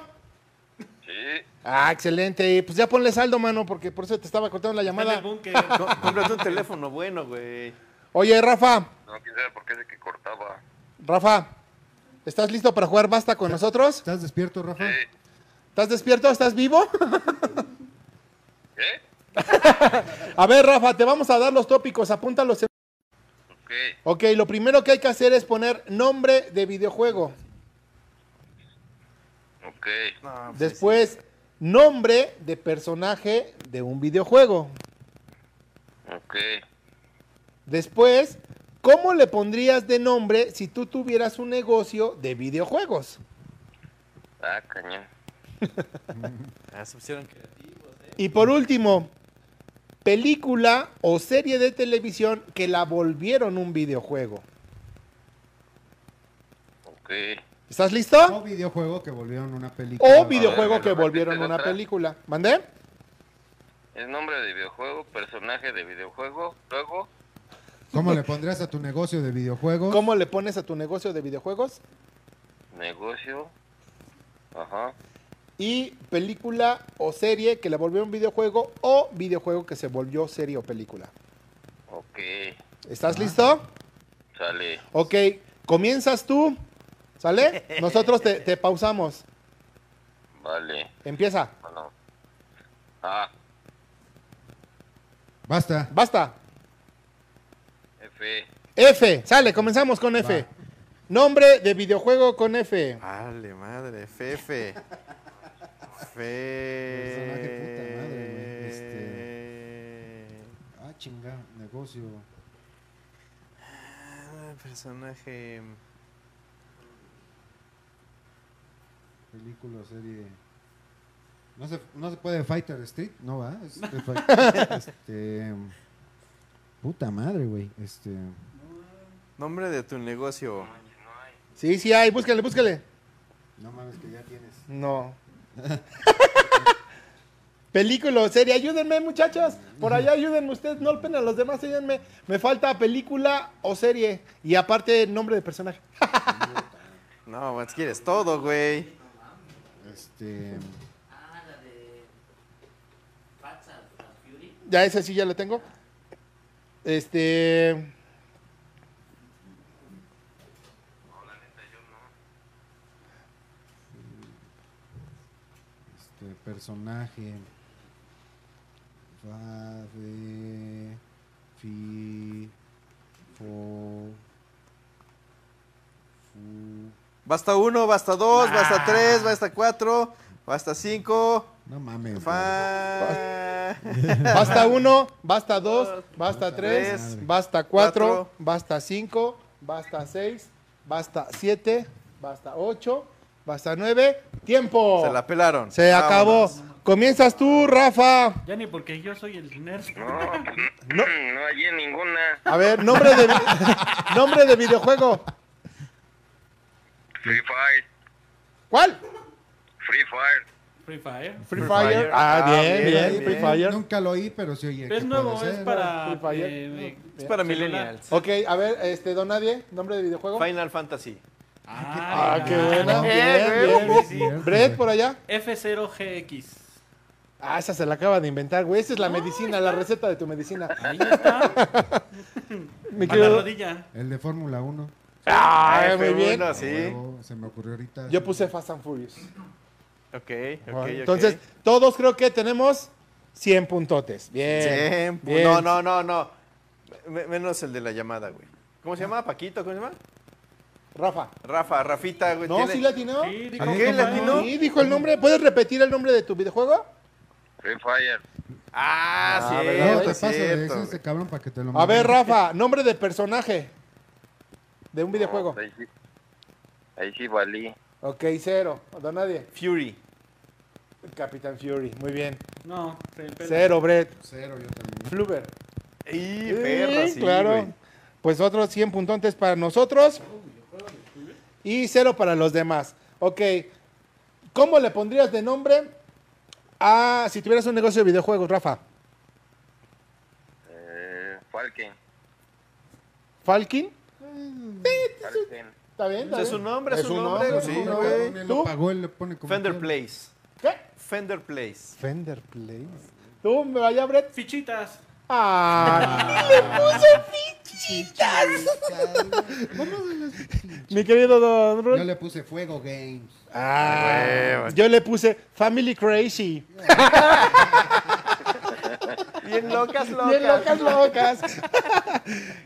H: sí,
A: Ah, excelente. Pues ya ponle saldo, mano, porque por eso te estaba cortando la
F: está en el
A: llamada.
F: búnker.
E: có- Cómprate un teléfono bueno, güey.
A: Oye, Rafa,
H: no quisiera porque es el que cortaba.
A: Rafa, ¿Estás listo para jugar basta con nosotros?
B: ¿Estás despierto, Rafa?
E: ¿Eh?
H: sí.
A: ¿Estás despierto? ¿Estás vivo?
H: ¿Qué?
A: A ver, Rafa, te vamos a dar los tópicos, apúntalos. en-
H: Ok,
A: Ok, lo primero que hay que hacer es poner nombre de videojuego.
H: ok.
E: No, pues,
A: Después, nombre de personaje de un videojuego.
H: Ok.
A: Después, ¿cómo le pondrías de nombre si tú tuvieras un negocio de videojuegos?
H: Ah, cañón.
E: ah, se pusieron creativos, ¿eh?
A: Y por último, película o serie de televisión que la volvieron un videojuego.
H: Ok.
A: ¿Estás listo?
B: O videojuego que volvieron una película.
A: O videojuego que volvieron una película. ¿Mandé?
H: Es nombre de videojuego, personaje de videojuego, luego.
B: ¿Cómo le pondrías a tu negocio de videojuegos?
A: ¿Cómo le pones a tu negocio de videojuegos?
H: Negocio. Ajá.
A: Y película o serie que la volvió un videojuego o videojuego que se volvió serie o película.
H: Ok.
A: ¿Estás listo?
H: Sale.
A: Ok, comienzas tú. ¿Sale? Nosotros te, te pausamos.
H: Vale.
A: Empieza.
H: Bueno. A.
B: Basta.
A: Basta.
H: F.
A: F. Sale, comenzamos con F.
B: Va.
A: Nombre de videojuego con F.
E: Vale, madre, Fefe.
B: Personaje puta madre, güey,
E: Fe.
B: Ah, chinga, negocio.
E: Ah, Personaje.
B: Película, serie. No se, no se puede Fighter Street, no va. Es de Fight- este. Puta madre, güey. Este.
E: Nombre de tu negocio.
A: Sí, sí hay. Búscale, búscale.
B: No mames, que ya tienes.
A: No. película o serie. Ayúdenme, muchachos. Por allá ayúdenme ustedes. No olviden a los demás. Ayúdenme. Me falta película o serie. Y aparte, nombre de personaje.
E: No, más quieres todo, güey.
B: Este.
A: Ya ese sí ya lo tengo. Este.
B: Este personaje. Fa, fe, fi, fo, fu.
E: Basta uno, basta dos, basta tres, basta cuatro, basta cinco.
B: No mames. güey.
E: Fa.
A: Basta uno, basta dos, basta tres,
B: tres,
A: basta cuatro,
E: cuatro,
A: basta cinco, basta seis, basta siete, basta ocho, basta nueve. ¡Tiempo!
E: Se la pelaron.
A: Se acabó.
E: Vámonos.
A: Comienzas tú, Rafa.
F: Ya ni porque yo soy el nerd.
E: Ah.
H: No, no, no hallé ninguna.
A: A ver, nombre de, vi- nombre de videojuego.
H: Free Fire.
A: ¿Cuál?
H: Free Fire.
F: Free Fire.
A: Free
E: Free
A: Fire.
E: Fire.
A: Ah,
E: Ah,
A: bien,
E: bien,
A: bien,
E: bien.
A: Free Fire.
B: Nunca lo oí, pero sí oye.
F: Es
B: que
F: nuevo,
B: puede
F: es
B: ser.
F: para.
A: Free Fire.
F: eh, de-
E: Es para
F: celular.
E: millennials.
A: Ok, a ver, este, don Nadie, nombre de videojuego.
E: Final Fantasy.
F: Ah,
A: Ah, qué
F: ya.
A: buena. Bien, bien, bien. Brett, por allá.
F: F0GX.
A: Ah, esa se la acaba de inventar, güey. Esa es la medicina, la receta de tu medicina.
F: Ahí está.
A: Me
F: Para la
A: quedo.
F: rodilla.
B: El de Fórmula 1.
A: Ah, muy
E: F1,
A: bien.
E: sí.
B: Luego Se me ocurrió ahorita.
A: Yo puse Fast and Furious.
E: Ok, ok,
A: Bueno,
E: ok.
A: Entonces, todos creo que tenemos 100 puntotes. Bien.
E: Cien pu-
A: bien.
E: No, no, no, no. Me- menos el de la llamada, güey. ¿Cómo se llama? ¿Paquito? ¿Cómo se llama?
A: Rafa.
E: Rafa, Rafita, güey.
A: ¿No?
E: Pues tiene-
A: ¿Sí latinó?
F: Sí, dijo
B: ¿A
F: que
E: qué
F: no.
E: le atinó?
A: Sí, dijo el nombre. ¿Puedes repetir el nombre de tu videojuego?
H: Free Fire.
E: Ah,
A: Ah,
B: No, te
A: ¿verdad?
E: cierto,
B: paso de
E: cierto.
B: ese
E: güey.
B: este cabrón para que te lo
A: A
B: mande.
A: ver,
E: Mm.
A: Rafa, nombre de personaje de un videojuego.
H: Ahí sí. Ahí sí valí.
A: Ok, cero. Don Nadie.
E: Fury.
A: Capitán Fury. Muy bien.
F: No, se le pela.
A: Cero, Brett.
B: Cero, yo también.
A: Fluber.
E: Y
A: Sí,
E: perra, sí,
A: claro.
E: güey.
A: Pues otros 100 puntontes para nosotros y cero para los demás. Ok, ¿cómo le pondrías de nombre a si tuvieras un negocio de videojuegos, Rafa?
H: Eh, Falken.
A: ¿Falkin?
H: Falken.
A: ¿Está bien? está
E: Es
A: bien.
E: un nombre, es un nombre,
A: es
E: sí,
A: un
B: No,
A: nombre.
B: él
A: ¿Tú?
B: lo pagó, él le pone como.
E: Fender
B: quiera.
E: Place.
A: ¿Qué?
E: Fender Place.
A: Fender Place. ¿Tú, me vaya, Brett?
F: Fichitas.
A: Ah, mi querido Don Rul.
B: Yo le puse Fuego Games.
A: Ah, yo le puse Family Crazy.
E: Bien locas, locas.
A: Bien locas, locas.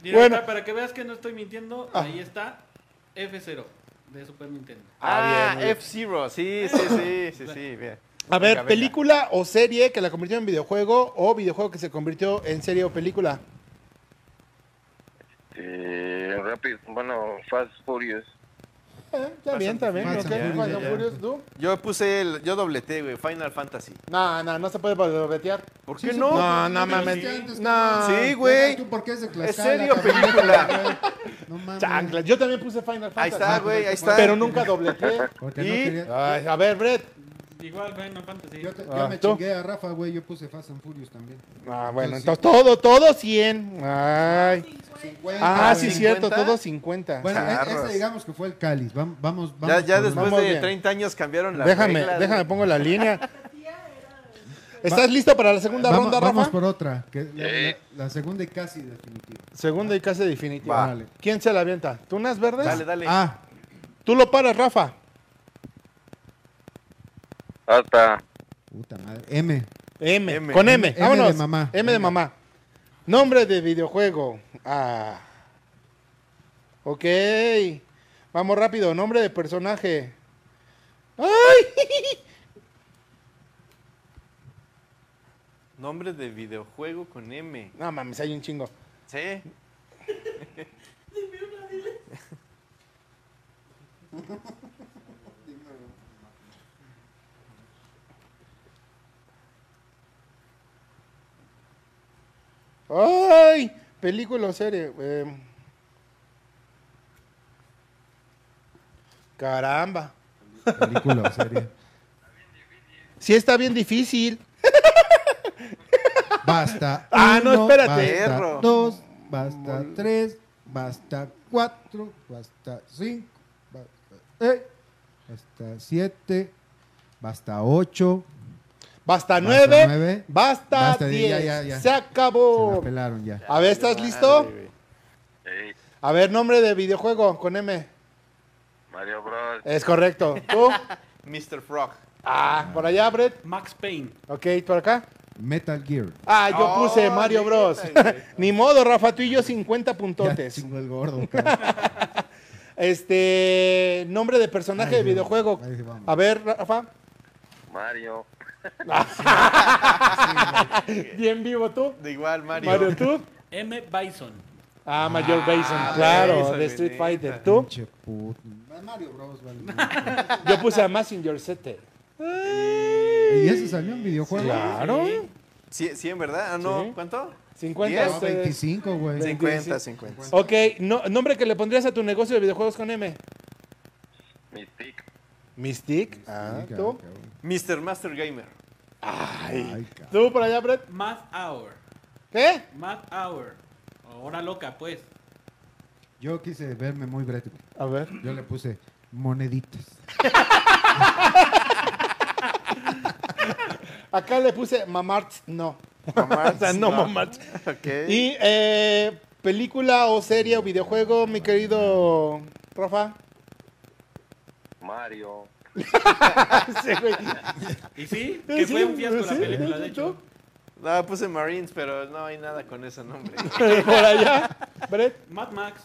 F: Mira,
A: Bueno. Ah.
F: acá, para que veas que no estoy mintiendo, ahí está F0 de Super Nintendo.
E: Ah,
A: Ah, bien, bien.
E: F-Zero. Sí, sí, sí, sí, sí, bien.
A: A
E: Venga, venga.
A: ver, película o serie que la convirtió en videojuego o videojuego que se convirtió en serie o película.
H: Eh, rápido, bueno, Fast Furious.
A: Eh, está bien, está bien.
B: Fast
A: ok.
B: and
A: Fast and
B: Furious,
A: Furious, ¿tú?
E: Yo puse el. Yo dobleté, güey. Final Fantasy.
A: No, no, no se puede dobletear.
E: ¿Por qué no?
A: Ah, No, no mames. No.
E: Sí, güey.
B: ¿Tú por qué es de
E: ¿Es
B: Tlaxcala,
E: serio
B: cabrón?
E: película?
B: No mames.
A: Chanclas. Yo también puse Final Fantasy.
E: Ahí está, güey, ahí está.
A: Pero nunca dobleteé.
B: Porque
E: Y-
B: no quería.
A: Ay, a ver, Brett.
F: Igual, bueno, fantasy.
B: Yo, te- yo
A: Ah,
B: me
A: ¿tú?
B: chingué a Rafa, güey. Yo puse Fast and Furious también.
A: Ah, bueno,
B: Entonces,
A: entonces todo, todo 100. Ay.
B: 50,
A: Ah, sí,
B: güey.
A: cierto,
E: 50.
A: todo 50.
B: Bueno, e-
E: Charros.
B: este digamos que fue el cáliz. Vam- Vamos, vamos.
E: Ya, ya
B: por-
E: después
A: Vamos
E: de
A: bien.
E: 30 años cambiaron la
A: déjame, déjame, pongo la línea. ¿Estás listo para la segunda
B: vamos,
A: ronda,
B: vamos
A: Rafa?
B: por otra. que la,
H: Sí.
B: la- la segunda y casi definitiva.
A: Segunda y casi definitiva.
B: Va. Vale.
A: ¿Quién se la avienta? ¿Tú unas verdes?
E: Dale, dale.
B: Ah,
A: Tú lo paras, Rafa.
H: Hasta
B: puta madre. M.
A: M.
E: M.
A: Con M.
B: M de
A: Vámonos.
B: mamá.
A: M de mamá. Nombre de videojuego. Ah. Ok. Vamos rápido. Nombre de personaje. ¡Ay!
E: Nombre de videojuego con M.
A: No mames, hay un chingo.
E: Sí.
A: ¡Ay! Película o serie. eh. Caramba.
B: Película o serie.
A: Sí está bien difícil.
B: Basta.
A: Ah, no,
B: uno,
A: espérate.
B: Basta
E: Perro.
B: dos, basta tres, basta cuatro, basta cinco, basta, eh, basta siete, basta ocho.
A: Basta
B: Basta
A: nueve.
B: nueve.
A: Basta
B: Basta diez,
A: diez.
B: ya, ya, ya.
A: Se
B: Se la
A: acabó.
B: pelaron ya.
A: A ver, ¿estás listo?
E: Madre, güey.
H: eh,
A: A ver, nombre de videojuego con M.
H: Mario Bros.
A: Es correcto. ¿Tú?
E: Mr. Frog.
A: Ah, por allá, Brett.
F: Max Payne.
A: Ok, por acá.
B: Metal Gear.
A: Ah, yo
E: Oh,
A: puse Mario
E: neta,
A: Bros.
E: güey.
A: Ni modo, Rafa, tú y yo 50
B: Ya
A: puntotes.
B: chingo el gordo, cabrón.
A: Este, nombre de personaje de
B: Ahí sí,
A: videojuego.
B: ahí sí vamos.
A: A ver, Rafa.
H: Mario.
A: Bien vivo tú.
E: De igual, Mario.
A: Mario, tú.
F: M. Bison.
A: Ah, Mayor Basin,
E: Ah,
A: claro,
E: Basin,
A: de Street
E: neta.
A: Fighter. Tú.
B: Pinche puto. Mario Bros. Vale.
A: Yo puse a Massinger Z.
B: y ese salió en videojuego.
A: Claro.
E: Sí, sí, en verdad. Ah, no.
A: Sí.
E: ¿Cuánto?
A: 50
E: Diez.
B: No,
A: ustedes.
B: 25, güey.
E: 50, 50.
A: Ok, no- nombre que le pondrías a tu negocio de videojuegos con M.
H: Mystic.
A: Mystic. Ah,
B: Sí,
A: tú.
B: cabrón.
E: Mr. Master Gamer.
B: Ay, cabrón.
A: Tú por allá, Brett.
F: Mad Hour.
A: ¿Qué?
F: Mad Hour. O Hora loca, pues.
B: Yo quise verme muy brete.
A: A ver.
B: Yo le puse moneditas.
A: Acá le puse Mamarts, no. o sea, no, Mamarts.
E: Ok.
A: Y eh, película o serie o videojuego, mi querido Rafa.
H: Mario.
A: Ah, Sí, güey.
F: ¿Y sí? Que
A: Sí,
F: fue un fiasco
A: sí,
F: la película,
A: ¿tú?
F: de hecho.
E: No, puse Marines, pero no hay nada con ese nombre.
A: por allá. Brett.
F: Mad Max.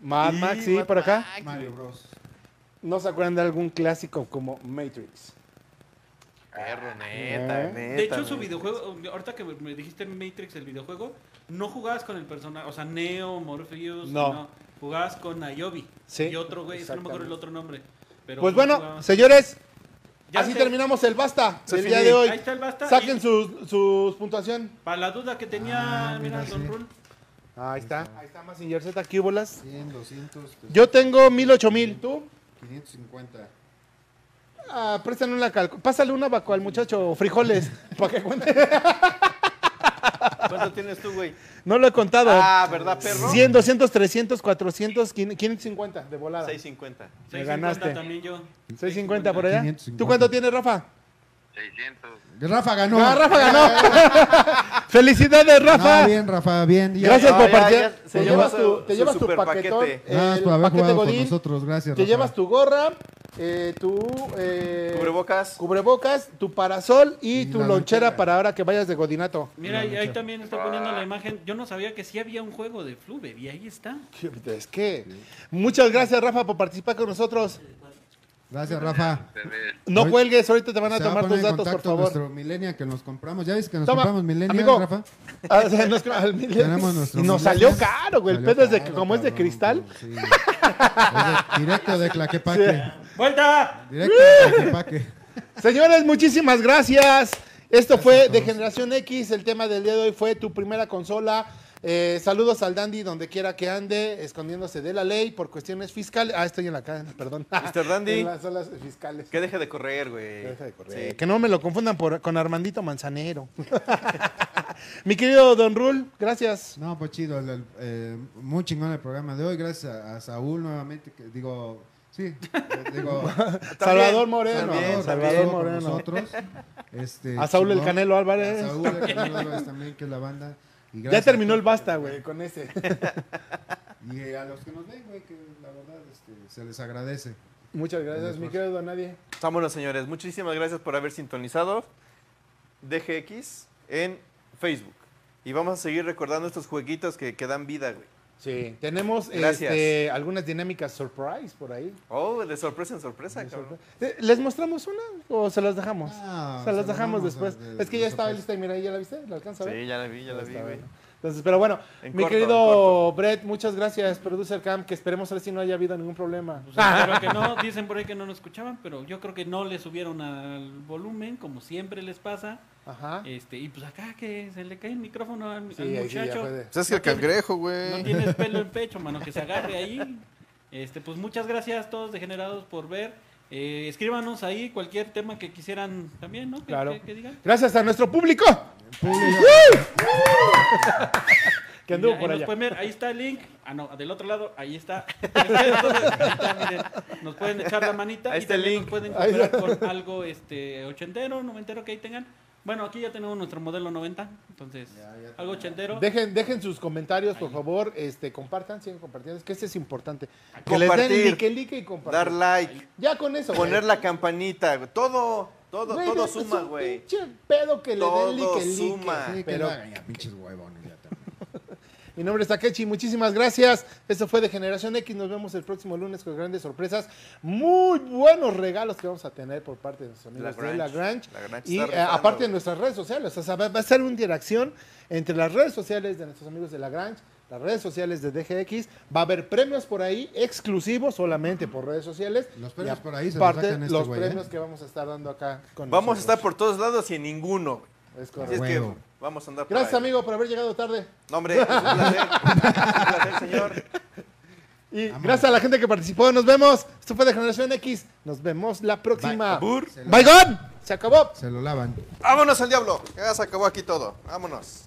A: Mad
E: Y
A: Max, sí,
E: Mad
A: por acá.
E: Max,
B: Mario Bros.
A: ¿No se acuerdan de algún clásico como Matrix?
E: Perro, neta,
A: Eh.
E: neta.
F: De hecho, su
E: güey.
F: videojuego, ahorita que me dijiste Matrix, el videojuego, no jugabas con el personaje, o sea, Neo, Morpheus,
A: No.
F: no. Jugabas con Niobe
A: Sí,
F: y otro güey, es que no me acuerdo el otro nombre. Pero
A: Pues
F: no
A: bueno,
F: jugabas.
A: señores,
F: Ya
A: así
F: sé.
A: terminamos el basta
E: Se
A: del día
E: finí.
A: de hoy.
F: Ahí está el basta.
A: Saquen
F: Y
A: sus, sus puntuación.
F: Para la duda que tenía,
B: Ah,
F: mira,
B: mira,
F: Don
B: sí.
F: Rul.
A: Ahí está. Ahí está Massinger Z, aquí bolas.
B: 100, 200,
A: Yo tengo mil, ocho mil. ¿Tú?
B: 550.
A: Ah, préstale una calco. Pásale una vaca al muchacho, o frijoles, para que cuente.
E: ¿Cuánto tienes tú, güey?
A: No lo he contado.
E: Ah, ¿verdad, perro?
A: 100, 200, 300, 400, 550 de volada.
E: 650.
A: Me ganaste.
F: 650 también yo.
A: 650 por allá.
B: 550.
A: ¿Tú cuánto tienes, Rafa?
H: 600.
B: Rafa ganó.
A: No, Ah, Rafa ganó. Felicidades, Rafa.
B: Ah, bien, Rafa, bien. Ah, Ya-
A: Gracias
E: No,
A: por
E: ya,
A: participar.
E: ya, se
A: Te
E: lleva
A: llevas
E: su-
A: tu, te
E: su
A: llevas tu
E: super
A: paquetón,
E: paquete.
B: Gracias
A: el
B: por haber
A: paquete
B: jugado con
A: Godín,
B: nosotros. Gracias,
A: te
B: Rafa.
A: llevas tu gorra, eh, tu eh,
E: Cubrebocas.
A: cubrebocas, tu parasol y,
B: Y
A: tu
B: la
A: lonchera,
B: lonchera.
A: para ahora que vayas de godinato.
F: Mira, ahí, ahí también está poniendo la imagen. Yo no sabía que sí había un juego de Fluber y ahí está.
A: Es que muchas gracias, Rafa, por participar con nosotros.
B: Gracias, Rafa.
H: Ustedes,
A: No
B: Hoy-
A: cuelgues, ahorita te van a
B: Se va
A: tomar tus
B: poner en
A: datos, por
B: contacto
A: favor.
B: Nuestro Millennial que nos compramos. ¿Ya ves que nos
A: Toma,
B: compramos Millennial,
A: amigo.
B: Rafa?
A: Ah, o sea, nos, al Millennium.
B: Tenemos nuestro
A: y nos
B: Millennium.
A: salió caro, güey. El
B: Salió
A: pedo es de que
B: caro,
A: como es de
B: cabrón,
A: cristal.
B: pero sí. Es de- directo de Claquepaque.
F: ¡Vuelta!
B: Directo de Claquepaque.
A: Señores, muchísimas gracias. Esto fue de Generación X. El tema del día de hoy fue tu primera consola. Eh, saludos al Dandy donde quiera que ande, escondiéndose de la ley por cuestiones fiscales. Ah, estoy en la cadena, perdón.
E: Mr. Dandy.
A: En las salas fiscales.
E: Que deje de correr, güey.
A: Que deja de correr.
E: Sí.
A: Que no me lo confundan por- con Armandito Manzanero. Mi querido Don Rul, gracias.
B: No, pues chido. el- el- eh, muy chingón el programa de hoy. Gracias a, a Saúl nuevamente. que- digo, sí. eh, digo,
A: Salvador Moreno.
E: también,
A: Salvador
B: Salvador con
A: Moreno.
B: nosotros. Este,
A: A Saúl el
B: chingón.
A: Canelo Álvarez.
B: A Saúl el Canelo Álvarez también, que es la banda. Y
A: Ya
B: gracias-
A: terminó el basta, güey, con ese.
B: Y eh, a los que nos ven, güey, que la verdad este, se les agradece.
A: Muchas gracias, mi querido Don Nadie.
E: Vámonos, señores. Muchísimas gracias por haber sintonizado DGX en Facebook. Y vamos a seguir recordando estos jueguitos que, que dan vida, güey.
A: Sí, tenemos
E: Gracias.
A: este, algunas dinámicas surprise por ahí.
E: Oh, de sorpresa en sorpresa,
A: De
E: cabrón.
A: sorpre- Eh, ¿Les mostramos una o se las dejamos?
B: Ah,
A: se
B: se
A: las
B: las
A: dejamos
B: damos
A: después.
B: de- de-
A: es que
B: de
A: ya estaba
B: sorpresa.
A: lista y mira, ¿ya la viste? ¿La alcanza a ver?
E: eh, Sí, ya la vi, ya la
A: Está
E: vi, güey.
A: bueno. Entonces, pero bueno,
E: En
A: mi
E: corto, en
A: querido
E: corto.
A: Brett, muchas gracias, Producer Cam, que esperemos a ver si no haya habido ningún problema.
F: Pues espero que no. Dicen por ahí que no nos escuchaban, pero yo creo que no le subieron al volumen, como siempre les pasa.
A: Ajá.
F: Este, y pues acá que se le cae el micrófono al, al
A: ahí sí, ya
F: muchacho.
A: fue de-
E: Pues es que el cangrejo, güey.
F: No tienes pelo en pecho, mano, que se agarre ahí. Este, pues muchas gracias a todos degenerados por ver. Eh, escríbanos ahí cualquier tema que quisieran también, ¿no? Que-
A: Claro.
F: que- que digan.
A: Gracias a nuestro público que anduvo
F: Mira, ahí
A: por
F: nos
A: allá.
F: pueden ver, ahí está el link. Ah, no, del otro lado, ahí está. Entonces, ahí está, miren, nos pueden echar la manita.
E: Ahí
F: y
E: está el
F: también
E: link.
F: Nos pueden
A: Ahí
F: cooperar con algo este, ochentero, noventero que ahí tengan. Bueno, aquí ya tenemos nuestro modelo 90, entonces algo ochentero.
A: Dejen, dejen sus comentarios, por favor. Este, compartan, sigan compartiendo. Es que este es importante. Que les den
E: Compartir.
A: like, like y compartir.
E: Dar like,
A: Ya con eso. güey.
E: poner la campanita, güey. todo, todo,
A: Güey,
E: todo
A: es un
E: suma, güey.
A: pinche pedo que le
E: Todo
A: den like, like.
E: suma.
B: Sí,
A: Pero-
B: pero, pinches huevones ya también.
A: Mi nombre es Takechi, muchísimas gracias. Esto fue de Generación X. Nos vemos el próximo lunes con grandes sorpresas. Muy buenos regalos que vamos a tener por parte de nuestros amigos de
E: Lagrange.
A: La Grange.
E: Lagrange
A: Y
E: está
A: eh,
E: rifando,
A: aparte de
E: güey.
A: nuestras redes sociales. O sea, va va a ser una interacción entre las redes sociales de nuestros amigos de La Grange, las redes sociales de DGX. Va a haber premios por ahí, exclusivos solamente por redes sociales.
B: Los premios
A: Y
B: por ahí se los
A: aparte,
B: sacan este
A: los
B: güey,
A: premios
B: ¿eh?
A: que vamos a estar dando acá con
E: Vamos a
A: nosotros.
E: estar por todos lados y en ninguno, güey.
A: Es
E: Así es
A: correcto.
E: que
B: Huevo.
E: vamos a andar por
A: Gracias,
E: ahí.
A: amigo, por haber llegado tarde.
E: No, hombre, es un placer. es un placer, señor.
A: Y
B: Vámonos.
A: gracias a la gente que participó, nos vemos. Esto fue de Generación X. Nos vemos la próxima.
E: Bur.
A: Bye, God. Se acabó.
B: Se lo lavan.
E: Vámonos al diablo. Ya se acabó aquí todo. Vámonos.